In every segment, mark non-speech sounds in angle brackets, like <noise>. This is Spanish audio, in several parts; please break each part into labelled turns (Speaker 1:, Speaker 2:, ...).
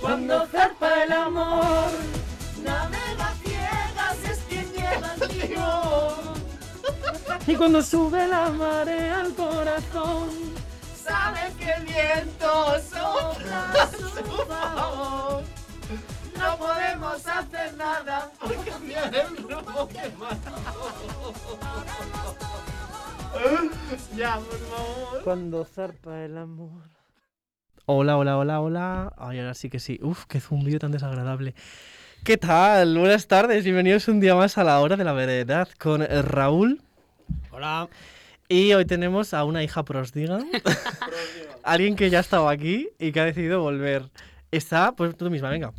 Speaker 1: Cuando zarpa el amor,
Speaker 2: Navegas ciegas es quien <laughs> llega al timón.
Speaker 1: y cuando sube la marea al corazón,
Speaker 2: Sabes que el viento sopla <laughs> a su favor. No podemos hacer nada por cambiar el rumbo que
Speaker 1: <laughs>
Speaker 2: marcó. Ya, por favor.
Speaker 1: cuando zarpa el amor.
Speaker 3: Hola, hola, hola, hola. Ay, ahora sí que sí. Uf, qué zumbido tan desagradable. ¿Qué tal? Buenas tardes, bienvenidos un día más a la hora de la veredad con eh, Raúl.
Speaker 4: Hola.
Speaker 3: Y hoy tenemos a una hija
Speaker 4: <laughs>
Speaker 3: pródiga, alguien que ya ha estado aquí y que ha decidido volver. Está, pues tú misma, venga.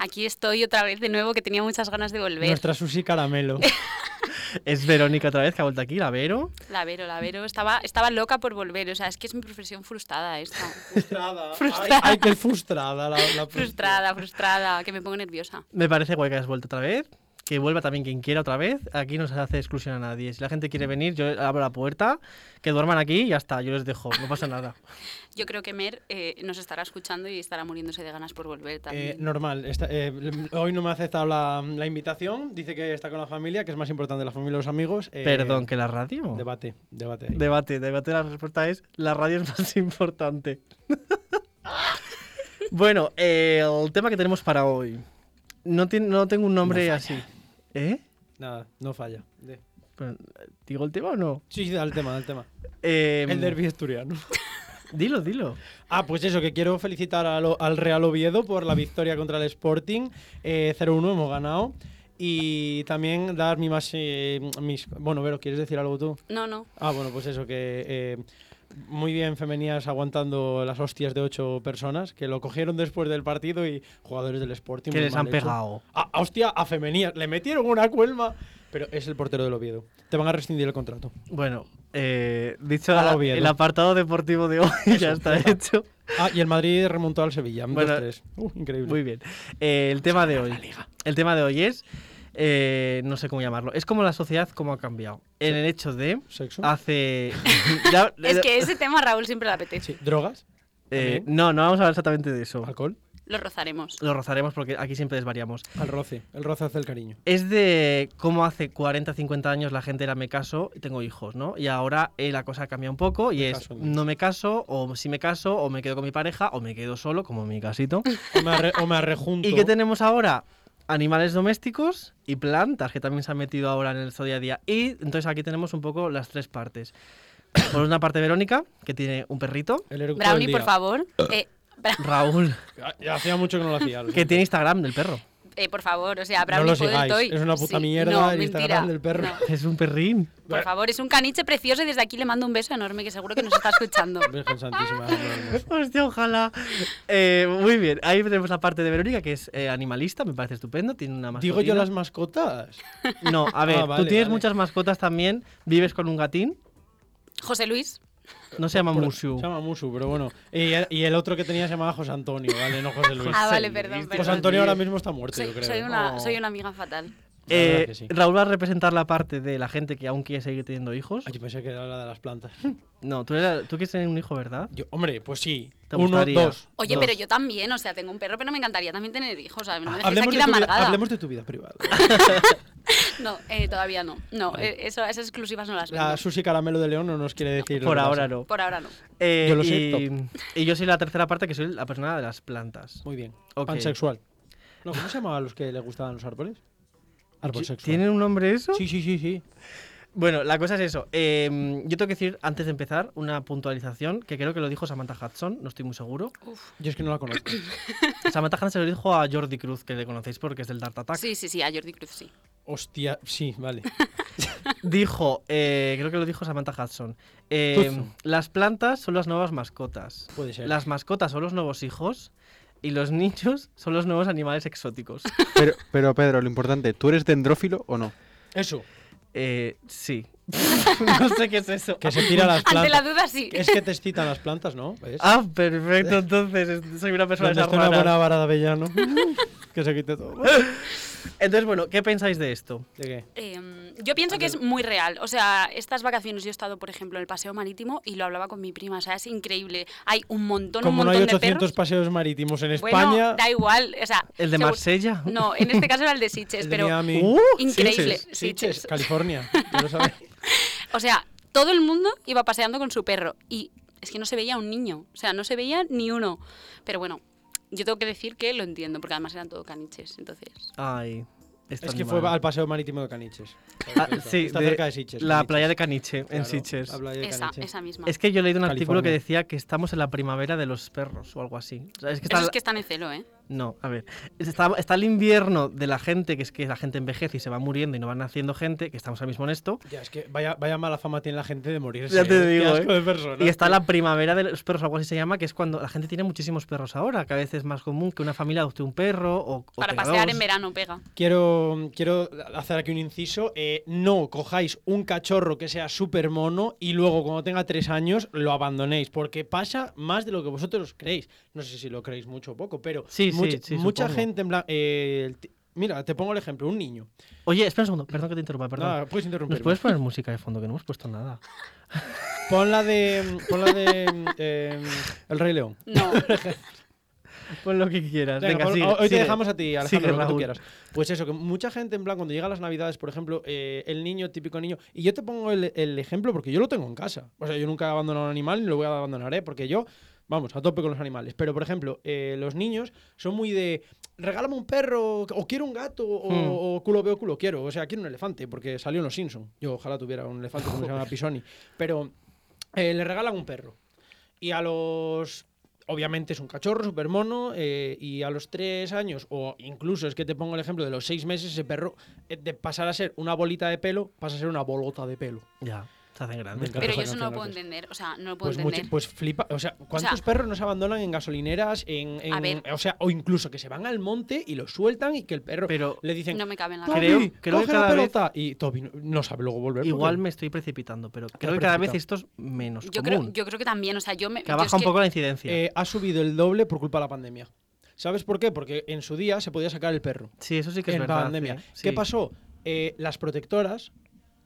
Speaker 5: Aquí estoy otra vez de nuevo, que tenía muchas ganas de volver.
Speaker 4: Nuestra Susi Caramelo.
Speaker 3: Es Verónica otra vez que ha vuelto aquí, la Vero.
Speaker 5: La Vero, la Vero, estaba, estaba loca por volver. O sea, es que es mi profesión frustrada esta.
Speaker 4: <laughs>
Speaker 5: <laughs>
Speaker 4: Frustrada.
Speaker 5: Frustrada.
Speaker 4: Ay, ay, qué frustrada la, la <laughs>
Speaker 5: frustrada, frustrada, que me pongo nerviosa.
Speaker 3: Me parece guay que has vuelto otra vez. Que vuelva también quien quiera otra vez. Aquí no se hace exclusión a nadie. Si la gente
Speaker 4: Mm.
Speaker 3: quiere venir, yo abro la puerta, que duerman aquí y ya está. Yo les dejo, no pasa nada.
Speaker 5: Yo creo que Mer eh, nos estará escuchando y estará muriéndose de ganas por volver
Speaker 4: Eh,
Speaker 5: también.
Speaker 4: normal. Está- eh, le- hoy no me ha aceptado la, la invitación. Dice que está con la familia, que es más importante la familia y los amigos. <laughs> Eh,
Speaker 3: Perdón, que la radio.
Speaker 4: Debate, debate. ahí.
Speaker 3: Debate, debate. La respuesta es la radio es más <laughs> importante. bueno, eh, el tema que tenemos para hoy. No, tiene- no tengo un nombre así. ¿Eh?
Speaker 4: Nada, no falla. De-
Speaker 3: Pero, ¿Digo el tema o no?
Speaker 4: Sí, sí, al tema, al tema.
Speaker 3: Em,
Speaker 4: El derbi asturiano.
Speaker 3: Dilo, dilo.
Speaker 4: Ah, pues eso, que quiero felicitar a lo- al Real Oviedo por la victoria contra el Sporting. Eh, 0-1 hemos ganado. Y también dar mi más... eh, mis, bueno, Vero, ¿quieres decir algo tú?
Speaker 5: No, no.
Speaker 4: Ah, bueno, pues eso, que eh, muy bien femenías aguantando las hostias de ocho personas, que lo cogieron después del partido y jugadores del Sporting...
Speaker 3: Que
Speaker 4: muy
Speaker 3: les
Speaker 4: mal
Speaker 3: han
Speaker 4: hecho.
Speaker 3: pegado.
Speaker 4: Ah, hostia, a femenías, le metieron una cuelma. Pero es el portero del Oviedo. Te van a rescindir el contrato.
Speaker 3: Bueno, eh, dicho
Speaker 4: Al
Speaker 3: la-
Speaker 4: Oviedo.
Speaker 3: el apartado deportivo de hoy, <laughs> ya está hecho.
Speaker 4: Ah, y el Madrid remontó al Sevilla.
Speaker 3: Bueno,
Speaker 4: 2-3. Uh, increíble.
Speaker 3: Muy bien. Eh, el tema de hoy. El tema de hoy es. eh, no sé cómo llamarlo. Es como la sociedad, cómo ha cambiado. En el hecho de.
Speaker 4: ¿Sexo? <laughs>
Speaker 3: Hace. ya-
Speaker 5: Es que ese tema a Raúl siempre le apetece.
Speaker 4: Sí, ¿Drogas?
Speaker 3: Eh,
Speaker 4: También.
Speaker 3: no, no vamos a hablar exactamente de eso.
Speaker 4: ¿Alcohol?
Speaker 5: Lo rozaremos.
Speaker 3: Lo rozaremos porque aquí siempre desvariamos.
Speaker 4: Al roce. El roce hace el cariño.
Speaker 3: Es de cómo hace 40, 50 años la gente era me caso y tengo hijos, ¿no? Y ahora eh, la cosa cambia un poco y
Speaker 4: Me
Speaker 3: es
Speaker 4: caso, ¿no?
Speaker 3: no me caso, o si me caso, o me quedo con mi pareja, o me quedo solo, como en mi
Speaker 4: <laughs>
Speaker 3: casito.
Speaker 4: O me, arre- o me arrejunto.
Speaker 3: <laughs> ¿Y qué tenemos ahora? Animales domésticos y plantas, que también se han metido ahora en el día a día. Y entonces aquí tenemos un poco las tres partes. Por una parte Verónica, que tiene un perrito.
Speaker 4: El eructo del
Speaker 5: Brownie,
Speaker 4: día.
Speaker 5: por favor.
Speaker 4: <laughs>
Speaker 5: Eh, Bra-
Speaker 3: Raúl,
Speaker 4: Ah, ya Hacía mucho que no lo hacía. lo
Speaker 3: que
Speaker 4: siento.
Speaker 3: tiene Instagram del perro.
Speaker 5: eh, por favor, o sea,
Speaker 4: No
Speaker 5: Brownie
Speaker 4: lo
Speaker 5: Poodle
Speaker 4: sigáis.
Speaker 5: Toy.
Speaker 4: Es una puta
Speaker 5: Sí,
Speaker 4: mierda.
Speaker 5: no,
Speaker 4: el
Speaker 5: mentira.
Speaker 4: Instagram del perro.
Speaker 5: No,
Speaker 3: Es un perrín.
Speaker 5: por favor, es un caniche precioso y desde aquí le mando un beso enorme que seguro que nos está
Speaker 4: <laughs>
Speaker 5: escuchando.
Speaker 4: Virgen Santísima.
Speaker 3: <laughs>
Speaker 4: hermanos.
Speaker 3: Hostia, ojalá. Eh, muy bien, ahí tenemos la parte de Verónica, que es eh, animalista, me parece estupendo. Tiene una mascota.
Speaker 4: Digo yo las mascotas.
Speaker 3: No, a ver,
Speaker 4: vale,
Speaker 3: tú tienes
Speaker 4: vale.
Speaker 3: muchas mascotas también. Vives con un gatín,
Speaker 5: José Luis,
Speaker 3: no se llama
Speaker 4: Por-
Speaker 3: Mushu.
Speaker 4: Se llama Musu, pero bueno. Y, y el otro que tenía se llamaba José Antonio, ¿vale? No José Luis.
Speaker 5: Ah, vale,
Speaker 3: Luis,
Speaker 5: perdón,
Speaker 3: tío.
Speaker 5: perdón.
Speaker 4: José Antonio ahora mismo está muerto,
Speaker 5: soy,
Speaker 4: yo creo. ¿eh?
Speaker 5: soy una,
Speaker 3: Oh.
Speaker 5: soy una amiga fatal.
Speaker 3: Eh,
Speaker 4: verdad que sí.
Speaker 3: Raúl va a representar la parte de la gente que aún quiere seguir teniendo hijos.
Speaker 4: Ah, yo pensé que era la de las plantas.
Speaker 3: No, tú, era- tú quieres tener un hijo, ¿verdad?
Speaker 4: Yo- hombre, pues sí.
Speaker 3: Te
Speaker 4: Uno,
Speaker 3: gustaría.
Speaker 4: dos.
Speaker 5: Oye,
Speaker 4: dos.
Speaker 5: pero yo también, o sea, tengo un perro, pero me encantaría también tener hijos, o sea, no me dejéis
Speaker 4: Ah, hablemos,
Speaker 5: aquí
Speaker 4: de
Speaker 5: de
Speaker 4: tu vida,
Speaker 5: amargada.
Speaker 4: hablemos de tu vida privada.
Speaker 5: No, eh, todavía no. No, eh, eso, esas exclusivas no las vendo.
Speaker 4: La Susi Caramelo de León no nos quiere decir. lo
Speaker 3: Por
Speaker 4: que
Speaker 3: ahora
Speaker 4: pasa.
Speaker 3: no.
Speaker 5: Por ahora no.
Speaker 3: Eh,
Speaker 4: Yo lo
Speaker 3: y,
Speaker 4: sé,
Speaker 3: y yo soy la tercera parte, que soy la persona de las plantas.
Speaker 4: Muy bien.
Speaker 3: Ok.
Speaker 4: Pansexual. No, ¿Cómo se llamaban los que le gustaban los árboles? Árbol sexual.
Speaker 3: ¿Tienen un nombre eso?
Speaker 4: Sí, sí, sí, sí.
Speaker 3: Bueno, la cosa es eso. Eh, yo tengo que decir, antes de empezar, una puntualización que creo que lo dijo Samantha Hudson, no estoy muy seguro.
Speaker 4: Yo es que no
Speaker 3: <coughs>
Speaker 4: la conozco.
Speaker 3: Samantha Hudson se lo dijo a Jordi Cruz, que le conocéis porque es del Dart Attack.
Speaker 5: Sí, sí, sí, a Jordi Cruz sí.
Speaker 4: Hostia, sí, vale.
Speaker 3: Dijo, eh, creo que lo dijo Samantha Hudson, eh,
Speaker 4: Hudson.
Speaker 3: las plantas son las nuevas mascotas.
Speaker 4: Puede ser.
Speaker 3: Las mascotas son los nuevos hijos y los niños son los nuevos animales
Speaker 4: <laughs>
Speaker 3: exóticos.
Speaker 6: Pero, pero Pedro, lo importante, ¿tú eres dendrófilo o no?
Speaker 4: Eso.
Speaker 3: Eh, sí. <laughs> no sé qué es eso.
Speaker 4: Que se tira las
Speaker 5: Ante la
Speaker 4: plantas.
Speaker 5: duda sí.
Speaker 4: Es que te excitan las plantas, ¿no? ¿Ves?
Speaker 3: Ah, perfecto, entonces es- soy una persona de
Speaker 4: Donde
Speaker 3: esas
Speaker 4: está una
Speaker 3: raras. <laughs>
Speaker 4: buena vara de avellano. que se quite todo.
Speaker 3: Entonces, bueno, ¿qué pensáis de esto?
Speaker 4: ¿De
Speaker 5: <laughs>
Speaker 4: qué?
Speaker 5: Em, yo pienso que es muy real. O sea, estas vacaciones yo he estado, por ejemplo, en el paseo marítimo y lo hablaba con mi prima. O sea, es increíble. Hay un montón, un
Speaker 4: Como no
Speaker 5: montón
Speaker 4: hay
Speaker 5: de
Speaker 4: 800
Speaker 5: perros.
Speaker 4: paseos marítimos en
Speaker 5: Bueno,
Speaker 4: España,
Speaker 5: da igual. O sea,
Speaker 3: ¿El de
Speaker 5: seguro-
Speaker 3: Marsella?
Speaker 5: No, en este caso era el de Sitges,
Speaker 4: <laughs> el de
Speaker 5: pero
Speaker 4: Miami,
Speaker 3: ¡Uh!
Speaker 5: increíble.
Speaker 4: Sitges,
Speaker 5: Sitges.
Speaker 4: Sitges,
Speaker 5: <laughs>
Speaker 4: California. ya lo sabes.
Speaker 5: O sea, todo el mundo iba paseando con su perro y es que no se veía un niño, o sea, no se veía ni uno. Pero bueno, yo tengo que decir que lo entiendo, porque además eran todo caniches, entonces...
Speaker 3: Ay. este
Speaker 4: Es que
Speaker 3: animal.
Speaker 4: fue al paseo marítimo de Caniches.
Speaker 3: Ah, sí,
Speaker 4: Está
Speaker 3: de
Speaker 4: cerca de Sitges.
Speaker 3: La
Speaker 4: Caniches.
Speaker 3: playa de Caniche, en
Speaker 4: Claro,
Speaker 3: Sitges.
Speaker 4: la playa de
Speaker 5: Esa,
Speaker 4: Caniches.
Speaker 5: esa misma.
Speaker 3: Es que yo he leído un artículo que
Speaker 4: California.
Speaker 3: decía que estamos en la primavera de los perros o algo así. O sea, es que está
Speaker 5: Eso es
Speaker 3: la- Pues
Speaker 5: que están en celo, ¿eh?
Speaker 3: No, a ver. Está, está el invierno de la gente, que es que la gente envejece y se va muriendo y no van naciendo gente, que estamos ahora mismo en esto.
Speaker 4: Ya, es que vaya, vaya mala fama tiene la gente de morirse.
Speaker 3: Ya te
Speaker 4: ¿eh? Qué
Speaker 3: digo,
Speaker 4: asco
Speaker 3: ¿eh?
Speaker 4: de persona.
Speaker 3: Y está la primavera de los perros, algo así se llama, que es cuando la gente tiene muchísimos perros ahora, que a veces es más común que una familia adopte un perro o, o
Speaker 5: Para
Speaker 3: tenga
Speaker 5: pasear
Speaker 3: dos.
Speaker 5: en verano pega.
Speaker 4: Quiero, quiero hacer aquí un inciso. Eh, no cojáis un cachorro que sea súper mono y luego cuando tenga tres años lo abandonéis, porque pasa más de lo que vosotros creéis. No sé si lo creéis mucho o poco, pero
Speaker 3: Sí, sí,
Speaker 4: mucha,
Speaker 3: sí,
Speaker 4: mucha
Speaker 3: supongo.
Speaker 4: gente en plan... eh, el ti- mira, te pongo el ejemplo, un niño.
Speaker 3: Oye, espera un segundo, perdón que te interrumpa, perdón.
Speaker 4: Nada,
Speaker 3: ¿Nos
Speaker 4: puedes interrumpir.
Speaker 3: puedes poner música de fondo? Que no hemos puesto
Speaker 4: <laughs>
Speaker 3: nada.
Speaker 4: Pon la de, pon la de <laughs> eh, El Rey León.
Speaker 5: No,
Speaker 3: Pon lo que quieras. Venga,
Speaker 4: Venga, Pablo,
Speaker 3: sigue,
Speaker 4: hoy te
Speaker 3: sigue.
Speaker 4: dejamos a ti, Alejandro,
Speaker 3: Sigue,
Speaker 4: lo que tú
Speaker 3: Raúl.
Speaker 4: quieras. Pues eso, que mucha gente, en plan, cuando llegan las navidades, por ejemplo, eh, el niño, típico niño, y yo te pongo el, el ejemplo porque yo lo tengo en casa. O sea, yo nunca he abandonado un animal ni lo voy a abandonar, ¿eh? Porque yo, vamos, a tope con los animales. Pero, por ejemplo, eh, los niños son muy de, regálame un perro, o quiero un gato, o,
Speaker 3: Hmm.
Speaker 4: o culo veo, culo quiero. O sea, quiero un elefante, porque salió en Los Simpson. Yo ojalá tuviera un elefante como se llama Pisoni. Pero eh, le regalan un perro. Y a los. Obviamente es un cachorro, súper mono, eh, y a los tres años, o incluso es que te pongo el ejemplo de los seis meses, ese perro, eh, de pasar a ser una bolita de pelo, pasa a ser una bolota de pelo.
Speaker 3: Ya, se hacen
Speaker 4: Me
Speaker 3: grandes.
Speaker 4: encanta.
Speaker 5: pero yo
Speaker 4: esa
Speaker 5: eso no
Speaker 4: canción,
Speaker 5: lo puedo
Speaker 4: gracias.
Speaker 5: entender, o sea, no lo puedo
Speaker 4: Pues, mucho-
Speaker 5: entender.
Speaker 4: pues flipa. O sea, ¿cuántos perros no se abandonan en gasolineras? En, en-
Speaker 5: A ver.
Speaker 4: O sea, o incluso que se van al monte y los sueltan y que el perro
Speaker 3: Pero
Speaker 4: le dicen.
Speaker 5: No me cabe en la
Speaker 4: "Toby,
Speaker 5: cabeza.
Speaker 3: Creo- creo que
Speaker 4: coge la
Speaker 3: cada vez-
Speaker 4: pelota". Y Toby no, no sabe luego volver. porque-
Speaker 3: igual me estoy precipitando, pero creo que cada vez esto es menos
Speaker 5: Yo creo,
Speaker 3: común.
Speaker 5: yo creo que también, o sea, yo me...
Speaker 3: que
Speaker 5: yo
Speaker 3: baja
Speaker 5: es
Speaker 3: un poco la incidencia.
Speaker 4: Eh, ha subido el doble por culpa de la pandemia. ¿Sabes por qué? Porque en su día se podía sacar el perro.
Speaker 3: sí, eso sí que es
Speaker 4: en
Speaker 3: verdad.
Speaker 4: pandemia.
Speaker 3: sí,
Speaker 4: ¿Qué
Speaker 3: sí.
Speaker 4: pasó? Eh, las protectoras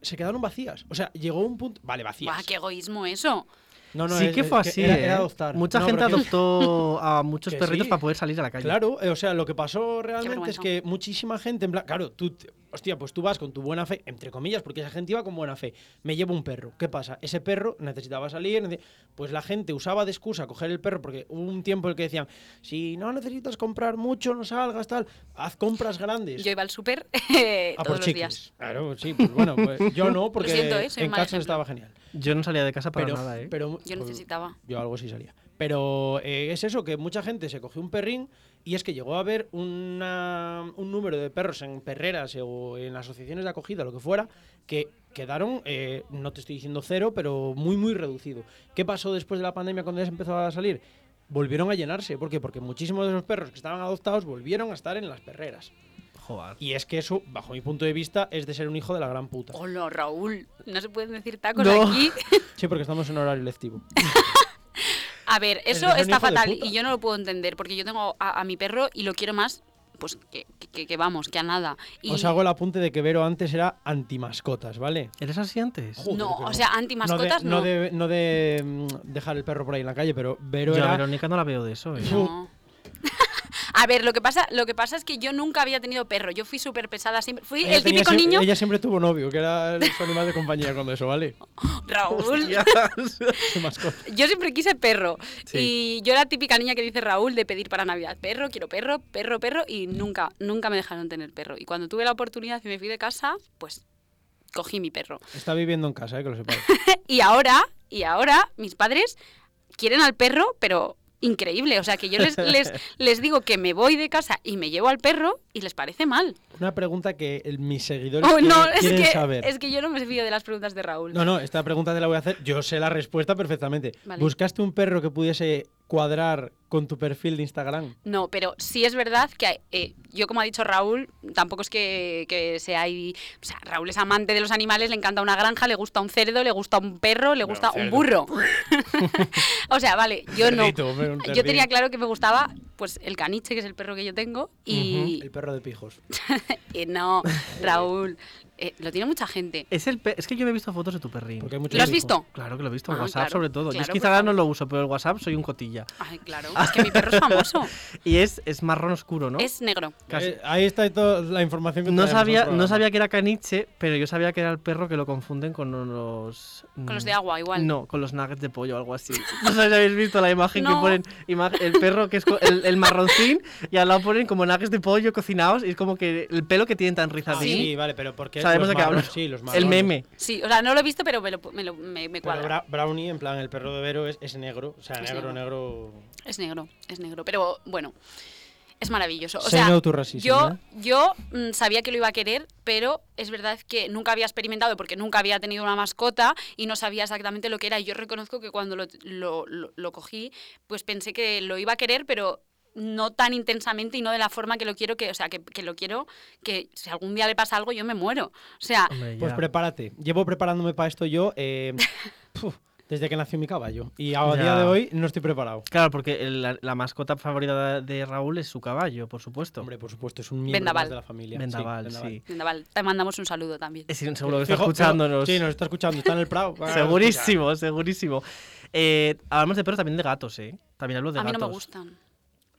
Speaker 4: se quedaron vacías. O sea, llegó un punto. Vale, vacías.
Speaker 5: Buah, qué egoísmo eso.
Speaker 4: No, no,
Speaker 3: sí
Speaker 4: es-
Speaker 3: que
Speaker 4: es
Speaker 3: fue así.
Speaker 4: era-
Speaker 3: ¿eh?
Speaker 4: era adoptar.
Speaker 3: Mucha
Speaker 4: No,
Speaker 3: gente
Speaker 4: pero que-
Speaker 3: adoptó a muchos
Speaker 4: <laughs> que
Speaker 3: perritos
Speaker 4: sí.
Speaker 3: para poder salir a la calle.
Speaker 4: Claro, eh, o sea, lo que pasó realmente es
Speaker 5: vergüenza.
Speaker 4: que muchísima gente, en plan, claro, tú, te- hostia, pues tú vas con tu buena fe, entre comillas, porque esa gente iba con buena fe. Me llevo un perro, ¿qué pasa? Ese perro necesitaba salir, nece- pues la gente usaba de excusa coger el perro, porque hubo un tiempo en el que decían, si no necesitas comprar mucho, no salgas, tal, haz compras grandes.
Speaker 5: Yo iba al súper
Speaker 3: Ah,
Speaker 5: <laughs>
Speaker 3: pues
Speaker 5: eh,
Speaker 4: a
Speaker 5: todos
Speaker 4: por
Speaker 5: los
Speaker 4: chicles.
Speaker 5: días.
Speaker 4: Claro, sí, pues bueno, pues yo
Speaker 5: <laughs>
Speaker 4: no, porque
Speaker 5: siento, ¿eh? Soy
Speaker 4: en
Speaker 5: un mal
Speaker 4: casa
Speaker 5: ejemplo.
Speaker 4: estaba genial.
Speaker 3: Yo no salía de casa para
Speaker 4: Pero,
Speaker 3: nada, ¿eh?
Speaker 4: pero
Speaker 5: Yo
Speaker 4: pues,
Speaker 5: necesitaba.
Speaker 4: yo algo sí salía. Pero eh, es eso, que mucha gente se cogió un perrín y es que llegó a haber una- un número de perros en perreras eh, o en asociaciones de acogida, lo que fuera, que quedaron, eh, no te estoy diciendo cero, pero muy, muy reducido. ¿Qué pasó después de la pandemia cuando ya se empezó a salir? Volvieron a llenarse. ¿Por qué? Porque muchísimos de esos perros que estaban adoptados volvieron a estar en las perreras.
Speaker 3: Joder.
Speaker 4: Y es que eso, bajo mi punto de vista, es de ser un hijo de la gran puta.
Speaker 5: Hola, Raúl. No se pueden decir tacos
Speaker 3: No.
Speaker 5: aquí.
Speaker 4: Sí, porque estamos en horario lectivo.
Speaker 5: A ver,
Speaker 4: Eres
Speaker 5: eso
Speaker 4: un
Speaker 5: está
Speaker 4: hijo de
Speaker 5: fatal
Speaker 4: puta.
Speaker 5: y yo no lo puedo entender porque yo tengo a, a mi perro y lo quiero más, pues que, que- que vamos, que a nada. Y
Speaker 4: Os hago el apunte de que Vero antes era antimascotas, ¿vale?
Speaker 3: ¿Eres así antes?
Speaker 4: Joder,
Speaker 5: No,
Speaker 4: pero-
Speaker 5: o sea, anti-mascotas
Speaker 4: no.
Speaker 5: no.
Speaker 4: de, no de, no de, mm, dejar el perro por ahí en la calle, pero Vero
Speaker 3: Yo a
Speaker 4: era.
Speaker 3: Verónica no la veo de
Speaker 4: <laughs>
Speaker 3: eso, ¿eh?
Speaker 4: Yo-
Speaker 5: No. <laughs> A ver, lo que pasa, lo que pasa es que yo nunca había tenido perro. Yo fui súper pesada siempre. Fui
Speaker 4: ella
Speaker 5: el
Speaker 4: tenía
Speaker 5: típico
Speaker 4: sie-
Speaker 5: niño.
Speaker 4: Ella siempre tuvo novio, que era el- su animal de compañía cuando eso,
Speaker 5: <laughs>
Speaker 4: ¿vale?
Speaker 5: Raúl.
Speaker 4: <laughs> Su mascota.
Speaker 5: Yo siempre quise perro.
Speaker 3: Sí.
Speaker 5: Y yo era la típica niña que dice Raúl de pedir para Navidad perro, quiero perro, perro, perro. Y nunca, nunca me dejaron tener perro. Y cuando tuve la oportunidad y me fui de casa, pues cogí mi perro.
Speaker 4: Está viviendo en casa, ¿eh? que lo sepáis.
Speaker 5: Y ahora, y ahora, mis padres quieren al perro, pero increíble. O sea, que yo les, les,
Speaker 4: <laughs>
Speaker 5: les digo que me voy de casa y me llevo al perro y les parece mal.
Speaker 4: Una pregunta que el- mis seguidores
Speaker 5: Oh, no,
Speaker 4: quieren,
Speaker 5: es
Speaker 4: quieren
Speaker 5: que,
Speaker 4: saber.
Speaker 5: es que yo no me fío de las preguntas de Raúl.
Speaker 4: No, no, esta pregunta te la voy a hacer. Yo sé la respuesta perfectamente.
Speaker 5: Vale.
Speaker 4: ¿Buscaste un perro que pudiese cuadrar con tu perfil de Instagram?
Speaker 5: No, pero sí es verdad que eh, yo, como ha dicho Raúl, tampoco es que, que sea ahí. O sea, Raúl es amante de los animales, le encanta una granja, le gusta un cerdo, le gusta un perro, le gusta un burro. <laughs> o sea, vale, yo no.
Speaker 4: Cerdito, hombre, un
Speaker 5: Yo tenía
Speaker 4: cerdito.
Speaker 5: claro que me gustaba, pues el caniche, que es el perro que yo tengo, y,
Speaker 4: El perro de pijos.
Speaker 5: y no, <laughs> Raúl, eh, lo tiene mucha gente.
Speaker 3: Es, el pe- es que yo me he visto fotos de tu perrín.
Speaker 4: Porque hay muchos
Speaker 5: ¿Lo has
Speaker 4: pijos.
Speaker 5: visto?
Speaker 3: Claro que lo he visto, en
Speaker 5: Ah,
Speaker 3: WhatsApp
Speaker 5: claro,
Speaker 3: sobre todo. yo es
Speaker 5: claro,
Speaker 3: quizá
Speaker 5: por
Speaker 3: ahora no
Speaker 5: favor.
Speaker 3: lo uso, pero el WhatsApp soy un cotilla.
Speaker 5: Ay, claro, es que mi perro
Speaker 3: <laughs>
Speaker 5: es famoso.
Speaker 3: Y es, es marrón oscuro, ¿no?
Speaker 5: Es negro.
Speaker 3: Casi.
Speaker 4: Eh, ahí está toda la información que
Speaker 3: No
Speaker 4: traemos al
Speaker 3: sabía, no
Speaker 4: programa.
Speaker 3: sabía que era caniche, pero yo sabía que era el perro que lo confunden con los... mm,
Speaker 5: Con los de agua, igual.
Speaker 3: No, con los nuggets de pollo o algo así. No sé si habéis visto la imagen que
Speaker 5: No.
Speaker 3: ponen ima- el perro que es co- el, el marroncín y al lado ponen como nuggets de pollo cocinados y es como que el pelo que tienen tan
Speaker 4: Ah,
Speaker 3: rizadín.
Speaker 4: sí,
Speaker 5: Sí.
Speaker 4: vale, pero porque
Speaker 3: Sabemos de qué
Speaker 4: hablo.
Speaker 3: hablo.
Speaker 4: Sí, los
Speaker 3: el
Speaker 4: marrones.
Speaker 3: meme.
Speaker 5: Sí, o sea, no lo he visto, pero me, lo- me lo- me- me
Speaker 4: Pero
Speaker 5: cuadra.
Speaker 4: Bra- Brownie, en plan, el perro de Vero es, es negro. O sea,
Speaker 5: Es
Speaker 4: negro, negro.
Speaker 5: Es negro, es negro. Pero bueno, es maravilloso. O
Speaker 4: Say
Speaker 5: sea,
Speaker 4: no to racism,
Speaker 5: yo,
Speaker 4: ¿eh?
Speaker 5: yo mm, sabía que lo iba a querer, pero es verdad que nunca había experimentado porque nunca había tenido una mascota y no sabía exactamente lo que era. Y yo reconozco que cuando lo, lo- lo- lo cogí, pues pensé que lo iba a querer, pero no tan intensamente y no de la forma que lo quiero que, o sea, que, que lo quiero, que si algún día le pasa algo, yo me muero. O sea,
Speaker 3: Hombre,
Speaker 4: Pues
Speaker 3: ya.
Speaker 4: prepárate. Llevo preparándome para esto yo
Speaker 5: <laughs>
Speaker 4: eh, puf, desde que nació mi caballo. Y a
Speaker 3: Ya.
Speaker 4: día de hoy no estoy preparado.
Speaker 3: Claro, porque el- la, la mascota favorita de Raúl es su caballo, por supuesto.
Speaker 4: Hombre, por supuesto, es un miembro
Speaker 5: Vendaval.
Speaker 4: más de la familia.
Speaker 3: Vendaval, sí.
Speaker 5: Vendaval, te mandamos un saludo también.
Speaker 3: Es decir, seguro que está
Speaker 4: Fijo- fijo-
Speaker 3: escuchándonos.
Speaker 4: Sí, nos está escuchando, está en
Speaker 3: <laughs>
Speaker 4: el Prado. Ah,
Speaker 3: segurísimo, segurísimo. Eh, hablamos de perros, también de gatos, ¿eh? También hablo de
Speaker 5: A mí
Speaker 3: gatos.
Speaker 5: no me gustan.
Speaker 4: escucha.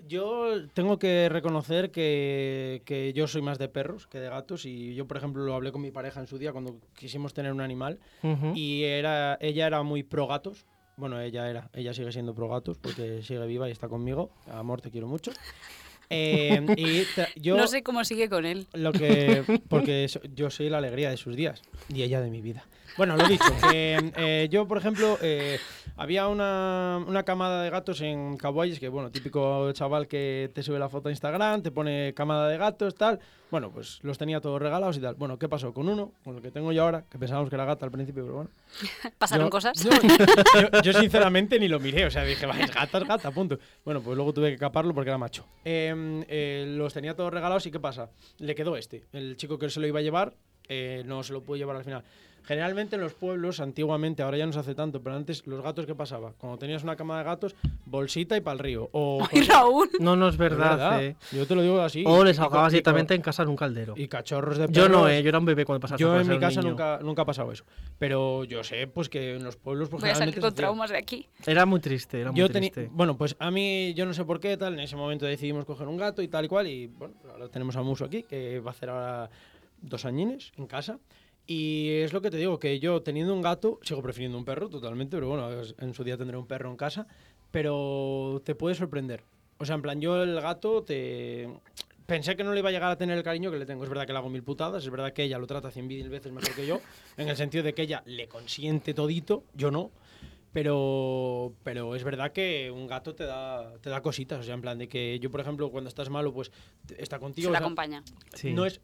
Speaker 4: Yo tengo que reconocer que, que yo soy más de perros que de gatos. Y yo, por ejemplo, lo hablé con mi pareja en su día cuando quisimos tener un animal.
Speaker 3: Ujú.
Speaker 4: Y era, ella era muy pro gatos. Bueno, ella era, ella sigue siendo pro gatos porque sigue viva y está conmigo. Amor, te quiero mucho. Eh, y ta- yo
Speaker 5: No sé cómo sigue con él.
Speaker 4: lo que porque so- yo soy la alegría de sus días y ella de mi vida. Bueno, lo dicho. que, eh, yo, por ejemplo, eh, había una, una camada de gatos en Kawaii, que bueno, típico chaval que te sube la foto a Instagram, te pone camada de gatos, tal. Bueno, pues los tenía todos regalados y tal. Bueno, ¿qué pasó? Con uno, con el que tengo yo ahora, que pensábamos que era gata al principio, pero bueno.
Speaker 5: Pasaron
Speaker 4: Yo-
Speaker 5: cosas. <laughs>
Speaker 4: Yo, yo- yo sinceramente ni lo miré, o sea, dije, vaya, es gata, es gata, punto. Bueno, pues luego tuve que caparlo porque era macho. Eh, eh, los tenía todos regalados y ¿qué pasa? Le quedó este. El chico que se lo iba a llevar eh, no se lo pudo llevar al final. Generalmente en los pueblos, antiguamente, ahora ya no se hace tanto, pero antes los gatos, ¿qué pasaba? Cuando tenías una cama de gatos, bolsita y pa'l río. O,
Speaker 5: Ay,
Speaker 3: <laughs>
Speaker 5: Raúl.
Speaker 3: No, no es
Speaker 4: Es
Speaker 3: verdad, ¿eh?
Speaker 4: Yo te lo digo así.
Speaker 3: O
Speaker 4: Y-
Speaker 3: les
Speaker 4: y-
Speaker 3: ahogabas
Speaker 4: y-
Speaker 3: directamente en casa en un caldero.
Speaker 4: Y cachorros de
Speaker 3: Yo no,
Speaker 4: perros.
Speaker 3: ¿eh? Yo era un bebé cuando pasaba
Speaker 4: Yo
Speaker 3: por
Speaker 4: en
Speaker 3: ser
Speaker 4: mi
Speaker 3: un
Speaker 4: casa
Speaker 3: niño.
Speaker 4: nunca, nunca ha pasado eso. Pero yo sé pues que en los pueblos pues,
Speaker 5: Voy a salir
Speaker 4: generalmente
Speaker 5: con
Speaker 4: se hacía.
Speaker 5: traumas de aquí.
Speaker 3: Era muy triste, era muy
Speaker 4: Yo tenía,
Speaker 3: triste.
Speaker 4: bueno, pues a mí yo no sé por qué tal, en ese momento decidimos coger un gato y tal y cual y bueno, ahora tenemos a Muso aquí que va a hacer ahora dos añines en casa. Y es lo que te digo, que yo teniendo un gato, sigo prefiriendo un perro totalmente, pero bueno, es- en su día tendré un perro en casa, pero te puede sorprender. O sea, en plan, yo el gato te... Pensé que no le iba a llegar a tener el cariño que le tengo. Es verdad que le hago mil putadas, es verdad que ella lo trata cien mil veces
Speaker 5: <laughs>
Speaker 4: mejor que yo, en el sentido de que ella le consiente todito, yo no. Pero, pero es verdad que un gato te da, te da cositas. O sea, en plan de que yo, por ejemplo, cuando estás malo, pues te- está
Speaker 5: Se
Speaker 4: contigo.
Speaker 5: la
Speaker 4: o sea,
Speaker 5: acompaña.
Speaker 3: Sí.
Speaker 4: no es,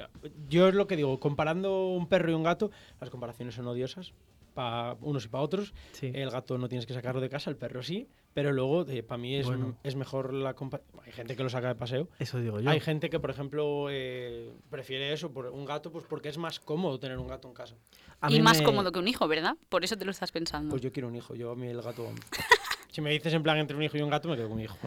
Speaker 4: yo es lo que digo, comparando un perro y un gato, las comparaciones son odiosas para unos y para otros.
Speaker 3: Sí.
Speaker 4: El gato no tienes que sacarlo de casa, el perro sí, pero luego para mí es,
Speaker 3: Bueno.
Speaker 4: es mejor la compa- Hay gente que lo saca de paseo.
Speaker 3: Eso digo yo.
Speaker 4: Hay gente que, por ejemplo, eh, prefiere eso, por un gato, pues porque es más cómodo tener un gato en casa.
Speaker 3: A
Speaker 5: Y
Speaker 3: mí
Speaker 5: más
Speaker 3: me-
Speaker 5: cómodo que un hijo, ¿verdad? Por eso te lo estás pensando.
Speaker 4: Pues yo quiero un hijo, yo a mí el gato... vamos. <laughs> si me dices en plan entre un hijo y un gato, me quedo con un hijo.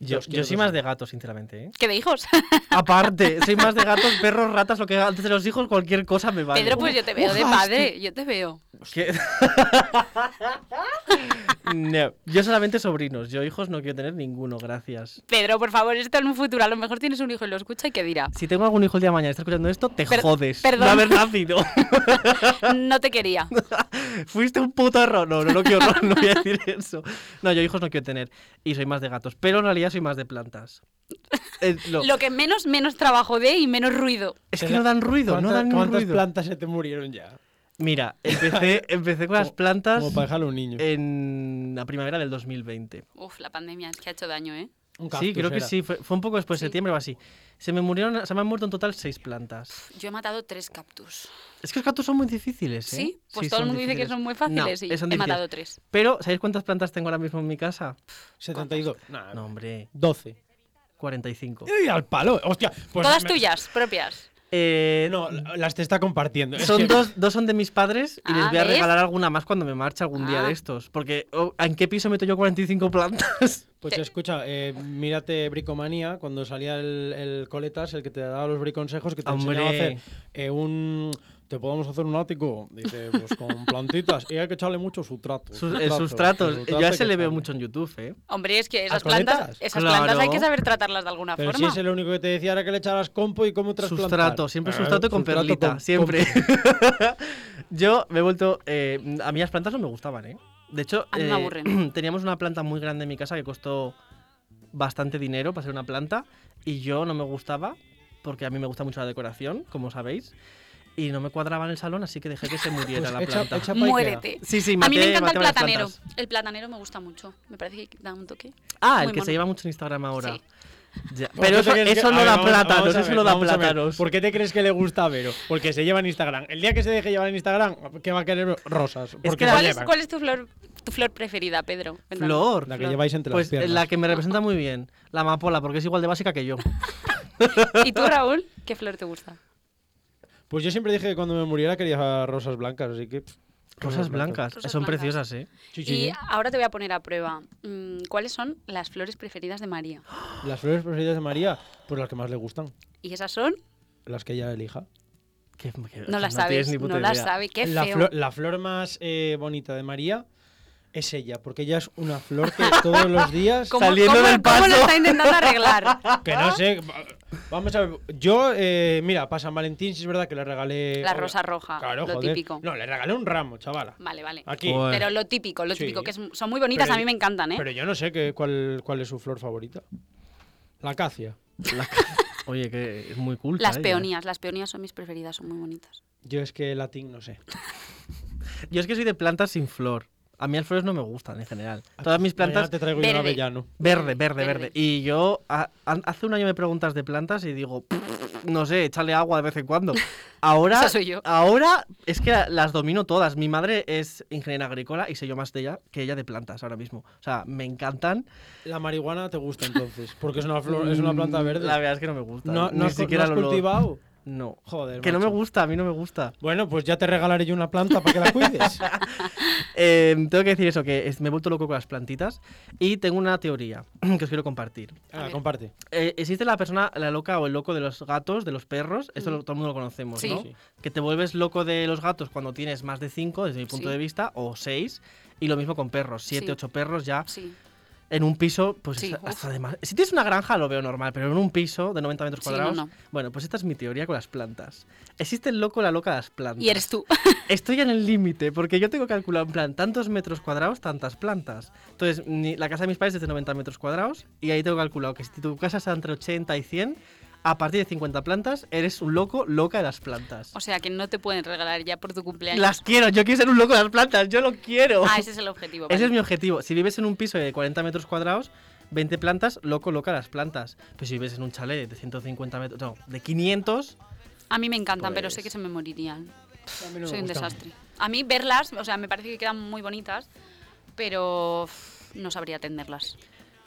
Speaker 3: Yo,
Speaker 4: Los
Speaker 3: yo
Speaker 4: quiero
Speaker 3: soy
Speaker 4: los
Speaker 3: más de gatos, sinceramente. ¿eh?
Speaker 5: ¿Qué de hijos?
Speaker 3: Aparte, soy más de gatos, perros, ratas, lo que antes de los hijos, cualquier cosa me <laughs> vale.
Speaker 5: Pedro, pues yo te veo
Speaker 3: <laughs>
Speaker 5: de padre. Yo te veo.
Speaker 3: ¿Qué? no. Yo solamente sobrinos, yo hijos no quiero tener ninguno, gracias.
Speaker 5: Pedro, por favor, esto en un futuro. A lo mejor tienes un hijo y lo escucha y
Speaker 3: <laughs>
Speaker 5: que dirá.
Speaker 3: Si tengo algún hijo el día de mañana y está escuchando esto, te
Speaker 5: Per-
Speaker 3: jodes.
Speaker 5: perdón.
Speaker 3: No haber
Speaker 5: <laughs>
Speaker 3: nacido.
Speaker 5: No te quería.
Speaker 3: Fuiste un puto error. No, no, no, qué horror, no voy a decir eso. No, yo hijos no quiero tener. Y soy más de gatos. Pero en realidad soy más de plantas. Eh, no.
Speaker 5: Lo que menos, menos trabajo de y menos ruido.
Speaker 3: Es que no dan ruido, no
Speaker 4: ¿Cuántas-
Speaker 3: dan ningún
Speaker 4: ¿Cuántas
Speaker 3: ruido.
Speaker 4: plantas se te murieron ya?
Speaker 3: Mira,
Speaker 5: <laughs>
Speaker 3: empecé, empecé con las
Speaker 4: Como-
Speaker 3: plantas
Speaker 4: Como para dejarlo a un niño.
Speaker 3: Eh, en la primavera del 2020.
Speaker 5: Uf, la pandemia es que ha hecho daño, ¿eh?
Speaker 4: Un
Speaker 3: sí,
Speaker 4: cactus
Speaker 3: creo que
Speaker 4: era.
Speaker 3: sí. Fue, fue un poco después de
Speaker 5: Sí.
Speaker 3: septiembre o así. Se me murieron, se me han muerto en total seis plantas.
Speaker 5: Yo he matado tres cactus.
Speaker 3: Es que los gatos son muy difíciles, ¿eh?
Speaker 5: Sí, pues todo el
Speaker 3: son
Speaker 5: mundo dice que
Speaker 3: difíciles.
Speaker 5: son muy fáciles
Speaker 3: No, eh,
Speaker 5: y he
Speaker 3: son difíciles.
Speaker 5: matado tres.
Speaker 3: Pero, ¿sabéis cuántas plantas tengo ahora mismo en mi casa?
Speaker 4: 72. Nah,
Speaker 3: No, hombre,
Speaker 4: 12.
Speaker 3: 45.
Speaker 4: ¡Uy, al palo! ¡Hostia! pues
Speaker 5: Todas
Speaker 4: me-
Speaker 5: tuyas, propias.
Speaker 3: Eh,
Speaker 4: Eh, No, las te está compartiendo. Es
Speaker 3: <laughs> Son
Speaker 4: que-
Speaker 3: dos, dos son de mis padres y les
Speaker 5: Ah,
Speaker 3: voy a
Speaker 5: ¿ves?
Speaker 3: regalar alguna más cuando me marche algún día
Speaker 5: Ah.
Speaker 3: de estos. Porque, oh, ¿en qué piso meto yo 45 plantas? <laughs>
Speaker 4: Pues
Speaker 5: Te-
Speaker 4: escucha, eh, mírate Bricomanía, cuando salía el, el Coletas, el que te daba los briconsejos, que te
Speaker 3: Hombre.
Speaker 4: enseñaba a hacer eh, un... Te podemos hacer un ático, dice, pues
Speaker 3: <laughs>
Speaker 4: con plantitas. Y hay que echarle mucho sustrato.
Speaker 3: Sus, eh, sustratos.
Speaker 4: sustrato
Speaker 3: Yo a
Speaker 4: hay
Speaker 3: ese
Speaker 4: que
Speaker 3: le veo
Speaker 4: echarle.
Speaker 3: mucho en YouTube, ¿eh?
Speaker 5: Hombre, es que
Speaker 4: ¿Las
Speaker 5: esas plantas,
Speaker 4: coletas?
Speaker 5: esas
Speaker 3: Claro.
Speaker 5: plantas hay que saber tratarlas de alguna
Speaker 4: Pero si
Speaker 5: forma.
Speaker 4: es el único que te decía era que le echaras compo y cómo trasplantar.
Speaker 3: Sustrato, siempre
Speaker 4: Claro, Ah,
Speaker 3: sustrato con perlita,
Speaker 4: con-
Speaker 3: siempre. <laughs> Yo me he vuelto. eh, a mí las plantas no me gustaban, ¿eh? De hecho,
Speaker 5: A mí me
Speaker 3: eh,
Speaker 5: aburren.
Speaker 3: <clears throat> teníamos una planta muy grande en mi casa que costó bastante dinero para ser una planta y yo no me gustaba porque a mí me gusta mucho la decoración, como sabéis, y no me cuadraba en el salón, así que dejé que
Speaker 4: <laughs>
Speaker 3: se
Speaker 4: Pues
Speaker 3: muriera la
Speaker 4: echa-
Speaker 3: planta.
Speaker 4: echa pa' Ikea.
Speaker 5: Muérete.
Speaker 3: Sí, sí,
Speaker 5: a mí me
Speaker 3: maté-
Speaker 5: encanta el
Speaker 3: maté varias
Speaker 5: platanero.
Speaker 3: plantas.
Speaker 5: El platanero me gusta mucho. Me parece que da un toque.
Speaker 3: Ah, el
Speaker 5: Muy
Speaker 3: que se
Speaker 5: mono.
Speaker 3: lleva mucho en Instagram ahora.
Speaker 5: Sí.
Speaker 3: Ya, <laughs>
Speaker 4: ¿Por
Speaker 3: Pero
Speaker 4: qué
Speaker 3: eso,
Speaker 4: te crees que-
Speaker 3: eso
Speaker 4: A
Speaker 3: no
Speaker 4: ver,
Speaker 3: da
Speaker 4: vamos- vamos
Speaker 3: plátanos,
Speaker 4: a
Speaker 3: eso
Speaker 4: ver,
Speaker 3: no da
Speaker 4: vamos a ver.
Speaker 3: plátanos.
Speaker 4: ¿Por qué te crees que le gusta a Vero? Porque se lleva en Instagram. El día que se deje llevar en Instagram, ¿qué va a querer? Rosas. Porque
Speaker 3: que
Speaker 4: la
Speaker 5: ¿Cuál es,
Speaker 4: llevan.
Speaker 5: cuál es tu flor, tu flor preferida, Pedro? Cuéntame.
Speaker 3: Flor.
Speaker 4: La que
Speaker 3: flor.
Speaker 4: lleváis entre las
Speaker 3: pues, eh,
Speaker 4: piernas.
Speaker 3: La que me representa muy bien. La amapola, porque es igual de básica que yo.
Speaker 5: ¿Y tú, Raúl? ¿Qué flor te gusta?
Speaker 4: Pues yo siempre dije que cuando me muriera quería rosas blancas, así que. pff,
Speaker 3: Rosas blancas.
Speaker 5: Rosas
Speaker 3: Son
Speaker 5: blancas.
Speaker 3: preciosas, ¿eh?
Speaker 4: Sí, sí,
Speaker 5: Y
Speaker 4: sí.
Speaker 5: ahora te voy a poner a prueba. Mm, ¿Cuáles son las flores preferidas de María?
Speaker 4: Las flores preferidas de María, pues las que más le gustan.
Speaker 5: Y esas son,
Speaker 4: Las que ella elija.
Speaker 3: Que- que-
Speaker 5: no las
Speaker 3: tienes
Speaker 5: sabes,
Speaker 3: ni
Speaker 5: no,
Speaker 3: puta
Speaker 5: las
Speaker 3: idea.
Speaker 5: sabe, qué
Speaker 4: La
Speaker 5: feo.
Speaker 4: flor, la flor más eh, bonita de María es ella, porque ella es una flor que <laughs> todos los días.
Speaker 5: ¿Cómo,
Speaker 3: Saliendo
Speaker 5: cómo-
Speaker 3: del
Speaker 5: cómo lo
Speaker 3: paso.
Speaker 5: está intentando
Speaker 3: <laughs>
Speaker 5: arreglar?
Speaker 4: Que no sé. va- Vamos a ver. Yo, eh, mira, para San Valentín, si es verdad que le regalé.
Speaker 5: La rosa roja,
Speaker 4: Claro,
Speaker 5: lo
Speaker 4: joder.
Speaker 5: típico.
Speaker 4: No, le regalé un ramo, chavala.
Speaker 5: Vale, vale.
Speaker 4: Aquí.
Speaker 3: Joder.
Speaker 5: Pero lo típico, lo
Speaker 4: Sí.
Speaker 5: típico, que es- son muy bonitas,
Speaker 4: Pero
Speaker 5: a mí
Speaker 4: yo-
Speaker 5: me encantan, ¿eh?
Speaker 4: Pero yo no sé qué, cuál, cuál es su flor favorita. La acacia.
Speaker 5: <laughs>
Speaker 3: Oye, que es muy culta.
Speaker 5: las
Speaker 3: ella.
Speaker 5: peonías, las peonías son mis preferidas, son muy bonitas.
Speaker 4: Yo es que latín no sé.
Speaker 3: Yo es que soy de plantas sin flor. A mí las flores no me gustan en general. Todas mis
Speaker 4: Mañana
Speaker 3: plantas.
Speaker 4: te traigo yo un
Speaker 5: Verde.
Speaker 4: avellano.
Speaker 3: Verde, verde, verde.
Speaker 5: Verde.
Speaker 3: Y yo a- an- hace un año me preguntas de plantas y digo, no sé, échale agua de vez en cuando. Ahora,
Speaker 5: Esa soy yo.
Speaker 3: ahora es que las domino todas. Mi madre es ingeniera agrícola y sé yo más de ella que ella de plantas ahora mismo. O sea, me encantan.
Speaker 4: La marihuana te gusta entonces, porque es una flor, es una planta
Speaker 3: Mm,
Speaker 4: verde.
Speaker 3: La verdad es que no me gusta. ¿eh?
Speaker 4: no,
Speaker 3: ni
Speaker 4: no has, cu-
Speaker 3: siquiera
Speaker 4: no has
Speaker 3: el olor.
Speaker 4: cultivado.
Speaker 3: No.
Speaker 4: Joder.
Speaker 3: Que no me
Speaker 4: macho.
Speaker 3: gusta, a mí no me gusta.
Speaker 4: Bueno, pues ya te regalaré yo una planta para que
Speaker 3: <laughs>
Speaker 4: la cuides.
Speaker 3: Eh, tengo que decir eso, que es- me he vuelto loco con las plantitas y tengo una teoría <clears throat> que os quiero compartir.
Speaker 5: A
Speaker 4: Ah,
Speaker 5: ver.
Speaker 4: comparte.
Speaker 3: Eh, existe la persona, la loca o el loco de los gatos, de los perros, esto lo- todo el mundo lo conocemos,
Speaker 5: Mm. Sí.
Speaker 3: ¿no?
Speaker 4: Sí.
Speaker 3: Que te vuelves loco de los gatos cuando tienes más de cinco, desde mi punto
Speaker 5: Sí.
Speaker 3: de vista, o seis, y lo mismo con perros, siete,
Speaker 5: Sí.
Speaker 3: ocho perros ya
Speaker 4: Ah.
Speaker 5: Sí,
Speaker 3: en un piso, pues
Speaker 5: Sí,
Speaker 3: hasta-
Speaker 5: uf.
Speaker 3: hasta de más. Si tienes una granja lo veo normal, pero en un piso de 90 metros
Speaker 5: Sí, no,
Speaker 3: cuadrados.
Speaker 5: no.
Speaker 3: Bueno, pues esta es mi teoría con las plantas. Existe el loco o la loca de las plantas.
Speaker 5: y eres tú.
Speaker 3: Estoy en el límite, porque yo tengo calculado en plan tantos metros cuadrados, tantas plantas. Entonces, mi- la casa de mis padres es de 90 metros cuadrados, y ahí tengo calculado que si tu casa está entre 80 y 100, a partir de 50 plantas, eres un loco, loca de las plantas.
Speaker 5: O sea que no te pueden regalar ya por tu cumpleaños.
Speaker 3: Las quiero, yo quiero ser un loco de las plantas, yo lo quiero.
Speaker 5: Ah, ese es el objetivo.
Speaker 3: Ese
Speaker 5: vale.
Speaker 3: es mi objetivo. Si vives en un piso de 40 metros cuadrados, 20 plantas, loco, loca las plantas. Pero si vives en un chalet de 150 metros, no, de 500,
Speaker 5: A mí me encantan, pero sé
Speaker 3: Pues-
Speaker 5: que se me morirían.
Speaker 4: A mí no me
Speaker 5: Soy un
Speaker 4: gustan.
Speaker 5: desastre. A mí verlas, o sea, me parece que quedan muy bonitas, pero uf, no sabría atenderlas.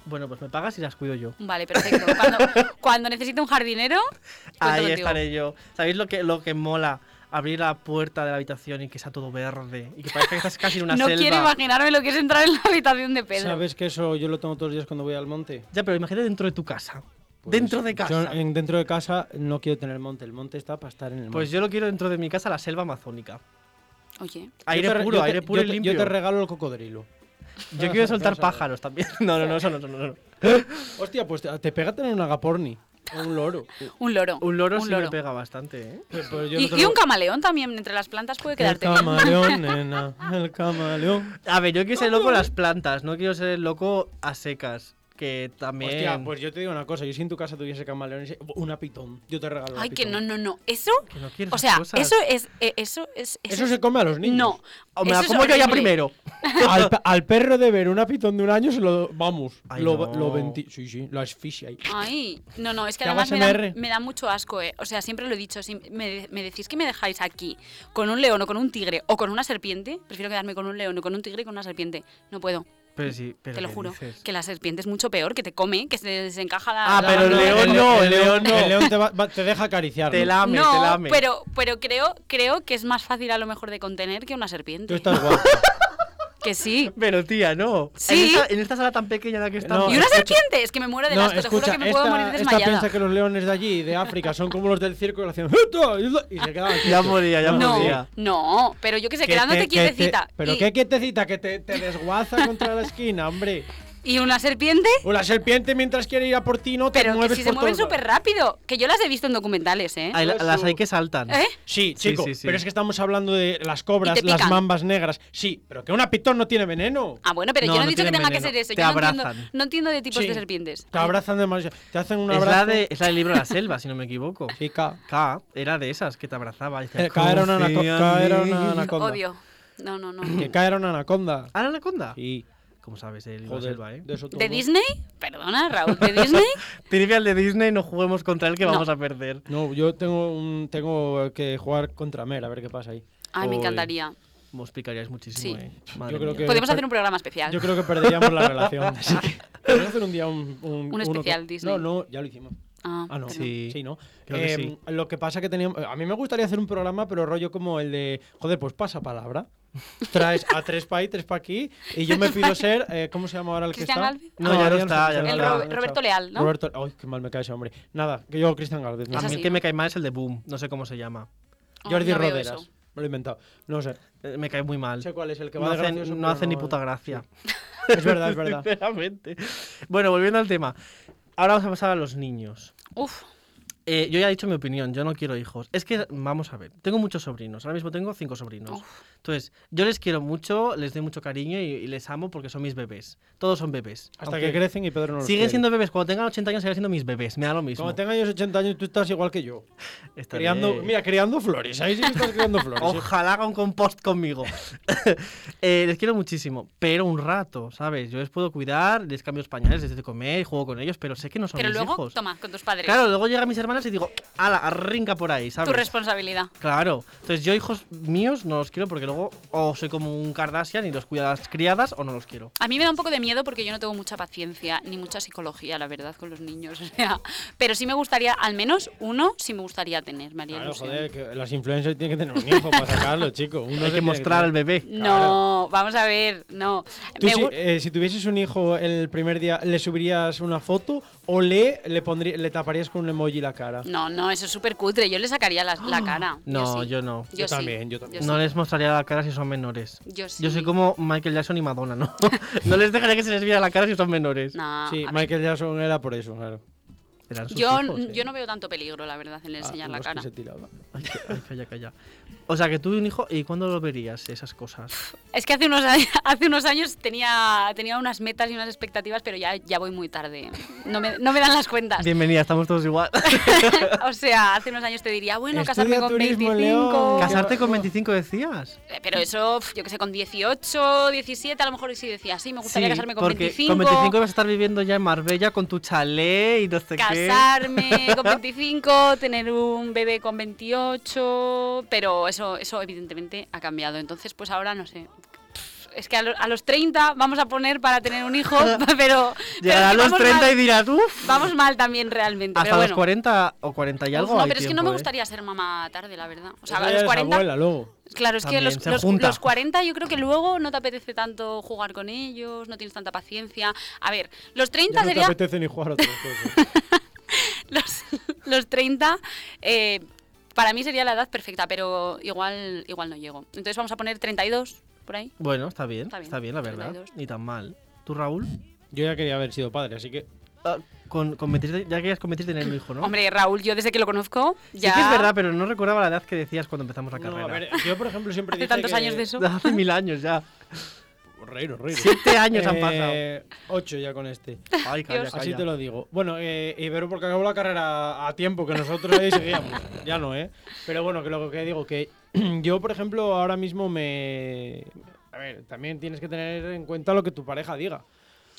Speaker 3: bueno, pues me pagas y las cuido yo. <laughs>
Speaker 5: Vale, perfecto. Cuando, cuando necesite un jardinero, cuento
Speaker 3: Ahí
Speaker 5: contigo.
Speaker 3: estaré yo. ¿Sabéis lo que, lo que mola? Abrir la puerta de la habitación y que sea todo verde. Y que parezca que estás casi en una
Speaker 5: <laughs> no
Speaker 3: selva.
Speaker 5: quiero imaginarme lo que es entrar en la habitación de Pedro.
Speaker 4: ¿Sabes que eso yo lo tengo todos los días cuando voy al monte?
Speaker 3: Ya, pero imagínate dentro de tu casa.
Speaker 4: Pues
Speaker 3: dentro de casa.
Speaker 4: Yo en- dentro de casa no quiero tener monte. El monte está para estar en el monte.
Speaker 3: Pues yo lo quiero dentro de mi casa, la selva amazónica.
Speaker 5: Oye,
Speaker 3: Aire
Speaker 4: Yo te re-
Speaker 3: puro,
Speaker 4: yo te-
Speaker 3: aire puro
Speaker 4: yo
Speaker 3: y
Speaker 4: te-
Speaker 3: limpio.
Speaker 4: Yo te regalo el cocodrilo.
Speaker 3: Yo
Speaker 4: <laughs>
Speaker 3: quiero soltar pájaros también. <laughs> No, no, no, eso no, eso no, no.
Speaker 4: Hostia, pues te, te pega tener una agaporni. O un loro.
Speaker 5: un loro.
Speaker 3: Un loro sí me pega bastante, ¿eh?
Speaker 4: Pero- pero yo no
Speaker 5: Y,
Speaker 4: te
Speaker 5: y
Speaker 4: lo-
Speaker 5: un camaleón también entre las plantas puede
Speaker 4: El
Speaker 5: quedarte. bien.
Speaker 4: camaleón, nena. El camaleón.
Speaker 3: A ver, yo quiero ser loco en las plantas, no quiero ser el loco a secas. Que también.
Speaker 4: Hostia, pues yo te digo una cosa. Yo si en tu casa tuviese camaleones, una pitón. Yo te regalo una
Speaker 5: Ay, que
Speaker 4: pitón.
Speaker 5: no, no, no. Eso,
Speaker 3: Que no quiero
Speaker 5: o
Speaker 3: esas
Speaker 5: sea,
Speaker 3: cosas.
Speaker 5: eso es, eh, eso es,
Speaker 4: Eso se come a los niños.
Speaker 5: No.
Speaker 3: O me la
Speaker 5: eso es
Speaker 3: como yo ya
Speaker 5: horrible.
Speaker 3: primero.
Speaker 4: <laughs> Al, pe- al perro de ver una pitón de un año se lo. Vamos.
Speaker 3: Ay,
Speaker 4: lo,
Speaker 3: no.
Speaker 4: lo venti- Sí, sí, lo asfixia ahí.
Speaker 5: Ah, Ay, no, no, es que
Speaker 4: Te hago
Speaker 5: además me da,
Speaker 4: ASMR.
Speaker 5: me da mucho asco, ¿eh? O sea, siempre lo he dicho, si me, me decís que me dejáis aquí con un león o con un tigre o con una serpiente, prefiero quedarme con un león o con un tigre que con una serpiente. No puedo,
Speaker 3: Pero sí, pero.
Speaker 5: te lo
Speaker 3: ¿qué
Speaker 5: juro.
Speaker 3: dices?
Speaker 5: Que la serpiente es mucho peor, que te come, que se desencaja la...
Speaker 3: Ah,
Speaker 5: la
Speaker 3: pero el
Speaker 5: mano.
Speaker 3: león no, el león no.
Speaker 4: El león te, va- va- te deja acariciar.
Speaker 3: Te
Speaker 5: <laughs>
Speaker 3: lame, te
Speaker 5: No,
Speaker 3: lame.
Speaker 5: pero, pero creo, creo que es más fácil a lo mejor de contener que una serpiente.
Speaker 4: Tú estás guapo.
Speaker 5: Que sí.
Speaker 3: Pero tía, no.
Speaker 5: Sí.
Speaker 3: En esta, en esta sala tan pequeña en la que estamos.
Speaker 4: No,
Speaker 5: ¿Y una
Speaker 4: escucha-
Speaker 5: serpiente? Es que me muero de
Speaker 4: no,
Speaker 5: las te juro
Speaker 4: escucha,
Speaker 5: que me
Speaker 4: esta,
Speaker 5: puedo morir
Speaker 4: esta
Speaker 5: desmayada.
Speaker 4: piensa que los leones de allí, de África, son como los del circo y lo hacían y se <laughs> quedaban
Speaker 3: Ya
Speaker 4: quietos.
Speaker 3: moría, ya
Speaker 5: No,
Speaker 3: moría.
Speaker 5: no, pero yo que sé,
Speaker 4: Que
Speaker 5: quedándote
Speaker 4: te- que
Speaker 5: quietecita.
Speaker 4: te- pero
Speaker 5: y,
Speaker 4: qué quietecita, que te, te desguaza contra la esquina, hombre.
Speaker 5: y una serpiente,
Speaker 4: O la serpiente mientras quiere ir a por ti no te
Speaker 5: pero que
Speaker 4: mueves
Speaker 5: si se
Speaker 4: por
Speaker 5: mueven
Speaker 4: todos
Speaker 5: súper rápido. Que yo las he visto en documentales, ¿eh?
Speaker 3: Hay la- las hay que saltan.
Speaker 5: ¿Eh?
Speaker 4: Sí,
Speaker 3: Sí,
Speaker 4: chico,
Speaker 3: sí, sí.
Speaker 4: pero es que estamos hablando de las cobras,
Speaker 5: Y te
Speaker 4: las
Speaker 5: pican.
Speaker 4: mambas negras. Sí, pero que una pitón no tiene veneno.
Speaker 5: Ah, bueno, pero
Speaker 3: No,
Speaker 5: yo no he
Speaker 3: no
Speaker 5: dicho que
Speaker 3: tienen
Speaker 5: tenga que
Speaker 3: veneno,
Speaker 5: ser eso.
Speaker 3: te
Speaker 5: yo no entiendo,
Speaker 3: abrazan.
Speaker 5: no entiendo de tipos
Speaker 4: Sí.
Speaker 5: de serpientes.
Speaker 4: Te abrazan demasiado. Te hacen un
Speaker 3: Es
Speaker 4: abrazo.
Speaker 3: la, de, es la del libro La Selva, si no me equivoco.
Speaker 4: Sí, ca.
Speaker 3: K era de esas que te abrazaba. y decía,
Speaker 4: Eh, K era una
Speaker 3: "Confía
Speaker 4: anaco- K
Speaker 3: en
Speaker 4: era
Speaker 3: mí".
Speaker 4: una anaconda.
Speaker 5: Obvio. No, no, no.
Speaker 4: Que cae era una anaconda.
Speaker 3: ¿Ah, era anaconda?
Speaker 4: Sí,
Speaker 3: Como sabes, el libro La
Speaker 4: joder.
Speaker 3: Selva, ¿eh?
Speaker 4: de eso todo.
Speaker 5: ¿De Disney? Perdona, Raúl, ¿de Disney?
Speaker 3: Trivial de Disney, no juguemos contra él que
Speaker 5: No.
Speaker 3: vamos a perder.
Speaker 4: No, yo tengo, un, tengo que jugar contra Mer, a ver qué pasa ahí.
Speaker 5: Ay, me
Speaker 3: Uy.
Speaker 5: encantaría.
Speaker 3: Os picaríais muchísimo,
Speaker 5: Sí.
Speaker 3: ¿eh? Madre
Speaker 4: Yo creo
Speaker 3: mía.
Speaker 4: que-
Speaker 5: Podemos
Speaker 4: per-
Speaker 5: hacer un programa especial.
Speaker 4: Yo creo que
Speaker 5: <laughs>
Speaker 4: perderíamos la relación. Así que podemos hacer un día un, un, uno
Speaker 5: especial
Speaker 4: con-
Speaker 5: Disney.
Speaker 4: No, no, ya lo hicimos.
Speaker 5: Ah,
Speaker 4: Ah, no.
Speaker 5: perdón.
Speaker 3: Sí.
Speaker 4: Sí, ¿no?
Speaker 3: Creo que
Speaker 4: Eh,
Speaker 3: sí.
Speaker 4: Lo que pasa que teníamos. A mí me gustaría hacer un programa, pero rollo como el de. Joder, pues pasa palabra. Traes a tres para ahí, tres para aquí. Y yo me pido ser. eh, ¿Cómo se llama ahora el que
Speaker 5: Cristian
Speaker 4: está?
Speaker 5: Galvez.
Speaker 3: No, ya no
Speaker 4: se
Speaker 3: está, ya
Speaker 4: llama.
Speaker 5: El
Speaker 3: no, no,
Speaker 5: Ro- Roberto Leal, ¿no?
Speaker 4: Roberto. Ay, qué mal me cae ese hombre. Nada, que yo, Cristian Galvez.
Speaker 5: Es
Speaker 3: A mí
Speaker 5: así.
Speaker 3: el que me cae mal es el de Boom, no sé cómo se llama.
Speaker 5: Ah,
Speaker 4: Jordi
Speaker 5: no veo
Speaker 4: Roderas.
Speaker 5: eso.
Speaker 4: Me lo he inventado. No sé.
Speaker 3: Eh, Me cae muy mal.
Speaker 4: Sé cuál es el que va
Speaker 3: No
Speaker 4: de
Speaker 3: hacen,
Speaker 4: gracioso,
Speaker 3: no
Speaker 4: pero
Speaker 3: hacen ni puta gracia.
Speaker 4: Es verdad, es
Speaker 3: <laughs>
Speaker 4: verdad.
Speaker 3: Sinceramente. Bueno, volviendo al tema. Ahora vamos a pasar a los niños.
Speaker 5: Uf,
Speaker 3: Eh, yo ya he dicho mi opinión, yo no quiero hijos. Es que, vamos a ver, tengo muchos sobrinos. Ahora mismo tengo cinco sobrinos. Entonces, yo les quiero mucho, les doy mucho cariño y, y les amo porque son mis bebés. Todos son bebés.
Speaker 4: Hasta
Speaker 3: Aunque
Speaker 4: que crecen y Pedro no lo
Speaker 3: Siguen siendo bebés. Cuando tengan 80 años seguirán siendo mis bebés. Me da lo mismo.
Speaker 4: Cuando tenga ellos 80 años, tú estás igual que yo.
Speaker 3: Estaré-
Speaker 4: Criando, mira, criando flores. Ahí sí que estás criando flores.
Speaker 3: <laughs>
Speaker 4: ¿eh?
Speaker 3: Ojalá haga un compost conmigo. <laughs> Eh, les quiero muchísimo, pero un rato, ¿sabes? Yo les puedo cuidar, les cambio los pañales, les doy de comer, juego con ellos, pero sé que no son
Speaker 5: pero
Speaker 3: mis
Speaker 5: luego,
Speaker 3: hijos.
Speaker 5: toma, con tus padres.
Speaker 3: Claro, luego llegan mis hermanas y digo, ala, arrinca por ahí,
Speaker 5: tu
Speaker 3: ¿sabes?
Speaker 5: responsabilidad.
Speaker 3: Claro, entonces yo hijos míos no los quiero porque luego o soy como un Kardashian y los cuida las criadas o no los quiero.
Speaker 5: A mí me da un poco de miedo porque yo no tengo mucha paciencia ni mucha psicología, la verdad, con los niños. <laughs> o sea, pero sí me gustaría, al menos uno, sí me gustaría tener, María.
Speaker 4: Claro, joder, que las influencers tienen que tener un hijo para sacarlo, chico. Uno
Speaker 3: <laughs> Hay
Speaker 4: se
Speaker 3: que
Speaker 4: tiene
Speaker 3: mostrar al
Speaker 4: tener.
Speaker 3: bebé.
Speaker 5: No, vamos a ver, no.
Speaker 4: Tú,
Speaker 5: Me
Speaker 4: si,
Speaker 5: gu-
Speaker 4: eh, si tuvieses un hijo el primer día, ¿le subirías una foto o le, le, pondrí- le taparías con un emoji la cara?
Speaker 5: No, no, eso es súper cutre. Yo le sacaría la,
Speaker 4: <gasps>
Speaker 5: la cara.
Speaker 3: No,
Speaker 5: sí.
Speaker 3: yo no.
Speaker 5: Yo,
Speaker 4: Yo
Speaker 5: sí,
Speaker 4: también, yo también.
Speaker 3: No
Speaker 5: sí.
Speaker 3: les mostraría la cara si son menores.
Speaker 5: Yo sí.
Speaker 3: Yo soy como Michael Jackson y Madonna, ¿no? <laughs> no les dejaría que se les viera la cara si son menores.
Speaker 5: No,
Speaker 4: sí,
Speaker 5: a ver,
Speaker 4: Michael Jackson era por eso, claro.
Speaker 3: Eran sus
Speaker 5: yo,
Speaker 3: hijos, ¿eh?
Speaker 5: yo no veo tanto peligro, la verdad, en enseñar
Speaker 4: Ah,
Speaker 5: la
Speaker 4: los que
Speaker 5: cara.
Speaker 4: se tiraba.
Speaker 3: Ay, ca- ay, calla, calla. O sea, que tuve un hijo y ¿cuándo lo verías esas cosas?
Speaker 5: Es que hace unos, a- <laughs> hace unos años tenía, tenía unas metas y unas expectativas, pero ya, ya voy muy tarde. No me, no me dan las
Speaker 4: <laughs>
Speaker 5: cuentas.
Speaker 3: Bienvenida, estamos todos igual.
Speaker 5: <laughs> o sea, hace unos años te diría, bueno,
Speaker 4: Estudia
Speaker 5: casarme con
Speaker 4: turismo en León.
Speaker 5: 25.
Speaker 3: Casarte con 25 decías.
Speaker 5: Eh, Pero eso, pf, yo que sé, con 18, 17, a lo mejor sí decía, sí, me gustaría
Speaker 3: Sí,
Speaker 5: casarme con
Speaker 3: porque
Speaker 5: 25.
Speaker 3: Con 25 vas a estar viviendo ya en Marbella con tu chalet y no sé <laughs>
Speaker 5: casarme con 25, tener un bebé con 28, pero eso, eso evidentemente ha cambiado. Entonces, pues ahora no sé. Es que a, lo- a los 30 vamos a poner para tener
Speaker 3: <laughs>
Speaker 5: un hijo,
Speaker 3: qué.
Speaker 5: <laughs> pero. pero es que
Speaker 3: Llegará a los
Speaker 5: vamos
Speaker 3: 30 y
Speaker 5: mal,
Speaker 3: dirás, uff.
Speaker 5: Vamos mal también realmente.
Speaker 3: Hasta
Speaker 5: pero bueno.
Speaker 3: los 40 o 40 y
Speaker 5: Uf,
Speaker 3: algo.
Speaker 5: no,
Speaker 3: hay
Speaker 5: pero es que no
Speaker 3: tiempo,
Speaker 5: me
Speaker 3: ¿eh?
Speaker 5: gustaría ser mamá tarde, la verdad. O sea,
Speaker 4: Esa
Speaker 5: a
Speaker 4: ya
Speaker 5: los
Speaker 4: es
Speaker 5: 40.
Speaker 4: abuela, luego.
Speaker 5: Claro, es
Speaker 3: También,
Speaker 5: que los,
Speaker 3: se
Speaker 5: los,
Speaker 3: junta.
Speaker 5: los 40 yo creo que luego no te apetece tanto jugar con ellos, no tienes tanta paciencia. A ver, los 30
Speaker 4: Ya no te
Speaker 5: sería...
Speaker 4: apetece ni jugar
Speaker 5: <laughs>
Speaker 4: a otras cosas.
Speaker 5: Los, los 30 eh, para mí sería la edad perfecta, pero igual, igual no llego. Entonces vamos a poner 32 por ahí.
Speaker 3: Bueno, está bien,
Speaker 5: Está
Speaker 3: está
Speaker 5: bien,
Speaker 3: bien, la verdad.
Speaker 5: 32.
Speaker 3: Ni tan mal. ¿Tú, Raúl?
Speaker 4: Yo ya quería haber sido padre, así que.
Speaker 3: Ah, Con, con 23 ya querías con 23 tener un hijo, ¿no?
Speaker 5: Hombre, Raúl, yo desde que lo conozco
Speaker 3: Sí
Speaker 5: ya...
Speaker 3: que es verdad, pero no recordaba la edad que decías cuando empezamos la
Speaker 4: No,
Speaker 3: carrera.
Speaker 4: a ver, yo, por ejemplo, siempre
Speaker 5: Hace
Speaker 4: dije.
Speaker 5: tantos
Speaker 4: que-
Speaker 5: años de eso.
Speaker 3: Hace mil años
Speaker 5: <laughs>
Speaker 3: ya.
Speaker 4: Reiro, reiro.
Speaker 3: Siete años han pasado.
Speaker 4: Eh, Ocho ya con este.
Speaker 3: Ay, calla,
Speaker 5: Dios.
Speaker 4: Así
Speaker 3: calla.
Speaker 4: te lo digo. Bueno, eh, Ibero porque acabó la carrera a tiempo, que nosotros ahí seguíamos.
Speaker 5: <laughs>
Speaker 4: ya no, ¿eh? Pero bueno, que lo que digo, que <clears throat> yo, por ejemplo, ahora mismo me... A ver, también tienes que tener en cuenta lo que tu pareja diga.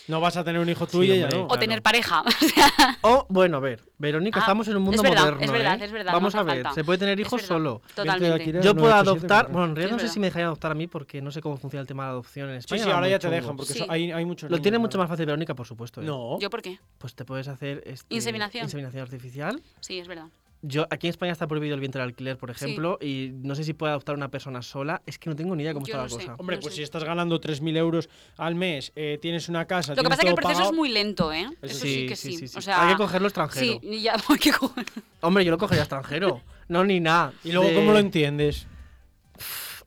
Speaker 4: No vas a tener un hijo tuyo y ella
Speaker 3: hombre.
Speaker 4: no.
Speaker 5: O tener pareja. <laughs> O sea,
Speaker 3: O, bueno, a ver, Verónica,
Speaker 5: Ah,
Speaker 3: estamos en un mundo
Speaker 5: es verdad,
Speaker 3: moderno.
Speaker 5: es verdad,
Speaker 3: ¿eh?
Speaker 5: es verdad,
Speaker 3: Vamos
Speaker 5: no
Speaker 3: a
Speaker 5: hace
Speaker 3: ver,
Speaker 5: falta.
Speaker 3: se puede tener
Speaker 5: es
Speaker 3: hijos
Speaker 5: verdad,
Speaker 3: solo.
Speaker 5: Totalmente.
Speaker 4: Era
Speaker 3: Yo puedo
Speaker 4: 987,
Speaker 3: adoptar,
Speaker 4: ¿verdad?
Speaker 3: bueno, en
Speaker 5: Es
Speaker 3: realidad no sé
Speaker 5: verdad.
Speaker 3: si me dejarían adoptar a mí porque no sé cómo funciona el tema de la adopción en
Speaker 4: Sí,
Speaker 3: España.
Speaker 4: sí, ahora
Speaker 3: muy
Speaker 4: ya te
Speaker 3: chungo.
Speaker 4: dejan, porque
Speaker 5: Sí.
Speaker 4: so- hay, hay muchos
Speaker 3: Lo
Speaker 4: niños,
Speaker 3: tiene mucho
Speaker 4: ¿verdad?
Speaker 3: más fácil Verónica, por supuesto. ¿eh?
Speaker 4: No.
Speaker 5: ¿Yo por qué?
Speaker 3: Pues te puedes hacer este,
Speaker 5: Inseminación.
Speaker 3: inseminación artificial
Speaker 5: Sí, es verdad.
Speaker 3: Yo, aquí en España está prohibido el vientre de alquiler, por
Speaker 5: Sí.
Speaker 3: ejemplo, y no sé si puede adoptar una persona sola. Es que no tengo ni idea cómo
Speaker 5: Yo
Speaker 3: está
Speaker 5: no
Speaker 3: la
Speaker 5: sé.
Speaker 3: cosa.
Speaker 4: Hombre,
Speaker 5: No
Speaker 4: pues
Speaker 5: sé.
Speaker 4: si estás ganando 3.000 euros al mes, eh, tienes una casa.
Speaker 5: Lo que
Speaker 4: tienes
Speaker 5: pasa es que el
Speaker 4: todo
Speaker 5: proceso
Speaker 4: pagado-
Speaker 5: es muy lento, ¿eh? Eso sí, que sí. O sea,
Speaker 3: Hay que cogerlo extranjero.
Speaker 5: Sí, y ya <laughs> hay que coger-
Speaker 3: Hombre, yo lo cogería extranjero. <laughs> No, ni nada.
Speaker 4: ¿Y luego
Speaker 3: De-
Speaker 4: cómo lo entiendes?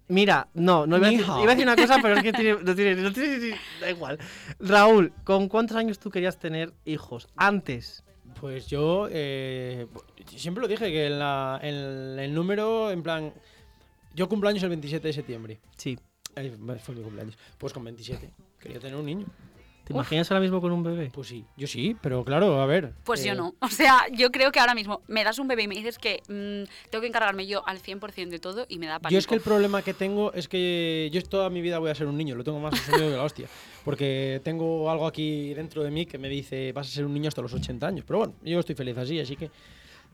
Speaker 3: Mira, no, no iba a, decir,
Speaker 4: Mija.
Speaker 3: iba a decir una cosa, pero es que tiene, no tiene, no tiene- sí, da igual. Raúl, ¿con cuántos años tú querías tener hijos? Antes.
Speaker 4: Pues yo eh, siempre lo dije, que en, la- en el número, en plan, yo cumplo años el 27 de septiembre.
Speaker 3: Sí.
Speaker 4: Eh, fue mi cumpleaños. Pues con 27. Quería tener un niño.
Speaker 3: ¿Te
Speaker 5: Uf.
Speaker 3: imaginas ahora mismo con un bebé?
Speaker 4: Pues sí, yo sí, pero claro, a ver.
Speaker 5: Pues
Speaker 4: eh,
Speaker 5: yo no. O sea, yo creo que ahora mismo me das un bebé y me dices que mm, tengo que encargarme yo al 100% de todo y me da pánico.
Speaker 4: Yo es que el problema que tengo es que yo toda mi vida voy a ser un niño, lo tengo más <laughs> asumido que la hostia. Porque tengo algo aquí dentro de mí que me dice, vas a ser un niño hasta los 80 años. Pero bueno, yo estoy feliz así, así que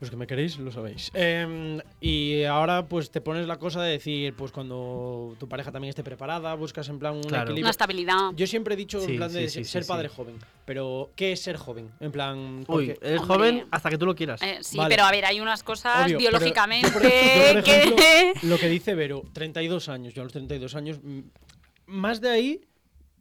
Speaker 4: los que me queréis lo sabéis. Em, y ahora pues te pones la cosa de decir, pues cuando tu pareja también esté preparada, buscas en plan un
Speaker 3: Claro.
Speaker 4: equilibrio.
Speaker 5: Una estabilidad.
Speaker 4: Yo siempre he dicho
Speaker 3: Sí,
Speaker 4: en plan de
Speaker 3: sí, sí, sí,
Speaker 4: ser
Speaker 3: sí.
Speaker 4: padre joven, pero ¿qué es ser joven? En plan...
Speaker 3: Uy,
Speaker 4: porque-
Speaker 3: eres
Speaker 5: hombre.
Speaker 3: joven hasta que tú lo quieras.
Speaker 5: Eh, sí,
Speaker 4: Vale.
Speaker 5: pero a ver, hay unas cosas
Speaker 4: Obvio, pero yo, por
Speaker 5: biológicamente
Speaker 4: ejemplo- eh, yo, por
Speaker 5: <laughs> que...
Speaker 4: ejemplo, Lo que dice Vero, 32 años, yo a los 32 años, mm, más de ahí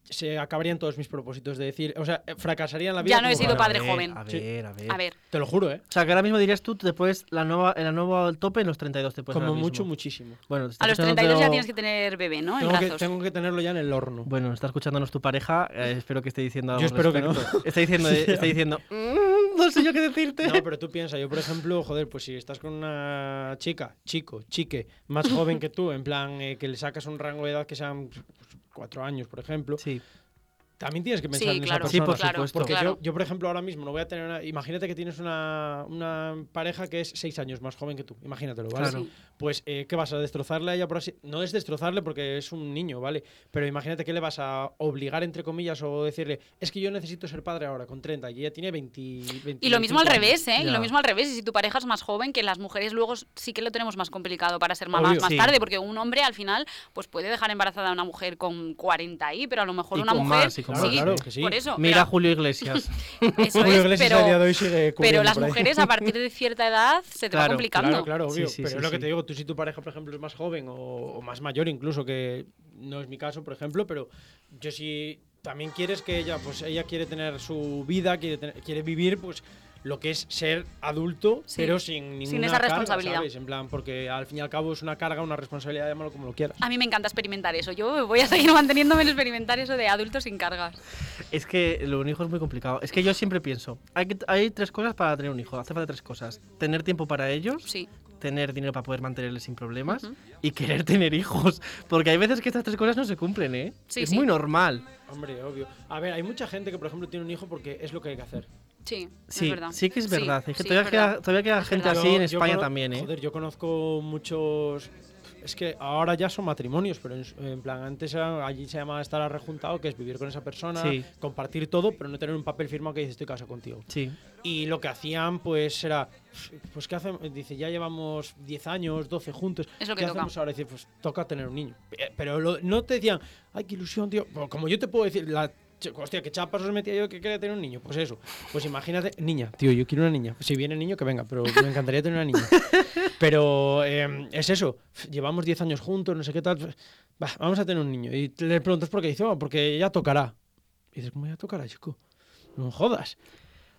Speaker 4: se acabarían todos mis propósitos de decir, o sea, eh, fracasaría en la vida.
Speaker 5: Ya no he
Speaker 4: como
Speaker 5: sido
Speaker 4: para-
Speaker 5: padre
Speaker 3: a ver,
Speaker 5: joven.
Speaker 3: A
Speaker 4: Sí.
Speaker 3: ver, a ver.
Speaker 5: A ver,
Speaker 4: Te lo juro, ¿eh?
Speaker 3: O sea, que ahora mismo dirías tú, después la nueva, la nueva tope en los 32 te puedes
Speaker 4: como
Speaker 3: ahora
Speaker 4: mucho,
Speaker 3: mismo.
Speaker 4: muchísimo.
Speaker 3: Bueno,
Speaker 5: a los 32 ya tienes que tener bebé, ¿no? En
Speaker 4: Tengo que,
Speaker 5: brazos.
Speaker 4: tengo que tenerlo ya en el horno.
Speaker 3: Bueno, está escuchándonos tu pareja, eh, espero que esté diciendo algo.
Speaker 4: Yo
Speaker 3: al
Speaker 4: espero que no.
Speaker 3: respecto. <laughs> Está diciendo,
Speaker 4: <laughs> Sí.
Speaker 3: está diciendo "Mm, no sé yo qué decirte.
Speaker 4: No, pero tú piensas, yo por ejemplo, joder, pues si estás con una chica, chico, chique, más joven que tú, en plan eh, que le sacas un rango de edad que sean pues, cuatro años, por ejemplo,
Speaker 3: Sí,
Speaker 4: también tienes que pensar en
Speaker 5: Sí,
Speaker 4: esa
Speaker 5: claro,
Speaker 3: Sí, por
Speaker 4: persona.
Speaker 5: claro,
Speaker 3: supuesto.
Speaker 4: Porque
Speaker 5: claro.
Speaker 4: yo, yo, por ejemplo, ahora mismo no voy a tener una... Imagínate que tienes una, una pareja que es seis años más joven que tú. Imagínatelo, ¿vale?
Speaker 3: Claro.
Speaker 5: Sí.
Speaker 4: Pues, eh, ¿qué vas a destrozarle a ella por así? No es destrozarle porque es un niño, ¿vale? Pero imagínate que le vas a obligar, entre comillas, o decirle, es que yo necesito ser padre ahora, con 30, y ella tiene 20... 20
Speaker 5: Y lo mismo al
Speaker 4: 25 años.
Speaker 5: revés, ¿eh? Y
Speaker 3: Ya.
Speaker 5: lo mismo al revés. Y si tu pareja es más joven, que las mujeres luego sí que lo tenemos más complicado para ser mamás
Speaker 4: Obvio.
Speaker 5: más
Speaker 3: Sí.
Speaker 5: tarde, porque un hombre al final pues puede dejar embarazada a una mujer con 40 y, pero a lo mejor
Speaker 3: Y
Speaker 5: una
Speaker 3: con
Speaker 5: mujer.
Speaker 3: más, y con
Speaker 4: Claro,
Speaker 5: sí,
Speaker 4: claro, que sí.
Speaker 5: por eso.
Speaker 3: Mira a
Speaker 5: pero-
Speaker 3: Julio Iglesias.
Speaker 5: eso
Speaker 4: Julio
Speaker 5: es,
Speaker 4: Iglesias
Speaker 5: pero,
Speaker 4: a día de hoy sigue
Speaker 5: pero
Speaker 4: cubriendo
Speaker 5: las
Speaker 4: por ahí.
Speaker 5: mujeres a partir de cierta edad se te va
Speaker 3: Claro,
Speaker 5: complicando.
Speaker 4: Claro, claro, obvio.
Speaker 3: Sí, sí,
Speaker 4: pero
Speaker 3: sí,
Speaker 4: es lo que
Speaker 3: sí.
Speaker 4: te digo, tú si tu pareja, por ejemplo, es más joven o, o más mayor incluso, que no es mi caso, por ejemplo, pero yo si también quieres que ella, pues ella quiere tener su vida, quiere, tener- quiere vivir, pues lo que es ser adulto,
Speaker 5: Sí.
Speaker 4: pero sin ninguna
Speaker 5: esa
Speaker 4: carga,
Speaker 5: responsabilidad.
Speaker 4: ¿sabes? En plan, porque al fin y al cabo es una carga, una responsabilidad, llámalo como lo quieras.
Speaker 5: A mí me encanta experimentar eso. Yo voy a seguir <laughs> manteniéndome en experimentar eso de adultos sin cargas.
Speaker 3: Es que lo de un hijo es muy complicado. Es que yo siempre pienso, hay, que- hay tres cosas para tener un hijo. Hace falta tres cosas. Tener tiempo para ellos,
Speaker 5: Sí.
Speaker 3: tener dinero para poder mantenerles sin problemas
Speaker 5: Ujú.
Speaker 3: y querer tener hijos. <laughs> Porque hay veces que estas tres cosas no se cumplen, ¿eh?
Speaker 5: Sí,
Speaker 3: es
Speaker 5: sí.
Speaker 3: muy normal.
Speaker 4: Hombre, obvio. A ver, hay mucha gente que, por ejemplo, tiene un hijo porque es lo que hay que hacer.
Speaker 5: Sí,
Speaker 3: Sí,
Speaker 5: es verdad.
Speaker 3: sí que es
Speaker 5: Sí,
Speaker 3: verdad. Hay que
Speaker 5: sí,
Speaker 3: todavía,
Speaker 5: es
Speaker 3: queda,
Speaker 5: verdad.
Speaker 3: todavía queda gente
Speaker 5: verdad.
Speaker 3: así en
Speaker 4: Yo- yo
Speaker 3: España
Speaker 4: cono-
Speaker 3: también, ¿eh?
Speaker 4: Joder, yo conozco muchos. Es que ahora ya son matrimonios, pero en, en plan, antes era- allí se llamaba estar arrejuntado, que es vivir con esa persona,
Speaker 3: Sí.
Speaker 4: compartir todo, pero no tener un papel firmado que dice estoy casado contigo.
Speaker 3: Sí,
Speaker 4: Y lo que hacían, pues era. Pues, ¿qué hacemos? Dice, ya llevamos 10 años, 12 juntos.
Speaker 5: Es lo que
Speaker 4: ¿Qué
Speaker 5: toca.
Speaker 4: hacemos ahora? Dice, pues toca tener un niño. Eh, Pero lo- no te decían, ay, qué ilusión, tío. Pues, como yo te puedo decir, la. ch- Hostia, qué chapas os metía yo que quería tener un niño. Pues eso. Pues imagínate, niña, tío, yo quiero una niña. Si viene niño, que venga, pero me encantaría tener
Speaker 5: <laughs>
Speaker 4: una niña. Pero eh, es eso. Llevamos 10 años juntos, no sé qué tal. pues, Va, vamos a tener un niño. Y le preguntas por qué. Dice, "Oh, porque ya tocará. Y dices, ¿cómo ya tocará, chico? No jodas.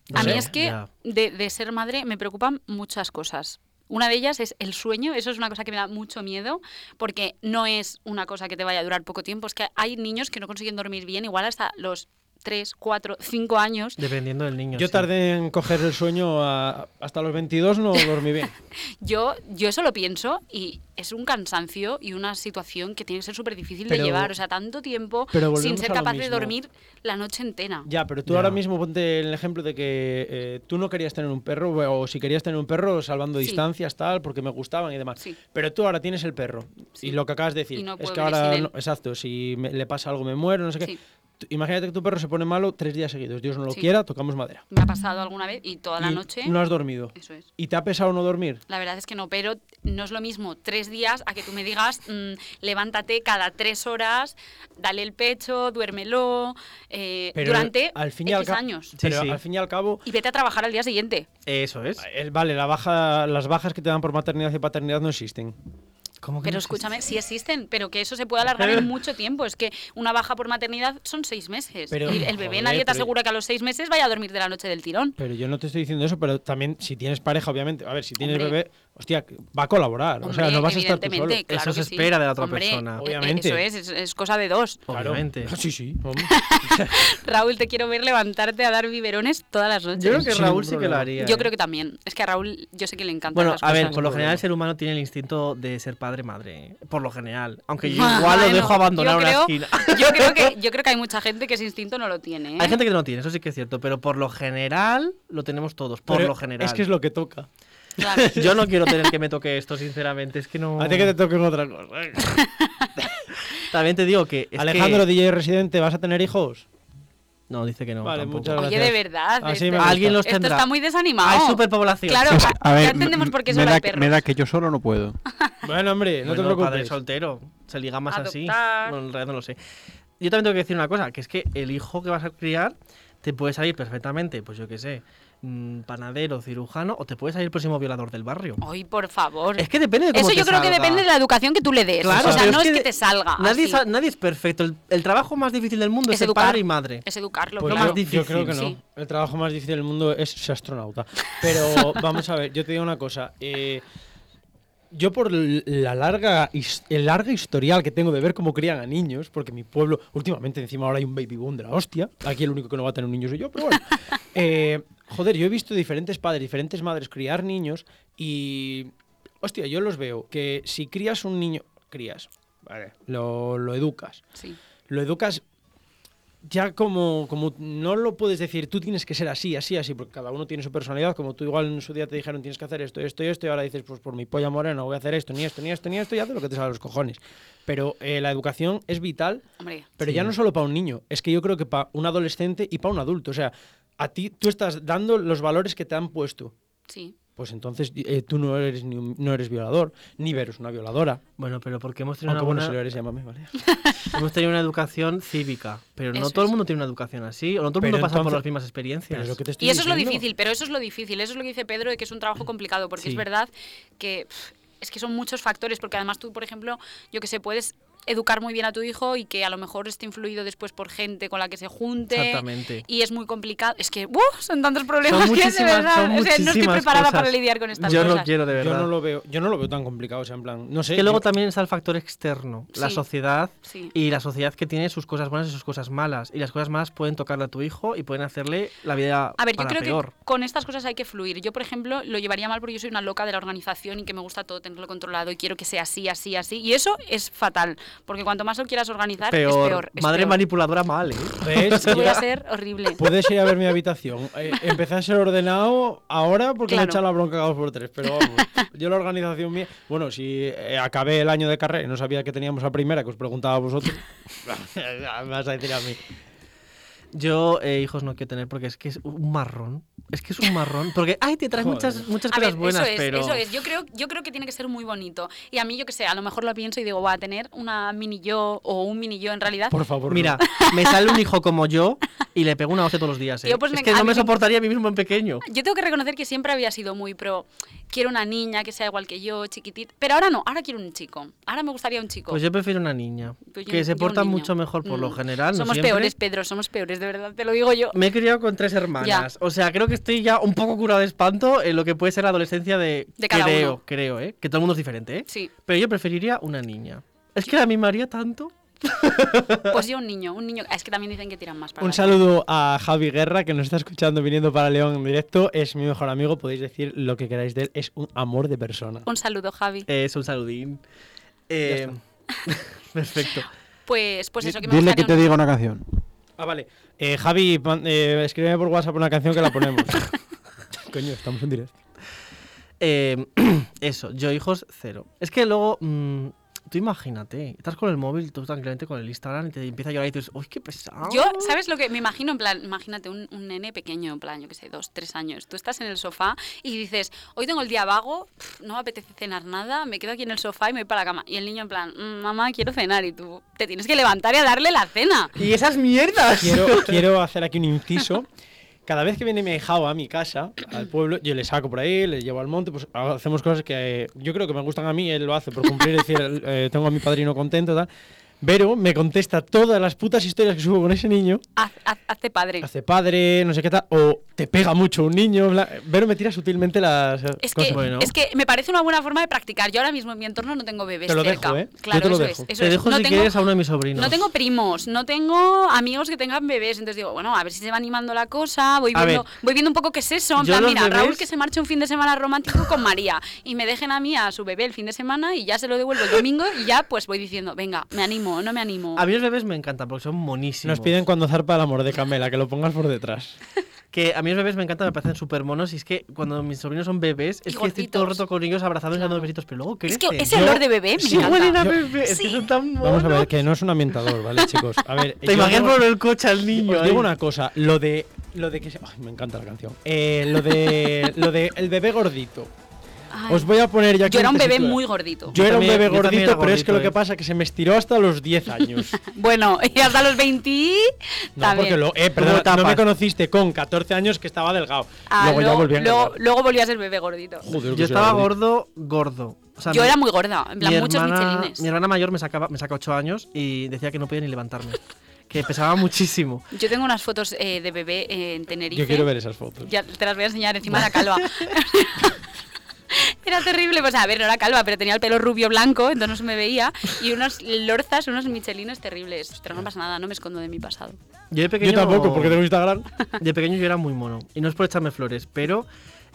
Speaker 4: No
Speaker 5: A
Speaker 4: sé.
Speaker 5: mí es que
Speaker 3: ya.
Speaker 5: de, de ser madre me preocupan muchas cosas. Una de ellas es el sueño, eso es una cosa que me da mucho miedo, porque no es una cosa que te vaya a durar poco tiempo, es que hay niños que no consiguen dormir bien, igual hasta los 3, 4, 5 años.
Speaker 3: dependiendo del niño.
Speaker 4: Yo
Speaker 3: sí.
Speaker 4: tardé en coger el sueño a- hasta los 22, no dormí bien.
Speaker 5: Yo, yo eso lo pienso y es un cansancio y una situación que tiene que ser súper difícil de
Speaker 4: Pero-
Speaker 5: llevar, o sea, tanto tiempo
Speaker 4: pero
Speaker 5: sin
Speaker 4: volvemos
Speaker 5: ser
Speaker 4: a lo
Speaker 5: capaz de
Speaker 4: mismo.
Speaker 5: dormir la noche entera.
Speaker 4: Ya, pero tú
Speaker 3: Ya.
Speaker 4: ahora mismo ponte el ejemplo de que eh, tú no querías tener un perro, o si querías tener un perro, salvando
Speaker 5: Sí.
Speaker 4: distancias, tal, porque me gustaban y demás.
Speaker 5: Sí.
Speaker 4: Pero tú ahora tienes el perro.
Speaker 5: Sí.
Speaker 4: Y lo que acabas de decir
Speaker 5: Y no
Speaker 4: es
Speaker 5: puedo
Speaker 4: que
Speaker 5: vivir
Speaker 4: ahora.
Speaker 5: sin él.
Speaker 4: no- exacto, si me- le pasa algo me muero, no sé qué.
Speaker 5: Sí.
Speaker 4: t- imagínate que tu perro se pone malo tres días seguidos. Dios no lo
Speaker 5: Sí.
Speaker 4: quiera, tocamos madera.
Speaker 5: Me ha pasado alguna vez y toda la
Speaker 4: Y
Speaker 5: noche.
Speaker 4: No has dormido.
Speaker 5: Eso es.
Speaker 4: ¿Y te ha pesado no dormir?
Speaker 5: La verdad es que no, pero no es lo mismo tres días a que tú me digas, mm, levántate cada tres horas, dale el pecho, duérmelo, eh,
Speaker 4: Pero
Speaker 5: durante
Speaker 4: al fin y al
Speaker 5: X
Speaker 4: ca-
Speaker 5: años.
Speaker 4: Pero
Speaker 3: sí.
Speaker 4: al fin y al cabo,
Speaker 5: Y vete a trabajar al día siguiente.
Speaker 3: Eso es.
Speaker 4: eh, vale, la baja, las bajas que te dan por maternidad y paternidad no existen.
Speaker 3: ¿Cómo
Speaker 5: Pero
Speaker 3: no
Speaker 5: escúchame, sí existen, pero que eso
Speaker 3: <laughs>
Speaker 5: se puede alargar en mucho tiempo. Es que una baja por maternidad son seis meses.
Speaker 4: Pero,
Speaker 5: y el bebé
Speaker 4: joder,
Speaker 5: nadie te
Speaker 4: pero-
Speaker 5: asegura que a los seis meses vaya a dormir de la noche del tirón.
Speaker 4: Pero yo no te estoy diciendo eso, pero también si tienes pareja, obviamente. A ver, si tienes
Speaker 5: Hombre.
Speaker 4: bebé, hostia, va a colaborar. o sea,
Speaker 5: Hombre,
Speaker 4: no vas a estar tú solo.
Speaker 5: evidentemente, claro
Speaker 3: Eso se
Speaker 5: que sí.
Speaker 3: espera de la otra
Speaker 5: Hombre,
Speaker 3: persona.
Speaker 5: eh, eh,
Speaker 4: Obviamente.
Speaker 5: Eso es, es, es cosa de dos. <laughs>
Speaker 4: Claro.
Speaker 3: Obviamente.
Speaker 4: Sí, sí. hombre.
Speaker 5: Raúl, te quiero ver levantarte a dar biberones todas las noches.
Speaker 3: Yo creo que
Speaker 4: Sin
Speaker 3: Raúl sí que lo
Speaker 4: problema.
Speaker 3: haría.
Speaker 5: Yo
Speaker 3: ¿eh?
Speaker 5: creo que también. Es que a Raúl yo sé que le encantan
Speaker 3: Bueno,
Speaker 5: las
Speaker 3: a ver,
Speaker 5: cosas.
Speaker 3: por lo
Speaker 4: problema.
Speaker 3: general el ser humano tiene el instinto de ser padre-madre. ¿eh? Por lo general. Aunque
Speaker 5: <laughs>
Speaker 3: yo
Speaker 5: Bueno,
Speaker 3: igual lo dejo
Speaker 5: yo
Speaker 3: abandonado en la
Speaker 5: creo-
Speaker 3: esquina.
Speaker 5: <laughs> Yo creo, que, yo creo que hay mucha gente que ese instinto no lo tiene. ¿eh?
Speaker 3: Hay gente que no lo tiene, eso sí que es cierto, pero por lo general lo tenemos todos, por
Speaker 4: Pero
Speaker 3: lo general.
Speaker 4: Es que es lo que toca.
Speaker 5: Claro.
Speaker 3: <laughs> Yo no quiero tener que me toque esto, sinceramente, es que no...
Speaker 4: A ti que te toques otra cosa.
Speaker 3: También te digo que... es
Speaker 4: Alejandro,
Speaker 3: que-
Speaker 4: DJ Residente, ¿vas a tener hijos?
Speaker 3: No, dice que no.
Speaker 4: Vale,
Speaker 3: tampoco.
Speaker 4: muchas
Speaker 5: Oye,
Speaker 4: gracias.
Speaker 5: de verdad.
Speaker 4: Así
Speaker 5: esto-
Speaker 4: me gusta.
Speaker 3: Alguien los
Speaker 5: Esto
Speaker 3: tendrá.
Speaker 5: está muy desanimado.
Speaker 3: Hay superpoblación.
Speaker 5: Claro,
Speaker 6: Es- a
Speaker 5: ya
Speaker 6: ver,
Speaker 5: entendemos por qué
Speaker 6: me,
Speaker 5: son
Speaker 6: da
Speaker 5: los
Speaker 6: que,
Speaker 5: perros. Ah,
Speaker 6: me da que yo solo no puedo.
Speaker 4: Bueno, hombre, no te
Speaker 3: Bueno, Padre
Speaker 4: preocupes.
Speaker 3: soltero, se liga más así.
Speaker 5: Adoptar.
Speaker 3: Bueno, en realidad no lo sé. Yo también tengo que decir una cosa, que es que el hijo que vas a criar te puede salir perfectamente, pues yo qué sé, mm, panadero, cirujano, o te puede salir el próximo violador del barrio.
Speaker 5: Ay, por favor.
Speaker 3: Es que depende de cómo
Speaker 5: Eso
Speaker 3: te
Speaker 5: yo creo que
Speaker 3: salga.
Speaker 5: depende de la educación que tú le des.
Speaker 3: Claro,
Speaker 5: o sea,
Speaker 3: pero
Speaker 5: no es que,
Speaker 3: de-
Speaker 5: te salga.
Speaker 3: Nadie,
Speaker 5: así.
Speaker 3: sa- nadie es perfecto. El, el trabajo más difícil del mundo
Speaker 5: Es
Speaker 3: es, ser
Speaker 5: educar.
Speaker 3: padre y madre.
Speaker 5: Es educarlo,
Speaker 4: Pues
Speaker 5: claro.
Speaker 4: yo, yo creo que no.
Speaker 5: Sí.
Speaker 4: El trabajo más difícil del mundo es ser astronauta. Pero vamos a ver, yo te digo una cosa. eh, yo por l- la larga, his- el largo historial que tengo de ver cómo crían a niños, porque mi pueblo, últimamente encima ahora hay un baby boom de la hostia, aquí el único que no va a tener un niño soy yo, pero bueno. Eh, joder, yo he visto diferentes padres, diferentes madres criar niños y... Hostia, yo los veo que si crías un niño, crías, vale, lo, lo educas
Speaker 5: Sí.
Speaker 4: lo educas ya como, como no lo puedes decir, tú tienes que ser así, así, así, porque cada uno tiene su personalidad, como tú igual en su día te dijeron tienes que hacer esto, esto y esto, y ahora dices, pues por mi polla morena voy a hacer esto, ni esto, ni esto, ni esto, y haces lo que te sale a los cojones. Pero eh, la educación es vital,
Speaker 5: Hombre,
Speaker 4: pero ya no solo para un niño, es que yo creo que para un adolescente y para un adulto, o sea, a ti tú estás dando los valores que te han puesto.
Speaker 5: sí.
Speaker 4: Pues entonces eh, tú no eres ni un- no eres violador, ni Vero es una violadora.
Speaker 3: Bueno, pero porque hemos tenido,
Speaker 4: Aunque
Speaker 3: una,
Speaker 4: bueno, si
Speaker 3: buena-
Speaker 4: lo eres, llámame, ¿vale?
Speaker 3: hemos tenido una educación cívica. Pero no
Speaker 5: Eso
Speaker 3: todo el
Speaker 5: es.
Speaker 3: mundo tiene una educación así. O no todo el
Speaker 4: Pero
Speaker 3: mundo pasa por
Speaker 4: entonces-
Speaker 3: las mismas experiencias.
Speaker 4: Pero es lo que te estoy
Speaker 5: Y eso es lo
Speaker 4: diciendo.
Speaker 5: difícil, pero eso es lo difícil, eso es lo que dice Pedro, de que es un trabajo complicado, porque
Speaker 3: Sí.
Speaker 5: es verdad que pf, es que son muchos factores, porque además tú, por ejemplo, yo que sé, puedes educar muy bien a tu hijo y que a lo mejor esté influido después por gente con la que se junte.
Speaker 3: Exactamente.
Speaker 5: Y es muy complicado. Es que ¡buah! son tantos problemas que de
Speaker 3: muchísimas-
Speaker 5: verdad.
Speaker 3: son
Speaker 5: o sea, no estoy
Speaker 3: muchísimas
Speaker 5: preparada para
Speaker 3: cosas.
Speaker 5: lidiar con estas
Speaker 3: Yo
Speaker 5: cosas.
Speaker 3: no quiero, de verdad.
Speaker 4: Yo no lo veo, yo no lo veo tan complicado, o sea, en plan, no sé.
Speaker 3: Es que luego
Speaker 4: yo-
Speaker 3: también está el factor externo, la
Speaker 5: Sí.
Speaker 3: sociedad
Speaker 5: Sí.
Speaker 3: y la sociedad que tiene sus cosas buenas y sus cosas malas. Y las cosas malas pueden tocarle a tu hijo y pueden hacerle la vida
Speaker 5: A ver, yo
Speaker 3: para
Speaker 5: creo
Speaker 3: peor.
Speaker 5: que con estas cosas hay que fluir. Yo, por ejemplo, lo llevaría mal porque yo soy una loca de la organización y que me gusta todo tenerlo controlado y quiero que sea así, así, así. Y eso es fatal, porque cuanto más lo quieras organizar,
Speaker 3: peor.
Speaker 5: es peor. es
Speaker 3: Madre
Speaker 5: peor.
Speaker 3: manipuladora mal, ¿eh? <laughs>
Speaker 4: ¿Ves?
Speaker 5: Voy a
Speaker 4: Ya-
Speaker 5: ser horrible.
Speaker 4: Puedes ir a ver mi habitación. Eh, empecé a ser ordenado ahora porque me
Speaker 5: Claro.
Speaker 4: echa la bronca cada dos por tres, pero vamos, yo la organización mía. Bueno, si eh, acabé el año de carrera y no sabía que teníamos la primera, que os preguntaba a vosotros, <laughs> me vas a decir a mí.
Speaker 3: Yo eh, hijos no quiero tener porque es que es un marrón. Es que es un marrón. Porque, ay, te traes
Speaker 4: Joder.
Speaker 3: muchas, muchas
Speaker 5: A
Speaker 3: cosas
Speaker 5: ver,
Speaker 3: buenas,
Speaker 5: eso es,
Speaker 3: pero...
Speaker 5: eso es. Yo creo, yo creo que tiene que ser muy bonito. Y a mí, yo que sé, a lo mejor lo pienso y digo, va a tener una mini yo o un mini yo en realidad.
Speaker 4: Por favor. no.
Speaker 3: Mira, me sale un hijo como yo y le pego una hostia todos los días. ¿eh?
Speaker 5: Yo, pues,
Speaker 3: es
Speaker 5: me-
Speaker 3: que
Speaker 5: a
Speaker 3: no
Speaker 5: mí
Speaker 3: me
Speaker 5: me- Pues
Speaker 3: soportaría a mí mismo en pequeño.
Speaker 5: Yo tengo que reconocer que siempre había sido muy pro. Quiero una niña que sea igual que yo, chiquitita. Pero ahora no, ahora quiero un chico. Ahora me gustaría un chico.
Speaker 3: Pues yo prefiero una niña.
Speaker 5: Pues yo-
Speaker 3: que se
Speaker 5: yo un
Speaker 3: porta
Speaker 5: niño.
Speaker 3: mucho mejor por lo
Speaker 5: Mm.
Speaker 3: general. no
Speaker 5: Somos
Speaker 3: siempre.
Speaker 5: peores, Pedro, somos peores, de verdad, te lo digo yo.
Speaker 3: Me he criado con tres hermanas. O sea, creo que estoy ya un poco curado de espanto en lo que puede ser la adolescencia de.
Speaker 5: De cada
Speaker 3: creo,
Speaker 5: uno.
Speaker 3: creo, ¿eh? Que todo el mundo es diferente, ¿eh?
Speaker 5: Sí,
Speaker 3: Pero yo preferiría una niña. Es que la mimaría tanto.
Speaker 5: pues yo un niño, un niño. Es que también dicen que tiran más para
Speaker 4: Un
Speaker 5: adelante.
Speaker 4: saludo a Javi Guerra, que nos está escuchando viniendo para León en directo. Es mi mejor amigo, podéis decir lo que queráis de él. Es un amor de persona.
Speaker 5: Un saludo, Javi.
Speaker 3: Eh, Es un saludín. Eh, <laughs> perfecto.
Speaker 5: Pues, pues eso, que me
Speaker 6: Dile que te
Speaker 5: gustaría un-
Speaker 6: diga una canción.
Speaker 4: Ah, vale. Eh, Javi, man- eh, escríbeme por WhatsApp una canción que la ponemos. <laughs> Coño, estamos en directo.
Speaker 3: <clears throat> Eh, eso, yo hijos cero. Es que luego. mm, Tú imagínate, estás con el móvil, tú tranquilamente con el Instagram y te empieza a llorar y dices, uy, qué pesado.
Speaker 5: Yo, ¿sabes lo que me imagino? En plan, imagínate un, un nene pequeño, en plan, yo qué sé, dos, tres años. Tú estás en el sofá y dices, hoy tengo el día vago, pf, no me apetece cenar nada, me quedo aquí en el sofá y me voy para la cama. Y el niño, en plan, "Mm, mamá, quiero cenar. Y tú te tienes que levantar y a darle la cena.
Speaker 3: Y esas mierdas.
Speaker 4: quiero, quiero hacer aquí un inciso. Cada vez que viene mi hijao a mi casa, al pueblo, yo le saco por ahí, le llevo al monte, pues hacemos cosas que eh, yo creo que me gustan a mí, él lo hace por cumplir, es decir, eh, tengo a mi padrino contento, tal. Vero me contesta todas las putas historias que subo con ese niño,
Speaker 5: Haz- haz- hazte padre.
Speaker 4: hace padre, no sé qué tal, o te pega mucho un niño, bla- Vero me tira sutilmente las eh,
Speaker 5: Es
Speaker 4: cosas.
Speaker 5: que,
Speaker 3: Bueno.
Speaker 5: es que me parece una buena forma de practicar. Yo ahora mismo en mi entorno no tengo bebés
Speaker 4: Te lo
Speaker 5: cerca.
Speaker 4: dejo, ¿eh? Yo
Speaker 5: Claro,
Speaker 4: te lo
Speaker 5: eso
Speaker 4: dejo.
Speaker 5: es. Eso
Speaker 3: Te
Speaker 5: es.
Speaker 3: dejo
Speaker 5: no
Speaker 3: si
Speaker 5: tengo,
Speaker 3: quieres a uno de mis sobrinos.
Speaker 5: no tengo primos, no tengo amigos que tengan bebés. Entonces digo, bueno, a ver si se va animando la cosa. Voy
Speaker 3: A
Speaker 5: viendo,
Speaker 3: ver.
Speaker 5: voy viendo un poco qué es eso. En
Speaker 3: Yo
Speaker 5: plan,
Speaker 3: los
Speaker 5: mira, Raúl
Speaker 3: bebés-
Speaker 5: que se marche un fin de semana romántico con María y me dejen a mí a su bebé el fin de semana y ya se lo devuelvo el domingo y ya pues voy diciendo, venga, me animo, no me animo.
Speaker 3: A mí los bebés me encantan porque son monísimos.
Speaker 4: Nos piden cuando zarpa el amor de Camela, que lo pongas por detrás.
Speaker 3: Que a mí los bebés me encantan, me parecen súper monos. Y es que cuando mis sobrinos son bebés,
Speaker 5: Y
Speaker 3: es que estoy todo el
Speaker 5: gorditos.
Speaker 3: rato con ellos abrazados y
Speaker 5: Claro.
Speaker 3: dando besitos, pero luego
Speaker 5: es
Speaker 3: crecen.
Speaker 5: que ese olor de bebé me
Speaker 3: Sí,
Speaker 5: encanta.
Speaker 3: huelen a bebé, es que
Speaker 5: Sí.
Speaker 3: son tan monos.
Speaker 4: Vamos a ver, que no es un ambientador,
Speaker 3: <laughs>
Speaker 4: ¿vale, chicos? A ver,
Speaker 3: Te
Speaker 4: yo
Speaker 3: imaginas
Speaker 4: no-
Speaker 3: por el coche al niño.
Speaker 4: Os digo
Speaker 3: ahí.
Speaker 4: una cosa, lo de lo de que se- ay, me encanta la canción. Eh,
Speaker 3: <laughs>
Speaker 4: lo de lo de el bebé gordito.
Speaker 5: Ay,
Speaker 4: Os voy a poner ya aquí
Speaker 5: yo era un bebé
Speaker 4: tesitura.
Speaker 5: muy gordito.
Speaker 4: Yo era un
Speaker 3: también-
Speaker 4: bebé
Speaker 3: yo también
Speaker 4: gordito,
Speaker 3: era
Speaker 4: pero es
Speaker 3: gordito,
Speaker 4: que lo que
Speaker 3: eh.
Speaker 4: pasa es que se me estiró hasta
Speaker 3: <laughs>
Speaker 4: los 10 años.
Speaker 5: Bueno, <laughs> y hasta los 20
Speaker 4: No,
Speaker 5: también.
Speaker 4: porque lo, eh,
Speaker 3: Tuvo
Speaker 4: perdona, no
Speaker 3: etapas.
Speaker 4: me conociste con 14 años que estaba delgado.
Speaker 5: Ah,
Speaker 4: luego ya
Speaker 5: luego-
Speaker 4: volví a
Speaker 5: luego-
Speaker 4: engordar.
Speaker 5: luego volví a ser bebé gordito.
Speaker 4: Joder, que
Speaker 3: Yo
Speaker 4: soy
Speaker 3: estaba gordo, gordo. O sea,
Speaker 5: Yo
Speaker 3: mi-
Speaker 5: era muy gorda, en plan,
Speaker 3: mi
Speaker 5: muchos
Speaker 3: hermana,
Speaker 5: michelines.
Speaker 3: Mi hermana mayor me, sacaba, me saca 8 años y decía que no podía ni levantarme. que pesaba muchísimo.
Speaker 5: Yo tengo unas fotos eh, de bebé eh, en Tenerife.
Speaker 4: Yo quiero ver esas fotos.
Speaker 5: Ya te las voy a enseñar encima de la calva. <laughs> Era terrible, pues a ver, no era calva, pero tenía el pelo rubio blanco, entonces no se me veía. Y unos lorzas, unos michelines terribles. Pero no pasa nada, no me escondo de mi pasado.
Speaker 3: Yo de pequeño.
Speaker 4: Yo tampoco, porque tengo Instagram.
Speaker 3: De pequeño yo era muy mono. Y no es por echarme flores, pero.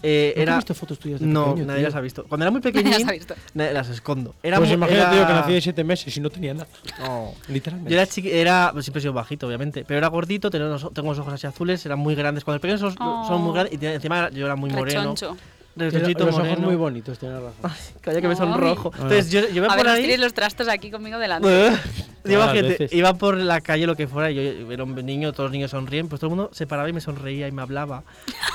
Speaker 3: eh,
Speaker 4: Nunca he
Speaker 3: era...
Speaker 4: visto fotos tuyas de
Speaker 3: No,
Speaker 4: pequeño,
Speaker 3: nadie
Speaker 4: tío.
Speaker 3: las ha visto. Cuando
Speaker 5: <laughs>
Speaker 3: era muy
Speaker 5: Ya
Speaker 3: pequeñín,
Speaker 5: has visto.
Speaker 3: na- las escondo. Era
Speaker 4: pues
Speaker 3: muy-
Speaker 4: imagínate
Speaker 3: era-
Speaker 4: yo que nací de 7 meses y no tenía nada.
Speaker 3: No.
Speaker 4: Literalmente.
Speaker 3: Yo era chiqui- era, pues, siempre he sido bajito, obviamente, pero era gordito, tenía unos- tengo los ojos así azules, eran muy grandes. Cuando pequeños son, son muy
Speaker 5: Oh.
Speaker 3: grandes y tenía- encima yo era muy moreno.
Speaker 5: Rechoncho.
Speaker 4: Era-
Speaker 3: Rechonchito,
Speaker 4: los ojos
Speaker 3: moreno.
Speaker 4: muy bonitos, tienes razón.
Speaker 3: Calla que me son
Speaker 5: Ay.
Speaker 3: rojo.
Speaker 4: Ah.
Speaker 3: Entonces yo, yo iba
Speaker 5: A
Speaker 3: por
Speaker 5: ver,
Speaker 3: ahí. <laughs>
Speaker 5: tienes los trastos aquí conmigo delante.
Speaker 3: Yo
Speaker 4: Todas las
Speaker 3: imagínate,
Speaker 4: veces.
Speaker 3: iba por la calle, lo que fuera, y yo era un niño, todos los niños sonríen, pues todo el mundo se paraba y me sonreía y me hablaba.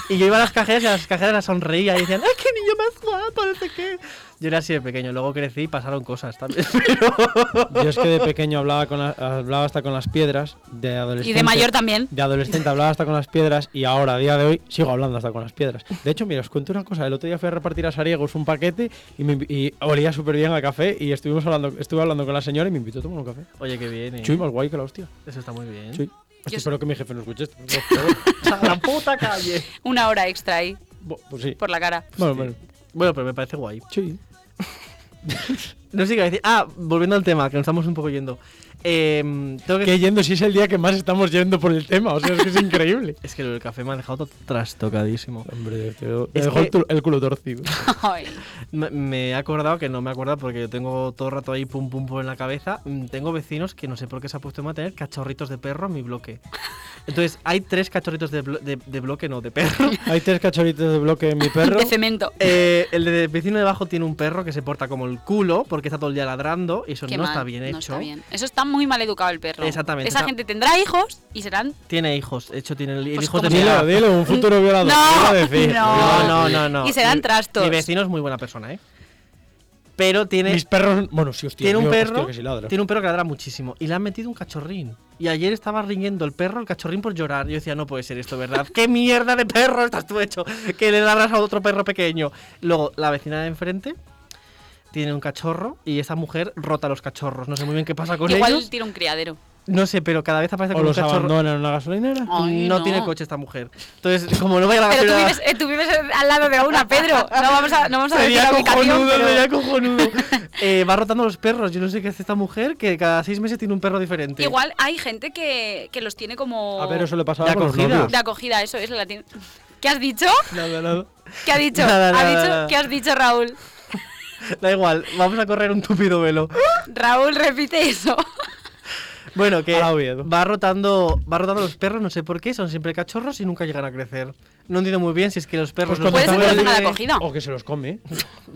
Speaker 3: Y yo iba a las cajeras y a las cajeras las sonreía y decían, ¡ay, qué niño más guapo! No sé qué. Yo era así de pequeño, luego crecí y pasaron cosas también. <laughs> Pero
Speaker 4: Yo es que de pequeño hablaba, con la- hablaba hasta con las piedras, de adolescente.
Speaker 5: Y de mayor también.
Speaker 4: De adolescente hablaba hasta con las piedras y ahora, a día de hoy, sigo hablando hasta con las piedras. De hecho, mira, os cuento una cosa. El otro día fui a repartir a Sariegos un paquete y, me invi- y olía súper bien al café y estuvimos hablando, estuve hablando con la señora y me invitó a tomar un café.
Speaker 3: Oye, qué bien. eh.
Speaker 4: Chuy, más guay que la hostia.
Speaker 3: Eso está muy bien.
Speaker 4: Chuy. Hostia,
Speaker 5: Yo-
Speaker 4: espero que mi jefe no
Speaker 5: <laughs>
Speaker 4: escuche esto. por favor.
Speaker 3: A la puta calle.
Speaker 5: Una hora extra ahí,
Speaker 4: Bo- pues sí.
Speaker 5: por la cara. <laughs>
Speaker 4: Bueno, bueno.
Speaker 3: Bueno, pero me parece guay.
Speaker 4: Chuy.
Speaker 3: No sé qué iba a decir. Ah, volviendo al tema, que nos estamos un poco yendo. Em, tengo que...
Speaker 4: Que yendo, si es el día que más estamos yendo por el tema. O sea, es que es increíble.
Speaker 3: Es que lo del café me ha dejado todo trastocadísimo.
Speaker 4: Hombre, te, te
Speaker 3: Es
Speaker 4: dejó el
Speaker 3: que-
Speaker 4: tu- el culo torcido.
Speaker 5: Ay.
Speaker 3: Me, me he acordado que no me acuerdo porque yo tengo todo el rato ahí pum pum pum en la cabeza. Mm, Tengo vecinos que no sé por qué se ha puesto a tener cachorritos de perro en mi bloque. Entonces, hay tres cachorritos de, blo- de- de bloque, no, de perro.
Speaker 4: Hay tres cachorritos de bloque en mi perro.
Speaker 5: De cemento.
Speaker 3: Eh, el de vecino de abajo tiene un perro que se porta como el culo porque está todo el día ladrando y eso
Speaker 5: Qué
Speaker 3: no
Speaker 5: mal,
Speaker 3: está bien hecho.
Speaker 5: No está bien. Eso está muy mal educado el perro.
Speaker 3: Exactamente,
Speaker 5: Esa
Speaker 3: está-
Speaker 5: gente tendrá hijos y serán
Speaker 3: Tiene hijos, de hecho, tiene el- el
Speaker 5: Pues
Speaker 3: hijos de
Speaker 5: como
Speaker 3: mi
Speaker 5: sea.
Speaker 4: Dilo, dilo, un futuro violador.
Speaker 5: No,
Speaker 4: iba a decir.
Speaker 5: no.
Speaker 3: No, no, no, no.
Speaker 5: Y se dan
Speaker 3: Mi-
Speaker 5: trastos.
Speaker 3: Mi vecino es muy buena persona, ¿eh? Pero tiene,
Speaker 4: Mis perros. Bueno, sí, hostia.
Speaker 3: tiene un
Speaker 4: mío, hostia,
Speaker 3: perro.
Speaker 4: que sí ladra.
Speaker 3: tiene un perro que ladra muchísimo. Y le han metido un cachorrín. Y ayer estaba riñendo el perro, el cachorrín por llorar. Yo decía, no puede ser esto, ¿verdad? ¿Qué mierda de perro estás tú hecho? Que le ladras a otro perro pequeño. Luego, la vecina de enfrente tiene un cachorro y esa mujer rota los cachorros. No sé muy bien qué pasa con
Speaker 5: Igual
Speaker 3: ellos.
Speaker 5: tira un criadero.
Speaker 3: No sé, pero cada vez aparece
Speaker 4: O
Speaker 3: con un
Speaker 4: los
Speaker 3: cachorro.
Speaker 4: abandonan en una gasolinera. Pues
Speaker 5: Ay,
Speaker 3: no, tiene coche esta mujer. Entonces, como no vaya a Ah, la
Speaker 5: Pero tú
Speaker 3: gasolinera-
Speaker 5: vives, eh, tú vives al lado de una, Pedro. No vamos a, no vamos a decir
Speaker 3: Sería
Speaker 5: la ubicación,
Speaker 3: cojonudo,
Speaker 5: pero-
Speaker 3: sería cojonudo. Eh, va rotando los perros. Yo no sé qué hace esta mujer que cada seis meses tiene un perro diferente.
Speaker 5: Igual hay gente que, que los tiene como
Speaker 4: A ver, eso le pasaba
Speaker 3: De
Speaker 4: con los
Speaker 3: acogida.
Speaker 4: novios.
Speaker 5: de acogida, eso es la tiene- ¿Qué has dicho?
Speaker 4: Nada, nada.
Speaker 5: ¿Qué ha dicho?
Speaker 3: <laughs> Nada,
Speaker 5: ¿Ha
Speaker 3: nada,
Speaker 5: dicho?
Speaker 3: nada.
Speaker 5: ¿Qué has dicho, Raúl?
Speaker 3: Da igual, vamos a correr un tupido velo.
Speaker 5: Raúl, repite eso.
Speaker 3: Bueno, que
Speaker 4: A la Oviedo.
Speaker 3: va rotando, va rotando los perros, no sé por qué, son siempre cachorros y nunca llegan a crecer. No entiendo muy bien si es que los perros... los
Speaker 4: Pues cuando
Speaker 5: Puede ser
Speaker 4: están
Speaker 5: por
Speaker 4: en
Speaker 5: la
Speaker 4: libre-
Speaker 5: acogida.
Speaker 4: O que se los come.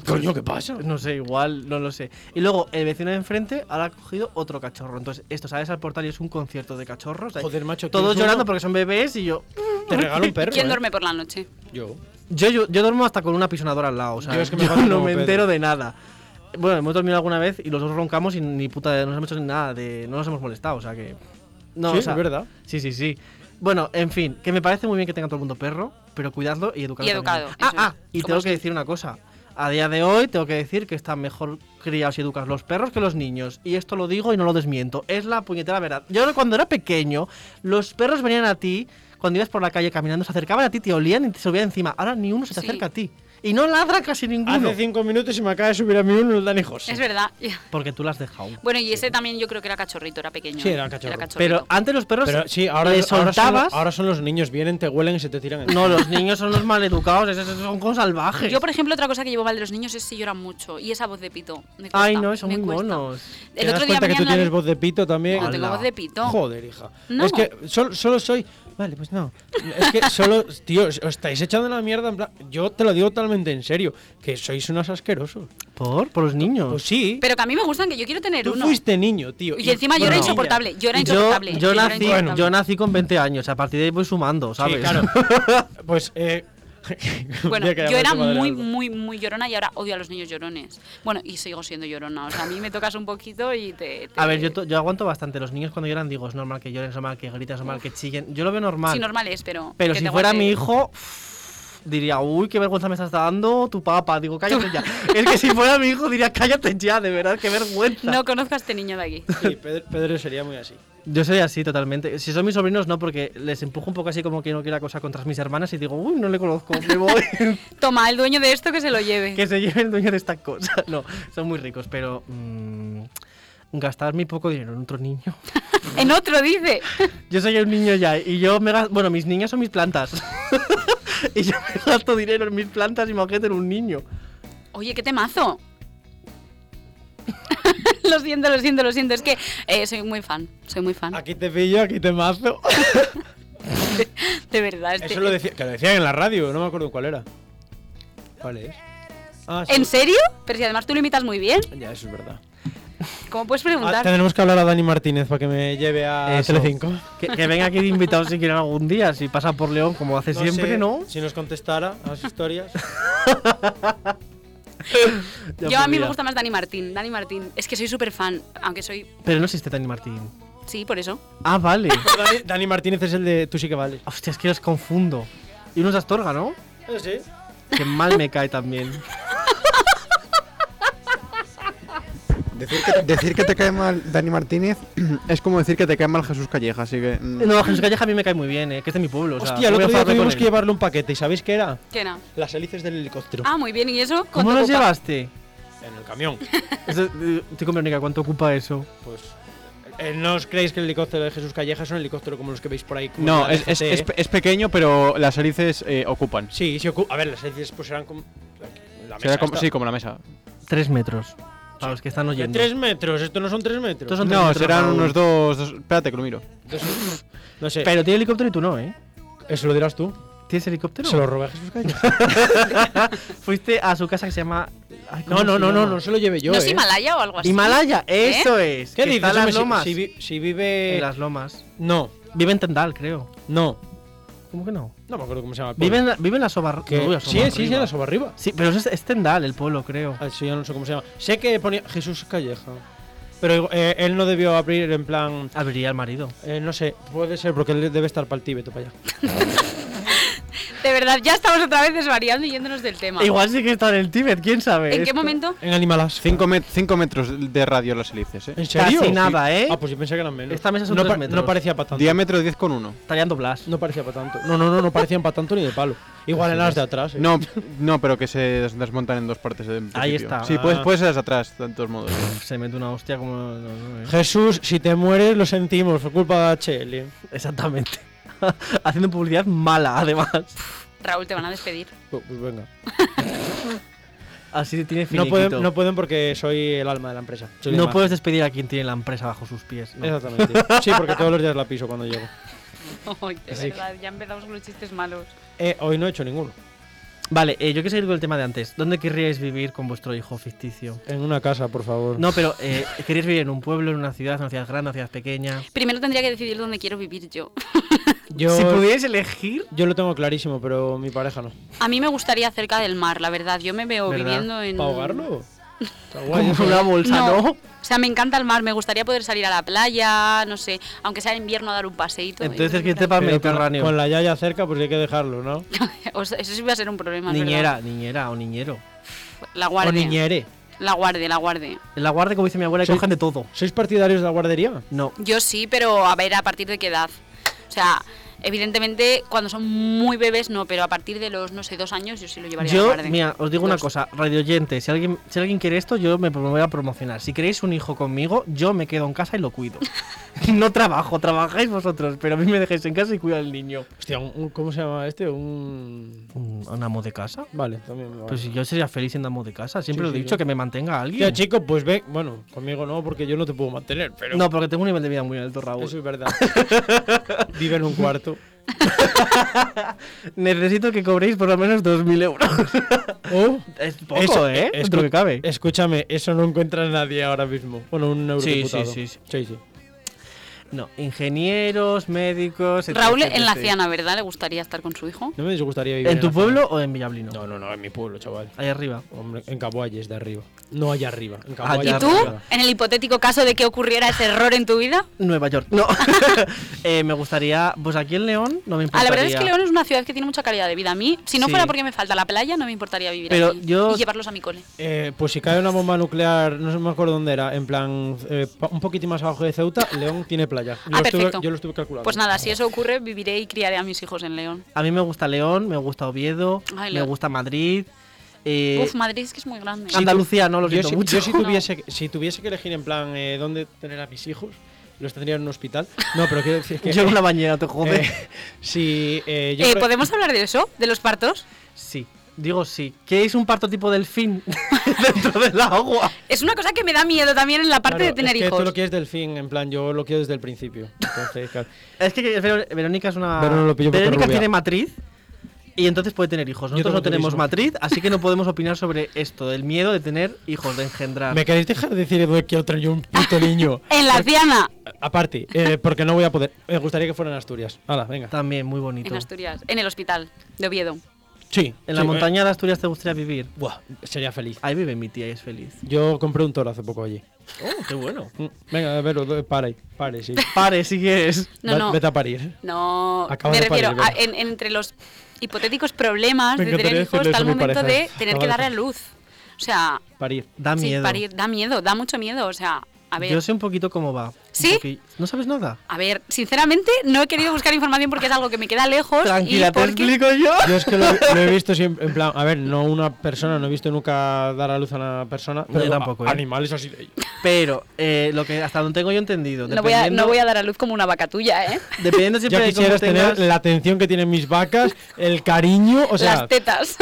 Speaker 4: Coño, ¿qué pasa?
Speaker 3: No sé, igual, no lo sé. Y luego, el vecino de enfrente ahora ha cogido otro cachorro. Entonces, esto sales al portal y es un concierto de cachorros. Hay
Speaker 4: Joder, macho,
Speaker 3: Todos
Speaker 4: ¿tienes uno?
Speaker 3: llorando porque son bebés y yo...
Speaker 4: Te regalo un perro.
Speaker 5: ¿Quién
Speaker 4: eh.
Speaker 5: duerme por la noche?
Speaker 4: Yo.
Speaker 3: Yo, yo, yo duermo hasta con una pisonadora al lado, o sea,
Speaker 4: Yo
Speaker 3: yo,
Speaker 4: es que me pasa
Speaker 3: no
Speaker 4: como
Speaker 3: me
Speaker 4: Pedro.
Speaker 3: entero de nada. Bueno, hemos dormido alguna vez y los dos roncamos y ni puta, no nos hemos hecho ni nada, de, no nos hemos molestado, o sea que... No,
Speaker 4: Sí,
Speaker 3: o sea,
Speaker 4: es verdad.
Speaker 3: Sí, sí, sí. Bueno, en fin, que me parece muy bien que tenga todo el mundo perro, pero cuidadlo y educadlo.
Speaker 5: Y
Speaker 3: también.
Speaker 5: educado,
Speaker 3: Ah,
Speaker 5: eso es.
Speaker 3: ah, y
Speaker 5: Como
Speaker 3: tengo
Speaker 5: es
Speaker 3: que decir una cosa. A día de hoy tengo que decir que están mejor criados y educados los perros que los niños. Y esto lo digo y no lo desmiento. Es la puñetera verdad. Yo cuando era pequeño, los perros venían a ti, cuando ibas por la calle caminando, se acercaban a ti, te olían y te subían encima. Ahora ni uno se te
Speaker 5: Sí.
Speaker 3: acerca a ti. Y no ladra casi ninguno.
Speaker 4: Hace cinco minutos y me acaba de subir a mí uno el Dani José.
Speaker 5: Es verdad. <laughs>
Speaker 3: Porque tú lo has dejado.
Speaker 5: Bueno, y ese también yo creo que era cachorrito, era pequeño.
Speaker 4: Sí,
Speaker 5: ¿eh?
Speaker 4: era cachorro.
Speaker 5: cachorrito.
Speaker 3: Pero antes los perros
Speaker 4: Pero sí, ahora,
Speaker 3: le
Speaker 4: ahora, son,
Speaker 3: soltabas.
Speaker 4: ahora son los niños, vienen, te huelen y se te tiran encima.
Speaker 3: No, los niños son los maleducados, esos esos son con salvajes. <laughs>
Speaker 5: Yo, por ejemplo, otra cosa que llevo mal de los niños es si lloran mucho. Y esa voz de pito. Me cuesta,
Speaker 3: Ay, no, son
Speaker 5: me
Speaker 3: muy
Speaker 5: cuesta.
Speaker 3: monos.
Speaker 4: ¿Te
Speaker 5: El
Speaker 4: das
Speaker 5: otro día
Speaker 4: cuenta que
Speaker 5: venía
Speaker 4: tú
Speaker 5: en la-
Speaker 4: tienes voz de pito también?
Speaker 5: No tengo
Speaker 3: Ala.
Speaker 5: voz de pito.
Speaker 4: Joder, hija.
Speaker 5: No.
Speaker 4: Es que sol- solo soy. Vale, pues no. Es que solo, tío, os os estáis echando la mierda. En plan, yo te lo digo totalmente en serio, que sois unos asquerosos.
Speaker 3: ¿Por? Por los niños.
Speaker 4: Pues sí.
Speaker 5: Pero que a mí me gustan, que yo quiero tener
Speaker 4: tú
Speaker 5: uno.
Speaker 4: fuiste niño, tío.
Speaker 5: Y encima yo era
Speaker 4: bueno,
Speaker 5: insoportable. Yo era
Speaker 3: yo,
Speaker 5: insoportable.
Speaker 3: yo
Speaker 5: era
Speaker 3: nací,
Speaker 5: insoportable.
Speaker 3: yo nací con 20 años, a partir de ahí voy sumando,
Speaker 4: Sí,
Speaker 3: ¿sabes?
Speaker 4: claro. <laughs> pues. Eh,
Speaker 5: <laughs>
Speaker 4: un
Speaker 5: Bueno,
Speaker 4: día que
Speaker 5: yo era
Speaker 4: hablamos de
Speaker 5: muy,
Speaker 4: algo.
Speaker 5: muy, muy llorona y ahora odio a los niños llorones. Bueno, y sigo siendo llorona. O sea, a mí me tocas un poquito y te. te-
Speaker 3: A ver, yo, to- yo aguanto bastante. Los niños cuando lloran digo, es normal que lloren, es normal que griten, es normal que chillen. Yo lo veo normal.
Speaker 5: Sí, normal es, pero.
Speaker 3: pero
Speaker 5: que
Speaker 3: si
Speaker 5: te
Speaker 3: fuera
Speaker 5: aguante.
Speaker 3: mi hijo, uff, diría, uy, qué vergüenza me estás dando, tu papá.
Speaker 5: <laughs>
Speaker 3: Digo, cállate ya. es que si fuera mi hijo diría, cállate ya, de verdad, qué vergüenza.
Speaker 5: No conozco a este niño de aquí.
Speaker 4: Sí, Pedro, Pedro sería muy así.
Speaker 3: Yo soy así totalmente. Si son mis sobrinos, no, porque les empujo un poco así como que no quiero la cosa contra mis hermanas y digo, uy, no le conozco, me voy.
Speaker 5: Toma, el dueño de esto que se lo lleve.
Speaker 3: que se lleve el dueño de esta cosa. <laughs> No, son muy ricos, pero mm, gastar mi poco dinero en otro niño.
Speaker 5: En otro dice.
Speaker 3: Yo soy un niño ya y yo me gasto... Bueno, mis niñas son mis plantas. <laughs> y yo me gasto dinero en mis plantas, imagínate en un niño.
Speaker 5: Oye, qué temazo. <laughs> lo siento, lo siento, lo siento. Es que eh, soy muy fan. Soy muy fan.
Speaker 4: Aquí te pillo, aquí te mazo.
Speaker 5: De verdad. este-
Speaker 4: Eso lo decía, que lo decían en la radio, no me acuerdo cuál era. ¿Cuál es? Ah, sí.
Speaker 5: ¿En serio? Pero si además tú lo imitas muy bien.
Speaker 4: Ya, eso es verdad.
Speaker 5: ¿Cómo puedes
Speaker 4: Ah,
Speaker 5: preguntar?
Speaker 4: tenemos que hablar a Dani Martínez para que me lleve a
Speaker 3: Eso.
Speaker 4: Eh, Telecinco.
Speaker 3: Que, que venga aquí de invitado si quieren algún día, si pasa por León como hace siempre,
Speaker 4: sé
Speaker 3: ¿no?
Speaker 4: Si nos contestara a las <laughs> historias.
Speaker 3: Ya
Speaker 5: Yo a mí me
Speaker 3: podría.
Speaker 5: gusta más Dani Martín. Dani Martín. Es que soy súper fan. Aunque soy.
Speaker 3: Pero no existe Dani Martín.
Speaker 5: Sí, por eso.
Speaker 3: Ah, vale.
Speaker 4: Dani, Dani Martínez es el de Tú sí que vales.
Speaker 3: Hostia, es que los confundo. Y uno es de Astorga, ¿no?
Speaker 4: Ah, Sí.
Speaker 3: Que mal me cae también.
Speaker 6: Decir que, decir que te cae mal Dani Martínez <clears throat> es como decir que te cae mal Jesús Calleja, así que. mm,
Speaker 3: No, Jesús Calleja a mí me cae muy bien, ¿eh? Que es de mi pueblo. o sea,
Speaker 4: Hostia, el
Speaker 3: no voy a
Speaker 4: otro día
Speaker 3: farrear con
Speaker 4: tuvimos
Speaker 3: él.
Speaker 4: que llevarle un paquete. ¿Y sabéis qué era?
Speaker 5: ¿Qué era?
Speaker 4: Las hélices del helicóptero.
Speaker 5: Ah, muy bien. ¿Y eso?
Speaker 3: ¿Cómo
Speaker 5: ¿Cuánto
Speaker 3: los
Speaker 5: ocupa?
Speaker 3: llevaste?
Speaker 4: En el camión.
Speaker 3: Eso, eh, Estoy con Verónica, ¿cuánto ocupa eso?
Speaker 4: Pues. eh, ¿No os creéis que el helicóptero de Jesús Calleja es un helicóptero como los que veis por ahí? como
Speaker 6: No,
Speaker 4: la
Speaker 6: es, es-
Speaker 4: DGT?
Speaker 6: es pe- es pequeño, pero las hélices eh, ocupan.
Speaker 4: Sí, sí, ocu- a ver, las hélices pues serán como. aquí, La
Speaker 6: Será
Speaker 4: mesa
Speaker 6: como,
Speaker 4: esta.
Speaker 6: sí, como la mesa.
Speaker 3: Tres metros.
Speaker 4: Ah,
Speaker 3: Para los que están
Speaker 4: De
Speaker 3: oyendo.
Speaker 4: tres metros, esto no son tres metros.
Speaker 3: Estos son tres
Speaker 6: No,
Speaker 3: metros,
Speaker 6: serán
Speaker 3: Raúl.
Speaker 6: unos dos, dos- Espérate, que lo miro.
Speaker 4: Entonces, no sé.
Speaker 3: Pero tiene helicóptero y tú no, ¿eh?
Speaker 4: Eso lo dirás tú.
Speaker 3: ¿Tienes helicóptero?
Speaker 4: Se lo robé a Jesús Calleja.
Speaker 3: Fuiste a su casa que se llama. Ay, ¿cómo
Speaker 4: No, no,
Speaker 3: se
Speaker 4: no, no,
Speaker 3: llama?
Speaker 4: no se lo llevé yo.
Speaker 5: ¿No
Speaker 4: eh.
Speaker 5: es Himalaya o algo así?
Speaker 3: Himalaya, eso es.
Speaker 4: ¿Qué
Speaker 3: que
Speaker 4: dices?
Speaker 3: Está en las
Speaker 4: hombre? Si-
Speaker 3: lomas.
Speaker 4: Si, vi- eh, si vive.
Speaker 3: En las lomas.
Speaker 4: No,
Speaker 3: Vive en Tendal, creo.
Speaker 4: no.
Speaker 3: ¿Cómo que no?
Speaker 4: No me acuerdo cómo se llama. el
Speaker 3: Vive
Speaker 4: pueblo.
Speaker 3: en la, vive en la Sobar-
Speaker 4: Que-
Speaker 3: Uy, la
Speaker 4: Sí, sí, sí,
Speaker 3: Sobarriba.
Speaker 4: en la Sobarriba.
Speaker 3: Sí, pero es, es Tendal el pueblo, creo.
Speaker 4: Ah, sí, yo no sé cómo se llama. Sé que ponía Jesús Calleja. Pero eh, él no debió abrir en plan.
Speaker 3: Abriría el marido.
Speaker 4: eh, no sé, puede ser porque él debe estar para el Tíbet o para allá.
Speaker 5: De verdad, ya estamos otra vez desvariando y yéndonos del tema.
Speaker 3: Igual sí que está en el Tíbet, quién sabe.
Speaker 5: ¿En qué
Speaker 3: Esto-
Speaker 5: momento?
Speaker 4: En Animalas.
Speaker 6: 5 metros de radio las hélices, eh.
Speaker 4: ¿En serio?
Speaker 3: Casi nada, ¿eh?
Speaker 4: Ah, pues yo pensé que eran menos.
Speaker 3: Esta mesa son
Speaker 4: no,
Speaker 3: tres
Speaker 4: pa-
Speaker 3: metros.
Speaker 4: no parecía para tanto.
Speaker 6: Diámetro 10 con 1.
Speaker 3: Tallando Blas.
Speaker 4: No parecía para tanto. No, no, no, no parecían para tanto ni de palo. Igual en las de atrás. eh.
Speaker 6: No, no, pero que se des- desmontan en dos partes. en
Speaker 3: Ahí
Speaker 6: principio.
Speaker 3: está.
Speaker 6: Sí, puedes,
Speaker 4: Ah.
Speaker 6: puedes ser desde atrás, de todos modos.
Speaker 3: Se mete una hostia como. no, no, eh. <laughs>
Speaker 4: Jesús, si te mueres, lo sentimos. Fue culpa de HL.
Speaker 3: Exactamente. <laughs> Haciendo publicidad mala, además.
Speaker 5: Raúl, te van a despedir.
Speaker 4: Pues, pues venga.
Speaker 3: Así tiene
Speaker 4: No
Speaker 3: finiquito.
Speaker 4: pueden, no pueden porque soy el Eh. alma de la empresa. soy la
Speaker 3: No
Speaker 4: imagen.
Speaker 3: puedes despedir a quien tiene la empresa bajo sus pies. no.
Speaker 4: Exactamente. Sí, porque todos los días la piso cuando llego.
Speaker 5: <laughs> Ay, de
Speaker 4: Sí.
Speaker 5: verdad, ya empezamos con los chistes malos.
Speaker 4: Eh, hoy no he hecho ninguno.
Speaker 3: Vale, eh, yo quiero seguir con el tema de antes. ¿Dónde querríais vivir con vuestro hijo ficticio?
Speaker 4: En una casa, por favor.
Speaker 3: No, pero
Speaker 4: <laughs>
Speaker 3: eh, ¿queréis vivir en un pueblo, en una ciudad, en una ciudad grande, en una ciudad pequeña?
Speaker 5: Primero tendría que decidir dónde quiero vivir yo.
Speaker 4: yo,
Speaker 3: Si pudierais elegir...
Speaker 4: yo lo tengo clarísimo, pero mi pareja no.
Speaker 5: A mí me gustaría cerca del mar, la verdad. Yo me veo
Speaker 3: ¿Verdad?
Speaker 5: viviendo en.
Speaker 4: ¿Para ahogarlo? Está guay.
Speaker 3: Como
Speaker 4: eso,
Speaker 3: una
Speaker 4: ¿eh?
Speaker 3: bolsa,
Speaker 5: No.
Speaker 3: ¿no?
Speaker 5: O sea, me encanta el mar, me gustaría poder salir a la playa, no sé, aunque sea en invierno a dar un paseíto.
Speaker 3: Entonces,
Speaker 5: que
Speaker 3: ¿quién te va al
Speaker 4: Pero con,
Speaker 3: Mediterráneo?
Speaker 4: con la yaya cerca, pues hay que dejarlo, ¿no?
Speaker 5: <laughs> Eso sí va a ser un problema, es
Speaker 3: Niñera, niñera o niñero.
Speaker 5: verdad. La
Speaker 4: O
Speaker 5: guardia.
Speaker 4: niñere.
Speaker 5: La guardia, la guardia.
Speaker 3: En la guardia, como dice mi abuela,
Speaker 4: Sí.
Speaker 3: cojan de todo.
Speaker 4: ¿Sois partidarios de la guardería?
Speaker 3: No.
Speaker 5: Yo sí, pero a ver a partir de qué edad. O sea, evidentemente cuando son muy bebés no, pero a partir de los, no sé, dos años yo sí lo llevaría a la
Speaker 3: Yo,
Speaker 5: guardia.
Speaker 3: mira, os digo una
Speaker 5: Dos.
Speaker 3: cosa, radio oyente, si alguien, si alguien quiere esto, yo me voy a promocionar. Si queréis un hijo conmigo, yo me quedo en casa y lo
Speaker 5: <laughs>
Speaker 3: cuido. no trabajo, trabajáis vosotros, pero a mí me dejáis en casa y cuido al niño.
Speaker 4: Hostia, un- un- ¿cómo se llama este? Un.
Speaker 3: ¿Un, un amo de casa?
Speaker 4: Vale, también. me vale.
Speaker 3: Pues si yo sería feliz siendo amo de casa, siempre
Speaker 4: Sí,
Speaker 3: lo he
Speaker 4: sí,
Speaker 3: dicho,
Speaker 4: yo-
Speaker 3: que me mantenga
Speaker 4: Hostia,
Speaker 3: alguien.
Speaker 4: chico, pues ve. Bueno, conmigo no, porque yo no te puedo mantener, pero.
Speaker 3: no, porque tengo un nivel de vida muy alto, Raúl.
Speaker 4: Eso es verdad. <laughs> Vive en un cuarto.
Speaker 3: Necesito que cobréis por lo menos 2.000
Speaker 4: <laughs>
Speaker 3: euros.
Speaker 4: Oh,
Speaker 3: es poco,
Speaker 4: Eso,
Speaker 3: ¿eh?
Speaker 4: eh,
Speaker 3: Es
Speaker 4: escu-
Speaker 3: lo que cabe.
Speaker 4: escúchame, eso no encuentra nadie ahora mismo. Bueno, un eurodiputado.
Speaker 3: sí, sí.
Speaker 4: sí, sí.
Speaker 3: No, ingenieros, médicos... etc,
Speaker 5: Raúl en la
Speaker 3: etc.
Speaker 5: Ciana, ¿verdad? ¿Le gustaría estar con su hijo?
Speaker 4: No me disgustaría vivir.
Speaker 3: ¿En tu
Speaker 4: la
Speaker 3: pueblo o en Villablino?
Speaker 4: zona. No, no, no, en mi pueblo, chaval.
Speaker 3: Ahí arriba.
Speaker 4: Hombre, en Caboalles, de arriba. No allá arriba. En
Speaker 3: Allá
Speaker 4: Caboalles.
Speaker 5: ¿Y
Speaker 3: Ya,
Speaker 5: tú?
Speaker 4: de arriba.
Speaker 5: En el hipotético caso de que ocurriera ese error en tu vida.
Speaker 3: Nueva York. No. <laughs> Eh, me gustaría. Pues aquí en León no me
Speaker 5: Ah,
Speaker 3: importaría.
Speaker 5: la verdad es que León es una ciudad que tiene mucha calidad de vida. A mí, si no
Speaker 3: Sí.
Speaker 5: fuera porque me falta la playa, no me importaría vivir
Speaker 3: Pero
Speaker 5: allí
Speaker 3: yo-
Speaker 5: y llevarlos a mi cole.
Speaker 4: Eh, pues si cae una bomba nuclear, no sé, me acuerdo dónde era, en plan, eh, pa- un poquitín más abajo de Ceuta, León tiene playa. Yo,
Speaker 5: Ah,
Speaker 4: lo, estuve,
Speaker 5: perfecto.
Speaker 4: yo lo estuve calculando.
Speaker 5: Pues nada, si eso ocurre, viviré y criaré a mis hijos en León.
Speaker 3: A mí me gusta León, me gusta Oviedo,
Speaker 5: Ay,
Speaker 3: me
Speaker 5: León.
Speaker 3: gusta Madrid. eh,
Speaker 5: Uf, Madrid es que es muy grande. Ah,
Speaker 3: Andalucía no lo
Speaker 4: yo
Speaker 3: siento
Speaker 4: si, yo
Speaker 3: mucho. <laughs>
Speaker 4: si tuviese, que- si tuviese que elegir en plan eh, dónde tener a mis hijos, los tendría en un hospital. No, pero quiero decir <laughs> que...
Speaker 3: Yo en una bañera, te joder.
Speaker 4: eh, si, eh, yo
Speaker 5: Eh,
Speaker 4: pre-
Speaker 5: ¿Podemos hablar de eso? ¿De los partos?
Speaker 3: <laughs> Sí, digo sí. ¿Queréis un parto tipo delfín <laughs> dentro del agua?
Speaker 5: Es una cosa que me da miedo también en la parte
Speaker 4: Claro,
Speaker 5: de tener
Speaker 4: es que
Speaker 5: hijos.
Speaker 4: tú lo quieres del fin, en plan, yo lo quiero desde el principio. Entonces, <laughs> claro.
Speaker 3: Es que Ver- Verónica es una.
Speaker 4: Verónica lo pilló porque es
Speaker 3: Verónica
Speaker 4: rubia.
Speaker 3: tiene matriz. Y entonces puede tener hijos. Nosotros
Speaker 4: tengo
Speaker 3: no tenemos
Speaker 4: turismo.
Speaker 3: matriz, así
Speaker 4: <laughs>
Speaker 3: que no podemos opinar sobre esto, del miedo de tener hijos, de engendrar.
Speaker 4: ¿Me queréis dejar de decir dónde quiero tener yo
Speaker 5: <laughs>
Speaker 4: un puto niño?
Speaker 5: En la Ciana.
Speaker 4: Aparte, eh, porque no voy a poder. Me gustaría que fuera en Asturias. Hala, venga.
Speaker 3: También, muy bonito.
Speaker 5: En Asturias. En el hospital de Oviedo.
Speaker 4: Sí.
Speaker 3: ¿En la
Speaker 4: sí,
Speaker 3: montaña de Asturias te gustaría vivir?
Speaker 4: eh, buah, sería feliz.
Speaker 3: Ahí vive mi tía y es feliz.
Speaker 4: Yo compré un toro hace poco allí.
Speaker 3: Oh, qué bueno.
Speaker 4: Mm, Venga, a ver, eh, pare, pare, sí.
Speaker 3: Pare si quieres.
Speaker 5: <laughs> No,
Speaker 4: Va-
Speaker 5: no.
Speaker 4: Vete a parir.
Speaker 5: No.
Speaker 4: Acaba
Speaker 5: me
Speaker 4: de
Speaker 5: refiero
Speaker 4: parir,
Speaker 5: a-
Speaker 4: venga.
Speaker 5: en- entre los hipotéticos problemas
Speaker 4: Me
Speaker 5: de tener
Speaker 4: encantaría
Speaker 5: hijos
Speaker 4: decirle
Speaker 5: está el
Speaker 4: eso a mi
Speaker 5: momento de
Speaker 4: pareja.
Speaker 5: tener
Speaker 4: Acaba
Speaker 5: que
Speaker 4: de
Speaker 5: dar a
Speaker 4: parir.
Speaker 5: luz. O sea,
Speaker 4: Parir.
Speaker 3: Da
Speaker 5: sí,
Speaker 3: miedo.
Speaker 5: parir da miedo, da mucho miedo. O sea, a ver.
Speaker 3: Yo sé un poquito cómo va. Un
Speaker 5: ¿Sí?
Speaker 3: poqui- ¿No sabes nada?
Speaker 5: A ver, sinceramente no he querido buscar información porque es algo que me queda lejos.
Speaker 3: Tranquila,
Speaker 5: y
Speaker 3: te
Speaker 5: porque...
Speaker 3: explico yo.
Speaker 4: Yo es que lo, <laughs> lo he visto siempre. En plan, a ver, no una persona, no he visto nunca dar a luz a una persona.
Speaker 3: Yo
Speaker 4: Pero
Speaker 3: tampoco,
Speaker 4: a-
Speaker 3: ¿eh?
Speaker 4: Animales así de ellos.
Speaker 3: Pero eh, lo que hasta donde tengo yo entendido,
Speaker 5: No voy, a,
Speaker 3: dependiendo,
Speaker 5: no voy a dar a luz como una vaca tuya, ¿eh?
Speaker 3: dependiendo siempre
Speaker 4: Yo
Speaker 3: de
Speaker 4: quisiera
Speaker 3: cómo
Speaker 4: tener
Speaker 3: tengas-
Speaker 4: la atención que tienen mis vacas, el cariño, o sea,
Speaker 5: Las tetas.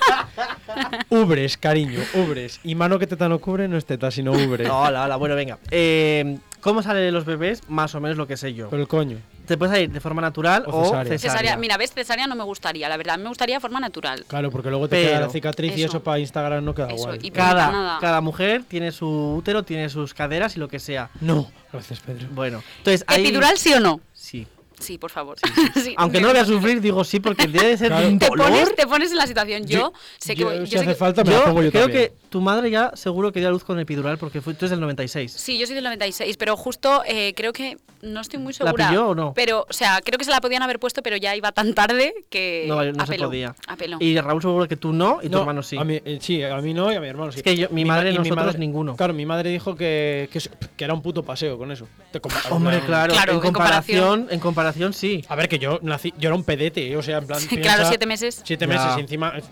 Speaker 5: <laughs>
Speaker 4: ubres, cariño, ubres. Y mano que teta no cubre no es teta, sino ubre.
Speaker 3: Hola, hola, bueno, venga. Eh, ¿Cómo salen los bebés? Más o menos lo que sé yo.
Speaker 4: Con el coño.
Speaker 3: Te puede salir de forma natural
Speaker 4: O
Speaker 3: o cesárea.
Speaker 4: cesárea.
Speaker 5: Cesárea. Mira, ves, cesárea no me gustaría, la verdad. Me gustaría de forma natural.
Speaker 4: Claro, porque luego te
Speaker 3: Pero-
Speaker 4: queda la cicatriz y
Speaker 5: eso.
Speaker 4: eso para Instagram no queda
Speaker 5: Eso,
Speaker 4: guay.
Speaker 5: y-
Speaker 3: Cada,
Speaker 5: Nada.
Speaker 3: cada mujer tiene su útero, tiene sus caderas y lo que sea.
Speaker 4: No, gracias Pedro.
Speaker 3: Bueno, entonces ahí...
Speaker 5: ¿Epidural sí o no?
Speaker 3: Sí.
Speaker 5: Sí, por favor. Sí,
Speaker 3: <laughs> Aunque no lo voy a sufrir, digo sí, porque debe ser
Speaker 4: Claro.
Speaker 3: un
Speaker 5: te
Speaker 3: dolor.
Speaker 5: pones, te pones en la situación. Yo, sé que
Speaker 4: Yo,
Speaker 5: voy- yo
Speaker 4: si
Speaker 5: sé
Speaker 4: hace
Speaker 5: que-
Speaker 4: falta me
Speaker 3: Yo
Speaker 4: la pongo yo
Speaker 3: creo
Speaker 4: también.
Speaker 3: que tu madre ya seguro que dio a luz con epidural porque fue, tú eres del 96.
Speaker 5: Sí, yo soy del 96, pero justo eh, creo que no estoy muy
Speaker 3: ¿La
Speaker 5: segura.
Speaker 3: pilló o no?
Speaker 5: Pero, o sea, creo que se la podían haber puesto, pero ya iba tan tarde que
Speaker 3: No, no se
Speaker 5: apeló,
Speaker 3: podía.
Speaker 5: apeló.
Speaker 3: Y Raúl seguro que tú no y tu
Speaker 4: No,
Speaker 3: hermano sí.
Speaker 4: A mí, eh, sí, a mí no y a mi hermano sí.
Speaker 3: Es que yo- mi
Speaker 4: ma-
Speaker 3: madre,
Speaker 4: y
Speaker 3: nosotros ninguno.
Speaker 4: Claro, mi madre dijo que, que, es- que era un puto paseo con eso. Te comp- en
Speaker 3: Hombre,
Speaker 4: plan-
Speaker 3: claro,
Speaker 5: Claro,
Speaker 3: en,
Speaker 5: en
Speaker 3: comparación,
Speaker 5: comparación-
Speaker 3: en comparación sí.
Speaker 4: A ver, que yo nací, yo era un pedete, eh, o sea, en plan.
Speaker 5: <laughs> claro,
Speaker 4: piensa-
Speaker 5: siete meses.
Speaker 4: Siete
Speaker 3: Ya.
Speaker 4: meses y encima. eh,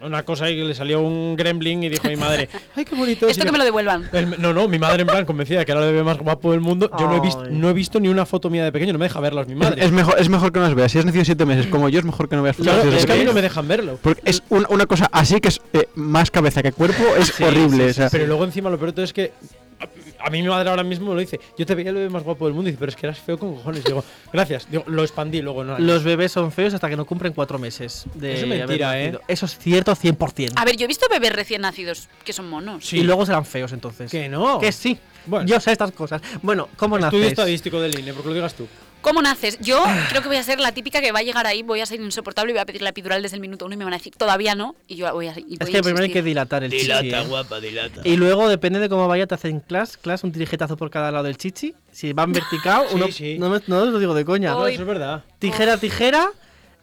Speaker 4: una cosa y que le salió un gremlin y dijo a mi madre, ay, qué bonito. es", y
Speaker 5: Esto que
Speaker 4: no-
Speaker 5: me lo devuelvan.
Speaker 4: el- no, no, mi madre en plan convencida de que era el bebé más guapo del mundo. Yo no he, visto,
Speaker 3: Ay.
Speaker 4: no he visto ni una foto mía de pequeño, no me deja verlas mi madre.
Speaker 6: Es mejor, es mejor que no las veas. Si has nacido siete meses como yo, es mejor que no veas
Speaker 4: Claro,
Speaker 6: fotografías
Speaker 4: es
Speaker 6: de
Speaker 4: que a mí no
Speaker 6: pequeños.
Speaker 4: me dejan
Speaker 3: Pues,
Speaker 4: verlo.
Speaker 6: Porque es un- una cosa así que es eh, más cabeza que cuerpo, es horrible. o sea,
Speaker 4: Pero luego encima lo peor de todo es que a- a mí mi madre ahora mismo me lo dice, yo te veía el bebé más guapo del mundo, y dice, pero es que eras feo con cojones. Digo, gracias. Digo, lo expandí luego, no.
Speaker 3: Los bebés son feos hasta que no cumplen cuatro meses. De
Speaker 4: Eso es
Speaker 3: haber
Speaker 4: mentira, ¿eh?
Speaker 3: nacido. Eso es cierto 100%.
Speaker 5: A ver, yo he visto bebés recién nacidos que son monos.
Speaker 4: Sí.
Speaker 3: Y luego serán feos entonces.
Speaker 4: Que no.
Speaker 3: Que sí.
Speaker 4: Bueno.
Speaker 3: Yo sé estas cosas. Bueno, ¿cómo
Speaker 4: Estudio
Speaker 3: naces?
Speaker 4: estadístico del INE, porque lo digas tú.
Speaker 5: ¿Cómo naces? Yo creo que voy a ser la típica que va a llegar ahí, voy a ser insoportable y voy a pedir la epidural desde el minuto uno y me van a decir todavía no. Y yo voy a. y
Speaker 3: Es
Speaker 5: voy
Speaker 3: que
Speaker 5: a
Speaker 3: primero hay que
Speaker 5: insistir.
Speaker 3: dilatar el chichi. ¿eh?
Speaker 2: guapa, dilata.
Speaker 3: Y luego, depende de cómo vaya, te hacen class, class, un tirijetazo por cada lado del chichi. Si van vertical,
Speaker 4: <laughs> Sí,
Speaker 3: uno,
Speaker 4: sí.
Speaker 3: No, me- no os lo digo de coña.
Speaker 4: No,
Speaker 5: Hoy-
Speaker 4: eso es verdad.
Speaker 3: Tijera, tijera.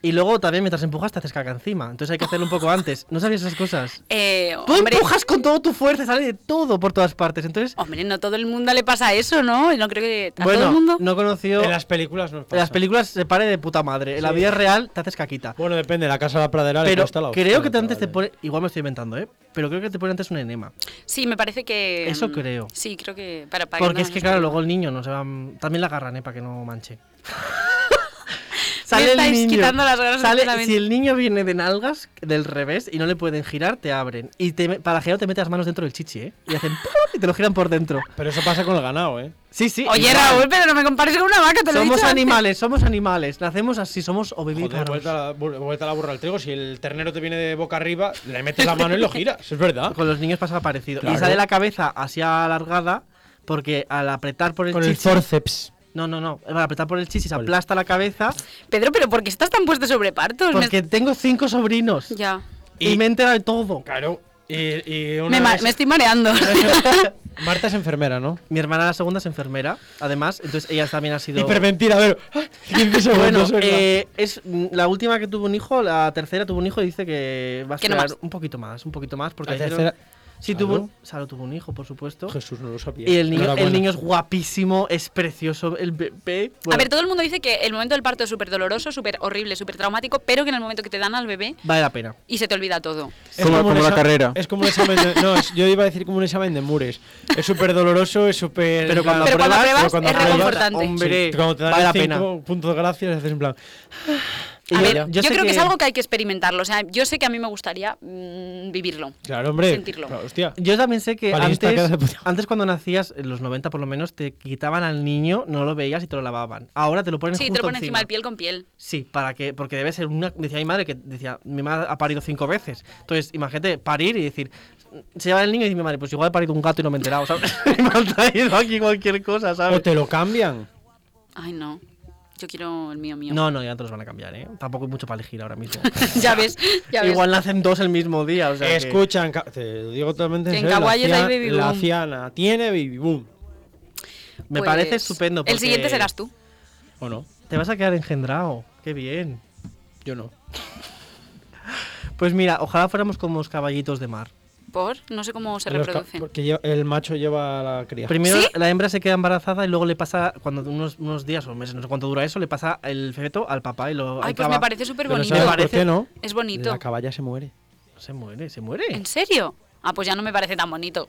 Speaker 3: Y luego también mientras empujas te haces caca encima. Entonces hay que hacerlo un poco antes. No sabías esas cosas.
Speaker 5: Eh,
Speaker 3: Tú
Speaker 5: hombre,
Speaker 3: empujas con toda tu fuerza, sale de todo por todas partes. Entonces,
Speaker 5: hombre, no todo el mundo le pasa eso, ¿no? Y No creo que. ¿A todo
Speaker 3: bueno,
Speaker 5: el mundo?
Speaker 3: no conoció.
Speaker 4: En las películas nos pasa.
Speaker 3: En las películas se pare de puta madre. En la
Speaker 4: Sí.
Speaker 3: vida real te haces caquita.
Speaker 4: Bueno, depende, la casa de la pradera le
Speaker 3: Pero
Speaker 4: cuesta la
Speaker 3: creo que
Speaker 4: hostia,
Speaker 3: te antes te
Speaker 4: vale.
Speaker 3: pone. Igual me estoy inventando, ¿eh? Pero creo que te pone antes un enema.
Speaker 5: Sí, me parece que.
Speaker 3: Eso
Speaker 5: mm,
Speaker 3: creo.
Speaker 5: Sí, creo que. Para, para
Speaker 3: Porque
Speaker 5: no
Speaker 3: es que,
Speaker 5: nos
Speaker 3: claro,
Speaker 5: perdamos.
Speaker 3: luego el niño no se va. También la agarran, ¿eh? Para que no manche.
Speaker 5: <laughs> Me estáis quitando las ganas
Speaker 3: sale-
Speaker 5: completamente.
Speaker 3: si el niño viene de nalgas, del revés, y no le pueden girar, te abren. Y te me- para girar te metes las manos dentro del chichi, ¿eh? Y hacen. <laughs> ¡pum! y te lo giran por dentro.
Speaker 4: Pero eso pasa con el ganado, ¿eh?
Speaker 3: Sí, sí.
Speaker 5: Oye,
Speaker 3: igual.
Speaker 5: Raúl, pero no me compares con una vaca, te lo he
Speaker 3: Somos
Speaker 5: dicho antes.
Speaker 3: animales, somos animales. Nacemos así, somos
Speaker 4: Joder,
Speaker 3: obeliscanos.
Speaker 4: vuelta, la, bu- vuelta la burra al trigo. Si el ternero te viene de boca arriba, le metes la mano y lo giras. Es verdad.
Speaker 3: Con los niños pasa parecido.
Speaker 4: Claro.
Speaker 3: Y sale la cabeza así alargada porque al apretar por el chichi...
Speaker 4: forceps.
Speaker 3: no, no, no. Al apretar por el chichi se aplasta la cabeza
Speaker 5: Pedro, pero ¿por qué estás tan puesto sobre partos? Pues Me-
Speaker 3: porque tengo cinco sobrinos.
Speaker 5: Ya.
Speaker 3: Y,
Speaker 4: Y-
Speaker 3: me he enterado de todo.
Speaker 4: Claro. Y, y
Speaker 5: Me,
Speaker 4: una
Speaker 5: ma-
Speaker 4: vez-
Speaker 5: me
Speaker 3: <laughs>
Speaker 5: estoy mareando.
Speaker 4: <laughs> Marta es enfermera, ¿no?
Speaker 3: Mi hermana la segunda es enfermera, además. Entonces ella también ha sido...
Speaker 4: Hiperventil, a ver. 15
Speaker 3: Bueno,
Speaker 4: Ah, segundos. venga.
Speaker 3: eh, es mm, la última que tuvo un hijo, la tercera tuvo un hijo y dice que va a
Speaker 5: Que no
Speaker 3: esperar
Speaker 5: más.
Speaker 3: un poquito más, un poquito más porque
Speaker 4: La
Speaker 3: hicieron-
Speaker 4: tercera-
Speaker 3: Sí,
Speaker 4: ¿Salo?
Speaker 3: tuvo, un- Salo tuvo un hijo, por supuesto.
Speaker 4: Jesús no lo sabía.
Speaker 3: Y el niño,
Speaker 4: Enhorabuena.
Speaker 3: el niño es guapísimo, es precioso. El bebé.
Speaker 5: A
Speaker 3: bueno,
Speaker 5: ver, todo el mundo dice que el momento del parto es súper doloroso, súper horrible, súper traumático, pero que en el momento que te dan al bebé
Speaker 3: vale la pena.
Speaker 5: y se te olvida todo.
Speaker 4: Es
Speaker 6: Como-
Speaker 4: un
Speaker 6: como la
Speaker 4: exa-
Speaker 6: carrera.
Speaker 4: Es como un examen de, No, es- yo iba a decir como un examen de mures. Es súper doloroso, es súper.
Speaker 3: Pero cuando
Speaker 5: Pero cuando
Speaker 3: apruebas,
Speaker 5: apruebas,
Speaker 4: cuando
Speaker 5: es
Speaker 4: apruebas,
Speaker 5: reconfortante.
Speaker 3: hombre,
Speaker 4: Sí, cuando te dan
Speaker 3: vale la
Speaker 4: el
Speaker 3: pena.
Speaker 4: cinco puntos gracias, haces en plan.
Speaker 5: A
Speaker 3: Y
Speaker 5: ver,
Speaker 3: ya.
Speaker 5: yo,
Speaker 3: sé
Speaker 5: creo que... es algo que hay que experimentarlo. O sea, yo sé que a mí me gustaría mm, vivirlo.
Speaker 4: Claro, hombre.
Speaker 5: Sentirlo.
Speaker 4: Claro, hostia.
Speaker 3: Yo también sé que
Speaker 4: Palista,
Speaker 3: antes,
Speaker 4: quedas de puta.
Speaker 3: antes cuando nacías, en los 90 por lo menos, te quitaban al niño, no lo veías y te lo lavaban. Ahora te lo ponen
Speaker 5: Sí,
Speaker 3: justo
Speaker 5: te lo ponen encima
Speaker 3: del
Speaker 5: del piel con piel.
Speaker 3: Sí, para que, porque debe ser una... Decía mi madre que decía, mi madre ha parido cinco veces. Entonces, imagínate, parir y decir... Se lleva el niño y dice mi madre, pues igual he parido un gato y no me he enterado, ¿sabes? <laughs> me han traído aquí cualquier cosa,
Speaker 4: O
Speaker 3: ¿sabes?
Speaker 4: te lo cambian.
Speaker 5: Ay, no. Yo quiero el mío mío.
Speaker 3: No, no, ya te los van a cambiar, ¿eh? Tampoco hay mucho para elegir ahora mismo.
Speaker 5: <laughs> ya ves, <laughs> ya ves.
Speaker 3: Igual nacen dos el mismo día, o sea que-
Speaker 4: Escuchan, ca- te lo digo totalmente en
Speaker 5: Que en
Speaker 4: serio, la
Speaker 5: Caguayos hay
Speaker 4: cian-
Speaker 5: baby
Speaker 4: La
Speaker 5: boom.
Speaker 4: ciana tiene baby boom.
Speaker 3: Me
Speaker 5: Pues,
Speaker 3: parece estupendo.
Speaker 5: El siguiente
Speaker 3: porque
Speaker 5: serás tú.
Speaker 4: ¿O no?
Speaker 3: Te vas a quedar engendrado. Qué bien.
Speaker 4: Yo no.
Speaker 3: Pues mira, ojalá fuéramos como los caballitos de mar.
Speaker 5: Por, no sé cómo se
Speaker 4: Los ca-
Speaker 5: reproducen.
Speaker 4: Porque lleva- el macho lleva a la cría.
Speaker 3: Primero
Speaker 5: ¿Sí?
Speaker 3: la hembra se queda embarazada y luego le pasa, cuando unos, unos días o meses, no sé cuánto dura eso, le pasa el feto al papá y lo
Speaker 5: Ay, pues
Speaker 3: acaba-
Speaker 5: me parece súper
Speaker 4: Pero
Speaker 5: bonito.
Speaker 4: ¿sabes
Speaker 3: Me
Speaker 4: por qué
Speaker 3: parece-
Speaker 4: no?
Speaker 5: Es bonito.
Speaker 4: La caballa se muere.
Speaker 3: Se muere, se muere.
Speaker 5: ¿En serio? Ah, pues ya no me parece tan bonito.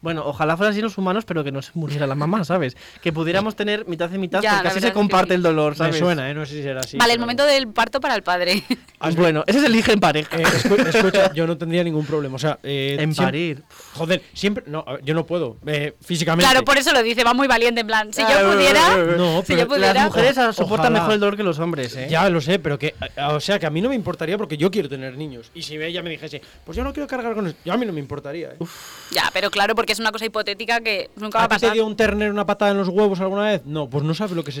Speaker 3: Bueno, ojalá fueran así los humanos, pero que no se muriera la mamá, ¿sabes? Que pudiéramos tener mitad y mitad
Speaker 5: Ya,
Speaker 3: porque
Speaker 5: la
Speaker 3: así
Speaker 5: verdad
Speaker 3: se
Speaker 5: es que
Speaker 3: comparte
Speaker 5: sí.
Speaker 3: el dolor,
Speaker 4: Me
Speaker 3: ¿sabes?
Speaker 4: suena, ¿eh? No sé si será así.
Speaker 5: vale, el
Speaker 4: pero-
Speaker 5: momento del parto para el padre. <laughs>
Speaker 3: Pues Bueno, ese es el hijo en
Speaker 4: <laughs>
Speaker 3: pareja.
Speaker 4: Eh, escu- escucha, yo no tendría ningún problema. O sea, eh,
Speaker 3: en
Speaker 4: siem-
Speaker 3: parir.
Speaker 4: Joder, siempre. No, a ver, yo no puedo. eh, físicamente.
Speaker 5: claro, por eso lo dice, va muy valiente, en plan. Si
Speaker 3: <laughs>
Speaker 5: yo pudiera.
Speaker 4: No,
Speaker 5: si
Speaker 4: pero
Speaker 5: yo pudiera.
Speaker 3: Las mujeres
Speaker 4: Ojalá.
Speaker 3: soportan mejor el dolor que los hombres, ¿eh?
Speaker 4: Ya lo sé, pero que. a- O sea, que a mí no me importaría porque yo quiero tener niños. Y si ella me dijese, pues yo no quiero cargar con eso, yo a mí no me importaría. ¿eh?
Speaker 5: Ya, pero claro, porque es una cosa hipotética que nunca va
Speaker 4: ¿A
Speaker 5: a
Speaker 4: ti te
Speaker 5: pasar.
Speaker 4: dio un ternero una patada en los huevos alguna vez? No, pues no sabes lo que se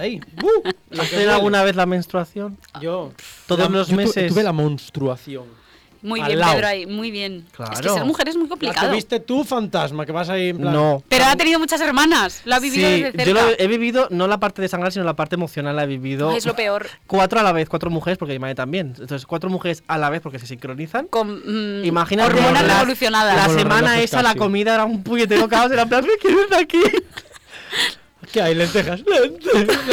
Speaker 5: <laughs>
Speaker 4: ahí. ¡Uh! Lo que
Speaker 3: ¿Hacen
Speaker 4: duele.
Speaker 3: alguna vez la menstruación?
Speaker 4: Ah. Yo.
Speaker 3: Todos
Speaker 4: la-
Speaker 3: los
Speaker 4: yo tu-
Speaker 3: meses.
Speaker 4: Tuve la menstruación.
Speaker 5: Muy
Speaker 4: al
Speaker 5: bien,
Speaker 4: lado.
Speaker 5: Pedro, ahí, muy bien. Es que
Speaker 3: Claro.
Speaker 5: ser mujer es muy
Speaker 4: La
Speaker 5: complicado.
Speaker 4: tuviste tú, fantasma, que vas ahí en plan.
Speaker 3: No.
Speaker 5: Pero ha tenido muchas hermanas. Lo ha vivido
Speaker 3: Sí,
Speaker 5: desde cerca.
Speaker 3: yo lo he vivido, no la parte de sangrar, sino la parte emocional la he vivido.
Speaker 5: Es lo peor.
Speaker 3: Cuatro a la vez, cuatro mujeres, porque mi madre también. Entonces, cuatro mujeres a la vez porque se sincronizan.
Speaker 5: Con mm,
Speaker 3: Imagínate
Speaker 5: hormonas
Speaker 3: las-
Speaker 5: revolucionadas.
Speaker 3: La
Speaker 4: Como los
Speaker 3: semana
Speaker 4: relojes
Speaker 3: esa la
Speaker 4: Casio.
Speaker 5: <laughs>
Speaker 3: comida era un puñetero caos, era en plan, ¿qué quieres de aquí?
Speaker 4: ¿Qué hay, lentejas? <laughs>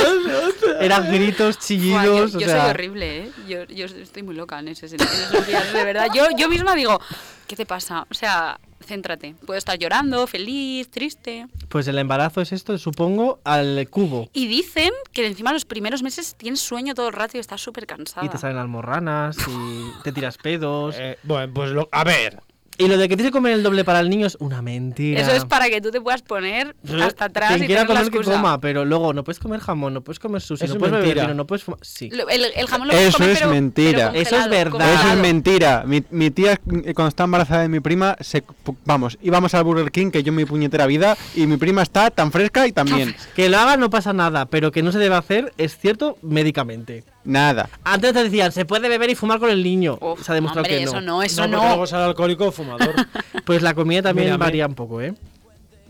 Speaker 3: Eran gritos,
Speaker 5: Buah, yo-
Speaker 3: chillidos.
Speaker 5: yo
Speaker 3: o sea,
Speaker 5: soy horrible, ¿eh? Yo, yo estoy muy loca en ese sentido. en esos días, de verdad. Yo, yo misma digo, ¿qué te pasa? O sea, céntrate. Puedo estar llorando, feliz, triste.
Speaker 3: Pues el embarazo es esto, supongo, al cubo.
Speaker 5: Y dicen que encima los primeros meses tienes sueño todo el rato y estás súper cansada.
Speaker 3: Y te salen almorranas
Speaker 5: <laughs>
Speaker 3: y te tiras pedos.
Speaker 4: Eh, bueno, pues lo- a ver.
Speaker 3: Y lo de que tienes que comer el doble para el niño es una mentira.
Speaker 5: Eso es para que tú te puedas poner
Speaker 3: Yo-
Speaker 5: hasta atrás
Speaker 3: Quien
Speaker 5: y
Speaker 3: quiera
Speaker 5: tener la
Speaker 3: comer que
Speaker 5: excusa.
Speaker 3: coma, pero luego no puedes comer jamón, no puedes comer sushi,
Speaker 4: Eso
Speaker 3: no
Speaker 4: es
Speaker 3: puedes beber
Speaker 4: mentira.
Speaker 3: vino, no puedes fumar. Sí.
Speaker 5: Lo- El, el jamón lo puedes
Speaker 6: Eso
Speaker 5: comer,
Speaker 6: es
Speaker 5: pero- pero
Speaker 6: mentira.
Speaker 5: congelado,
Speaker 3: Eso es verdad.
Speaker 5: congelado.
Speaker 6: Eso es mentira. Mi, mi tía, eh, cuando estaba embarazada de mi prima, se, pu- vamos, íbamos al Burger King, que yo en mi puñetera vida, y mi prima está tan fresca y tan bien.
Speaker 3: Que lo haga no pasa nada, pero que no se debe hacer es cierto médicamente.
Speaker 6: Nada.
Speaker 3: Antes te decían, se puede beber y fumar con el niño.
Speaker 5: Uf,
Speaker 3: se ha demostrado
Speaker 5: hombre,
Speaker 3: que no.
Speaker 5: eso no, eso
Speaker 4: no.
Speaker 5: no.
Speaker 4: porque luego sale alcohólico
Speaker 5: <laughs>
Speaker 4: o fumador.
Speaker 3: <laughs> Pues la comida también
Speaker 4: Mírame.
Speaker 3: varía un poco, ¿eh?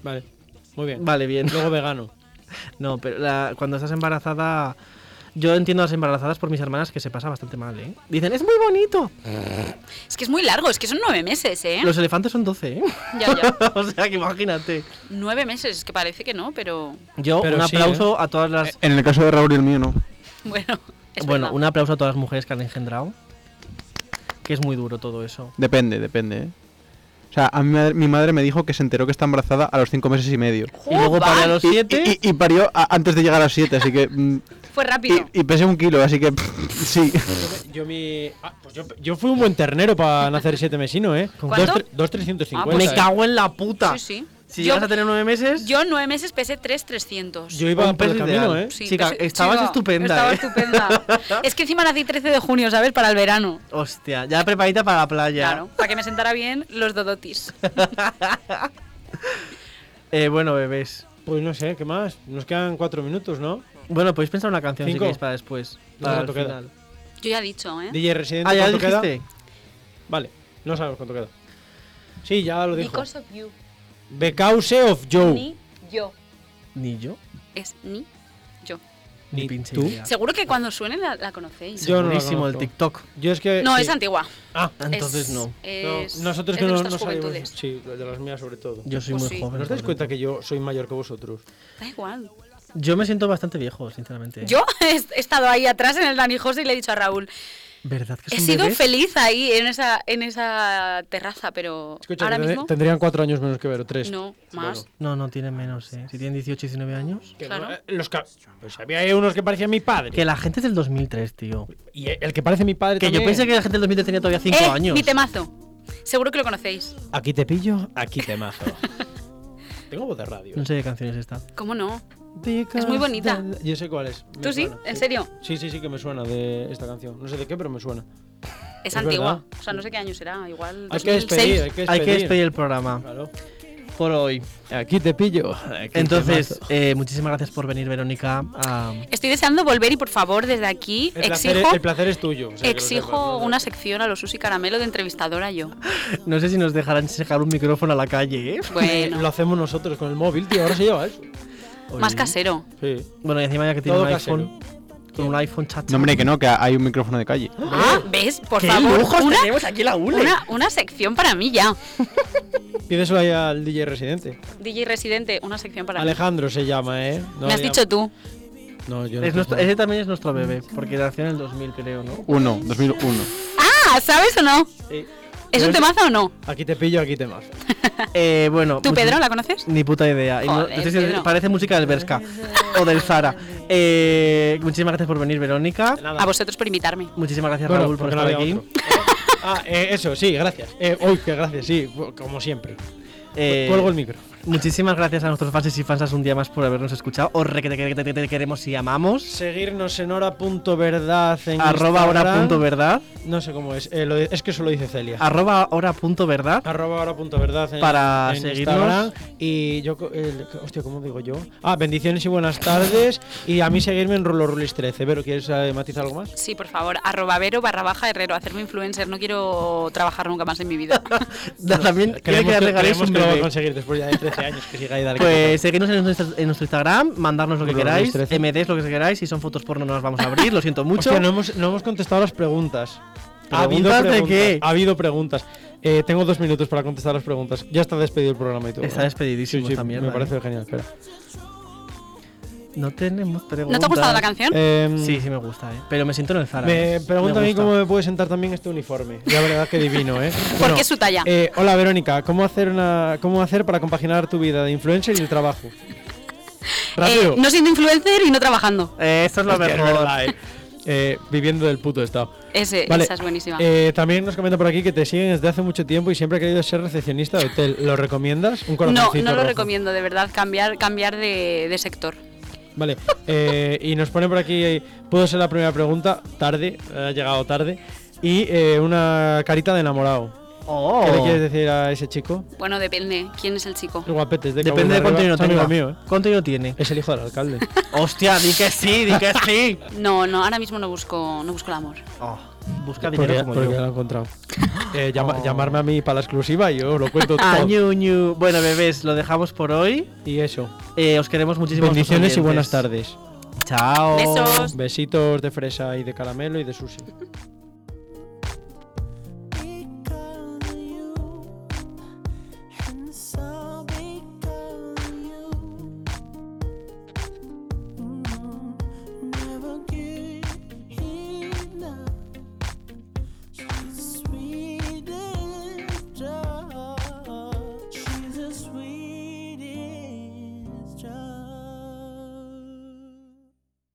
Speaker 4: vale, muy bien.
Speaker 3: Vale,
Speaker 4: <laughs>
Speaker 3: bien.
Speaker 4: Luego vegano.
Speaker 3: No, pero la- cuando estás embarazada. Yo entiendo a las embarazadas por mis hermanas que se pasa bastante mal, ¿eh? Dicen, es muy bonito.
Speaker 5: Es que es muy largo, es que son nueve meses, ¿eh?
Speaker 3: Los elefantes son 12, ¿eh? <laughs>
Speaker 5: Ya, ya.
Speaker 3: o sea que imagínate.
Speaker 5: <laughs> Nueve meses, es que parece que no, pero
Speaker 3: Yo,
Speaker 4: Pero
Speaker 3: un
Speaker 4: sí,
Speaker 3: aplauso a todas las.
Speaker 6: En el caso de Raúl y el mío, no.
Speaker 3: <laughs>
Speaker 5: bueno. Eh, es
Speaker 3: bueno,
Speaker 5: verdad.
Speaker 3: un aplauso a todas las mujeres que han engendrado. Que es muy duro todo eso.
Speaker 6: Depende, depende, ¿eh? O sea, a mi madre, mi madre me dijo que se enteró que está embarazada a los cinco meses y medio.
Speaker 3: Y luego
Speaker 5: ¡Joba!
Speaker 3: para los
Speaker 6: Y-
Speaker 3: 7.
Speaker 6: Y, y parió a- antes de llegar a los siete, así que... mm,
Speaker 5: Fue rápido.
Speaker 6: Y, y pesé un kilo, así que... <laughs> sí.
Speaker 4: Yo mi. ah, pues yo, yo fui un buen ternero para nacer siete mesino, ¿eh?
Speaker 3: ¿Con
Speaker 5: cuánto?
Speaker 4: Dos, tre- dos 350.
Speaker 5: Ah, pues
Speaker 3: me
Speaker 4: ¿eh?
Speaker 3: cago en la puta.
Speaker 5: Sí, sí.
Speaker 3: Si
Speaker 5: yo,
Speaker 3: llegas a tener nueve meses,
Speaker 5: yo en nueve meses pesé 3,300.
Speaker 4: Yo iba
Speaker 3: Un
Speaker 4: por el
Speaker 3: peso
Speaker 4: camino,
Speaker 3: ideal.
Speaker 4: ¿eh?
Speaker 5: Sí,
Speaker 3: Chica, estabas estupenda,
Speaker 5: Estaba
Speaker 3: ¿eh? <laughs>
Speaker 5: estupenda. es que encima nací 13 de junio, ¿sabes? Para el verano.
Speaker 3: hostia, ya preparadita para la playa.
Speaker 5: Claro, para que me sentara bien los dodotis.
Speaker 3: Eh, bueno, bebés.
Speaker 4: Pues no sé, ¿qué más? Nos quedan cuatro minutos, ¿no?
Speaker 3: Bueno, podéis pensar una canción si
Speaker 4: Cinco.
Speaker 3: queréis para después.
Speaker 4: No,
Speaker 3: Para el
Speaker 4: ¿cuánto queda?
Speaker 3: final.
Speaker 5: <laughs> Yo ya he dicho, ¿eh?
Speaker 4: DJ Residente,
Speaker 3: Ah, ya
Speaker 4: ¿cuánto queda?
Speaker 3: dijiste.
Speaker 4: Vale, no sabemos cuánto queda. Sí, ya lo dijo.
Speaker 5: Because of you.
Speaker 4: Because of Joe.
Speaker 5: Ni yo.
Speaker 3: Ni yo,
Speaker 5: Es ni yo.
Speaker 3: ni,
Speaker 4: Ni
Speaker 3: pinche
Speaker 4: tú.
Speaker 3: idea.
Speaker 5: Seguro que cuando suene la, la conocéis.
Speaker 4: Yo no la
Speaker 3: Segurísimo, el
Speaker 4: conozco.
Speaker 3: TikTok.
Speaker 4: Yo es que.
Speaker 5: No,
Speaker 4: sí.
Speaker 5: es antigua.
Speaker 4: Ah,
Speaker 3: Entonces
Speaker 5: Es-
Speaker 3: no.
Speaker 5: es-
Speaker 4: no, nosotros
Speaker 5: es
Speaker 4: que
Speaker 5: de
Speaker 4: no,
Speaker 5: nuestras
Speaker 4: no sabemos.
Speaker 5: juventudes.
Speaker 4: Sí, de las mías sobre todo.
Speaker 3: Yo soy
Speaker 5: Pues
Speaker 3: muy
Speaker 5: sí.
Speaker 3: joven.
Speaker 4: ¿No os dais
Speaker 3: por
Speaker 4: cuenta
Speaker 3: dentro.
Speaker 4: que yo soy mayor que vosotros?
Speaker 5: Da igual.
Speaker 3: Yo me siento bastante viejo, sinceramente.
Speaker 5: Yo <laughs> he est- he estado ahí atrás en el Dani José y le he dicho a Raúl,
Speaker 3: ¿Verdad que
Speaker 5: he
Speaker 3: es un
Speaker 5: sido
Speaker 3: bebé?
Speaker 5: feliz ahí en esa, en esa terraza, pero
Speaker 4: Escucha,
Speaker 5: ahora
Speaker 4: que
Speaker 5: mismo
Speaker 4: tendrían cuatro años menos que Vero, tres.
Speaker 5: no, más.
Speaker 3: No, no, tienen menos, eh. Si tienen 18, 19 años.
Speaker 4: Que
Speaker 5: Claro.
Speaker 4: no- eh, los ca- pues había ahí unos que parecían mi padre.
Speaker 3: Que la gente es del 2003, tío.
Speaker 4: Y eh, el que parece mi padre
Speaker 3: Que yo
Speaker 4: también.
Speaker 3: pensé que la gente del 2003 tenía todavía 5
Speaker 5: Eh,
Speaker 3: años.
Speaker 5: Mi temazo. Seguro que lo conocéis.
Speaker 4: Aquí te pillo, aquí te mazo. <laughs> Tengo voz de radio.
Speaker 3: No sé qué canción es esta.
Speaker 5: ¿Cómo no? Es muy bonita.
Speaker 4: Yo sé cuál es. me
Speaker 5: ¿Tú sí?
Speaker 4: suena,
Speaker 5: ¿En serio?
Speaker 4: Sí, sí, sí que me suena de esta canción. No sé de qué, pero me suena.
Speaker 5: Es,
Speaker 4: Es
Speaker 5: antigua.
Speaker 4: verdad.
Speaker 5: O sea, no sé qué año será. Igual.
Speaker 4: Hay que despedir, hay
Speaker 5: 2006.
Speaker 4: que despedir.
Speaker 3: Hay que despedir el programa
Speaker 4: Claro.
Speaker 3: por hoy.
Speaker 4: Aquí te pillo. aquí te
Speaker 3: Entonces,
Speaker 4: mazo.
Speaker 3: eh, muchísimas gracias por venir, Verónica. a-
Speaker 5: Estoy deseando volver y por favor, desde aquí,
Speaker 4: el, placer,
Speaker 5: exijo.
Speaker 4: el placer es tuyo. o sea, que lo sepas,
Speaker 5: Exijo
Speaker 4: ¿no?
Speaker 5: una sección a los Susi Caramelo de entrevistadora
Speaker 4: <laughs>
Speaker 5: yo.
Speaker 3: No sé si nos dejarán sacar un micrófono a la calle, ¿eh?
Speaker 4: Lo
Speaker 5: Bueno,
Speaker 4: hacemos nosotros con el móvil, tío. Ahora se lleva eso.
Speaker 5: más
Speaker 3: Oye.
Speaker 5: casero.
Speaker 4: Sí.
Speaker 3: Bueno, y encima ya que tiene
Speaker 4: Todo
Speaker 3: un
Speaker 4: casero.
Speaker 3: iPhone. Con un iPhone chat.
Speaker 6: No, hombre, que no, que hay un micrófono de calle.
Speaker 5: Ah, ¿ves? Por
Speaker 3: ¡Qué
Speaker 5: favor,
Speaker 3: lujos
Speaker 5: una,
Speaker 3: tenemos aquí la E! ULE!
Speaker 5: una, una sección para mí ya.
Speaker 4: Pídeselo ahí al DJ residente.
Speaker 5: DJ Residente, una sección para mí.
Speaker 4: Alejandro se llama, ¿eh? No,
Speaker 5: Me has
Speaker 4: ya-
Speaker 5: dicho tú.
Speaker 4: No, yo no.
Speaker 3: Es nuestro- ese también es nuestro bebé, porque nació en el 2000, creo,
Speaker 6: <laughs>
Speaker 3: ¿no?
Speaker 6: Uno, 2001.
Speaker 5: Ah, ¿sabes o no?
Speaker 4: Sí.
Speaker 5: ¿Es un
Speaker 4: Pero
Speaker 5: temazo o no?
Speaker 4: Aquí te pillo, aquí
Speaker 5: <laughs>
Speaker 4: te mazo.
Speaker 3: Eh, bueno.
Speaker 5: ¿Tú,
Speaker 3: muchi-
Speaker 4: pues
Speaker 5: Pedro, la conoces?
Speaker 3: Ni puta idea. Y no-
Speaker 5: Joder,
Speaker 3: no sé si es-
Speaker 5: Pedro.
Speaker 3: parece música del Berska o del Zara. Eh, muchísimas gracias por venir, Verónica.
Speaker 4: Nada.
Speaker 5: A vosotros por invitarme.
Speaker 3: Muchísimas gracias,
Speaker 4: Bueno,
Speaker 3: Raúl, por
Speaker 4: porque no
Speaker 3: estar aquí.
Speaker 4: había otro. Ah, eh, eso, sí, gracias. Eh, uy, que gracias, sí, como siempre.
Speaker 3: Eh,
Speaker 4: Pues Cuelgo el micro.
Speaker 3: Muchísimas gracias a nuestros fans y fansas un día más por habernos escuchado. Os re que te, que te- que te queremos y amamos.
Speaker 4: Seguirnos en hora.verdad en
Speaker 3: Arroba hora punto
Speaker 4: Instagram.
Speaker 3: verdad.
Speaker 4: No sé cómo es, eh, lo de- es que eso lo dice Celia.
Speaker 3: Arroba hora punto verdad.
Speaker 4: Arroba hora.verdad en,
Speaker 3: Para
Speaker 4: en
Speaker 3: seguirnos.
Speaker 4: Instagram. Y yo, co- el- hostia, ¿cómo digo yo? Ah, bendiciones y buenas tardes. Y a mí seguirme en Rulo Rulis 13. Pero, ¿quieres eh, matizar algo más?
Speaker 5: Sí, por favor, arroba vero barra baja herrero, hacerme influencer, no quiero trabajar nunca más en mi vida.
Speaker 3: <laughs> Da- También quiere
Speaker 4: Creemos
Speaker 3: que
Speaker 4: que,
Speaker 3: regaléis
Speaker 4: creemos
Speaker 3: un
Speaker 4: que lo va a
Speaker 3: bebé.
Speaker 4: conseguir después ya de 13 años que siga ahí dale
Speaker 3: Pues seguidnos en nuestro, en nuestro Instagram, mandarnos lo que
Speaker 4: Los
Speaker 3: queráis,
Speaker 4: 13.
Speaker 3: MDs lo que queráis, si son fotos porno no las vamos a abrir, lo
Speaker 4: <laughs>
Speaker 3: siento mucho.
Speaker 4: Hostia, no hemos, no hemos contestado las preguntas.
Speaker 3: ¿Preguntas de qué?
Speaker 4: Ha habido preguntas. Eh, tengo dos minutos para contestar las preguntas. Ya está despedido el programa y todo.
Speaker 3: Está
Speaker 4: ¿no?
Speaker 3: despedidísimo ¿eh?
Speaker 4: Sí, sí,
Speaker 3: esta mierda,
Speaker 4: Me parece genial. Espera.
Speaker 3: No tenemos preguntas.
Speaker 5: ¿No te ha gustado la canción?
Speaker 4: Em,
Speaker 3: Sí, sí me gusta, ¿eh? Pero me siento en el Zara.
Speaker 4: Me pregunto a mí
Speaker 3: gusta.
Speaker 4: cómo me puede sentar también este uniforme. La verdad que divino, ¿eh?
Speaker 5: Porque es su talla.
Speaker 4: eh, hola Verónica, ¿cómo hacer una, cómo hacer para compaginar tu vida de influencer y
Speaker 5: <laughs>
Speaker 4: el trabajo? Rápido.
Speaker 5: Eh, no siendo influencer y no trabajando.
Speaker 3: Eh, esto es lo
Speaker 4: Hostia, es
Speaker 3: mejor.
Speaker 4: verdad, eh. Eh, viviendo del puto estado.
Speaker 5: Ese,
Speaker 4: Vale,
Speaker 5: Esa es buenísima.
Speaker 4: eh, también nos comenta por aquí que te siguen desde hace mucho tiempo y siempre ha querido ser recepcionista de hotel. ¿Lo recomiendas? Un
Speaker 5: no, no
Speaker 4: corazoncito
Speaker 5: lo
Speaker 4: rojo.
Speaker 5: recomiendo, de verdad, cambiar, cambiar de, de sector.
Speaker 4: Vale, eh, y nos pone por aquí, eh, puedo ser la primera pregunta, tarde, ha llegado tarde, y eh, una carita de enamorado.
Speaker 3: Oh.
Speaker 4: ¿Qué le quieres decir a ese chico?
Speaker 5: Bueno, depende. ¿Quién es el chico?
Speaker 4: El guapete es de
Speaker 3: Depende de
Speaker 4: Cabo
Speaker 3: cuánto dinero
Speaker 4: Arriba, es amigo
Speaker 3: tenga.
Speaker 4: mío, ¿eh?
Speaker 3: ¿Cuánto dinero tiene?
Speaker 4: Es el hijo del alcalde.
Speaker 3: Hostia, di que sí, di que
Speaker 4: <laughs>
Speaker 3: sí.
Speaker 5: No, no, ahora mismo no busco, no busco el amor.
Speaker 3: Oh, busca dinero
Speaker 4: porque
Speaker 3: como
Speaker 4: porque
Speaker 3: yo. Oh.
Speaker 4: lo
Speaker 3: <laughs>
Speaker 4: he encontrado. Eh, llama- Llamarme a mí para la exclusiva y yo os
Speaker 3: <laughs>
Speaker 4: lo cuento todo.
Speaker 3: Ah, ñu, ñu. Bueno, bebés, lo dejamos por hoy.
Speaker 4: Y eso.
Speaker 3: Eh, os queremos muchísimo. a nuestros
Speaker 4: Bendiciones y
Speaker 3: oyentes.
Speaker 4: buenas tardes.
Speaker 5: Oh.
Speaker 3: Chao.
Speaker 5: Besos.
Speaker 4: Besitos de fresa y de caramelo y de sushi.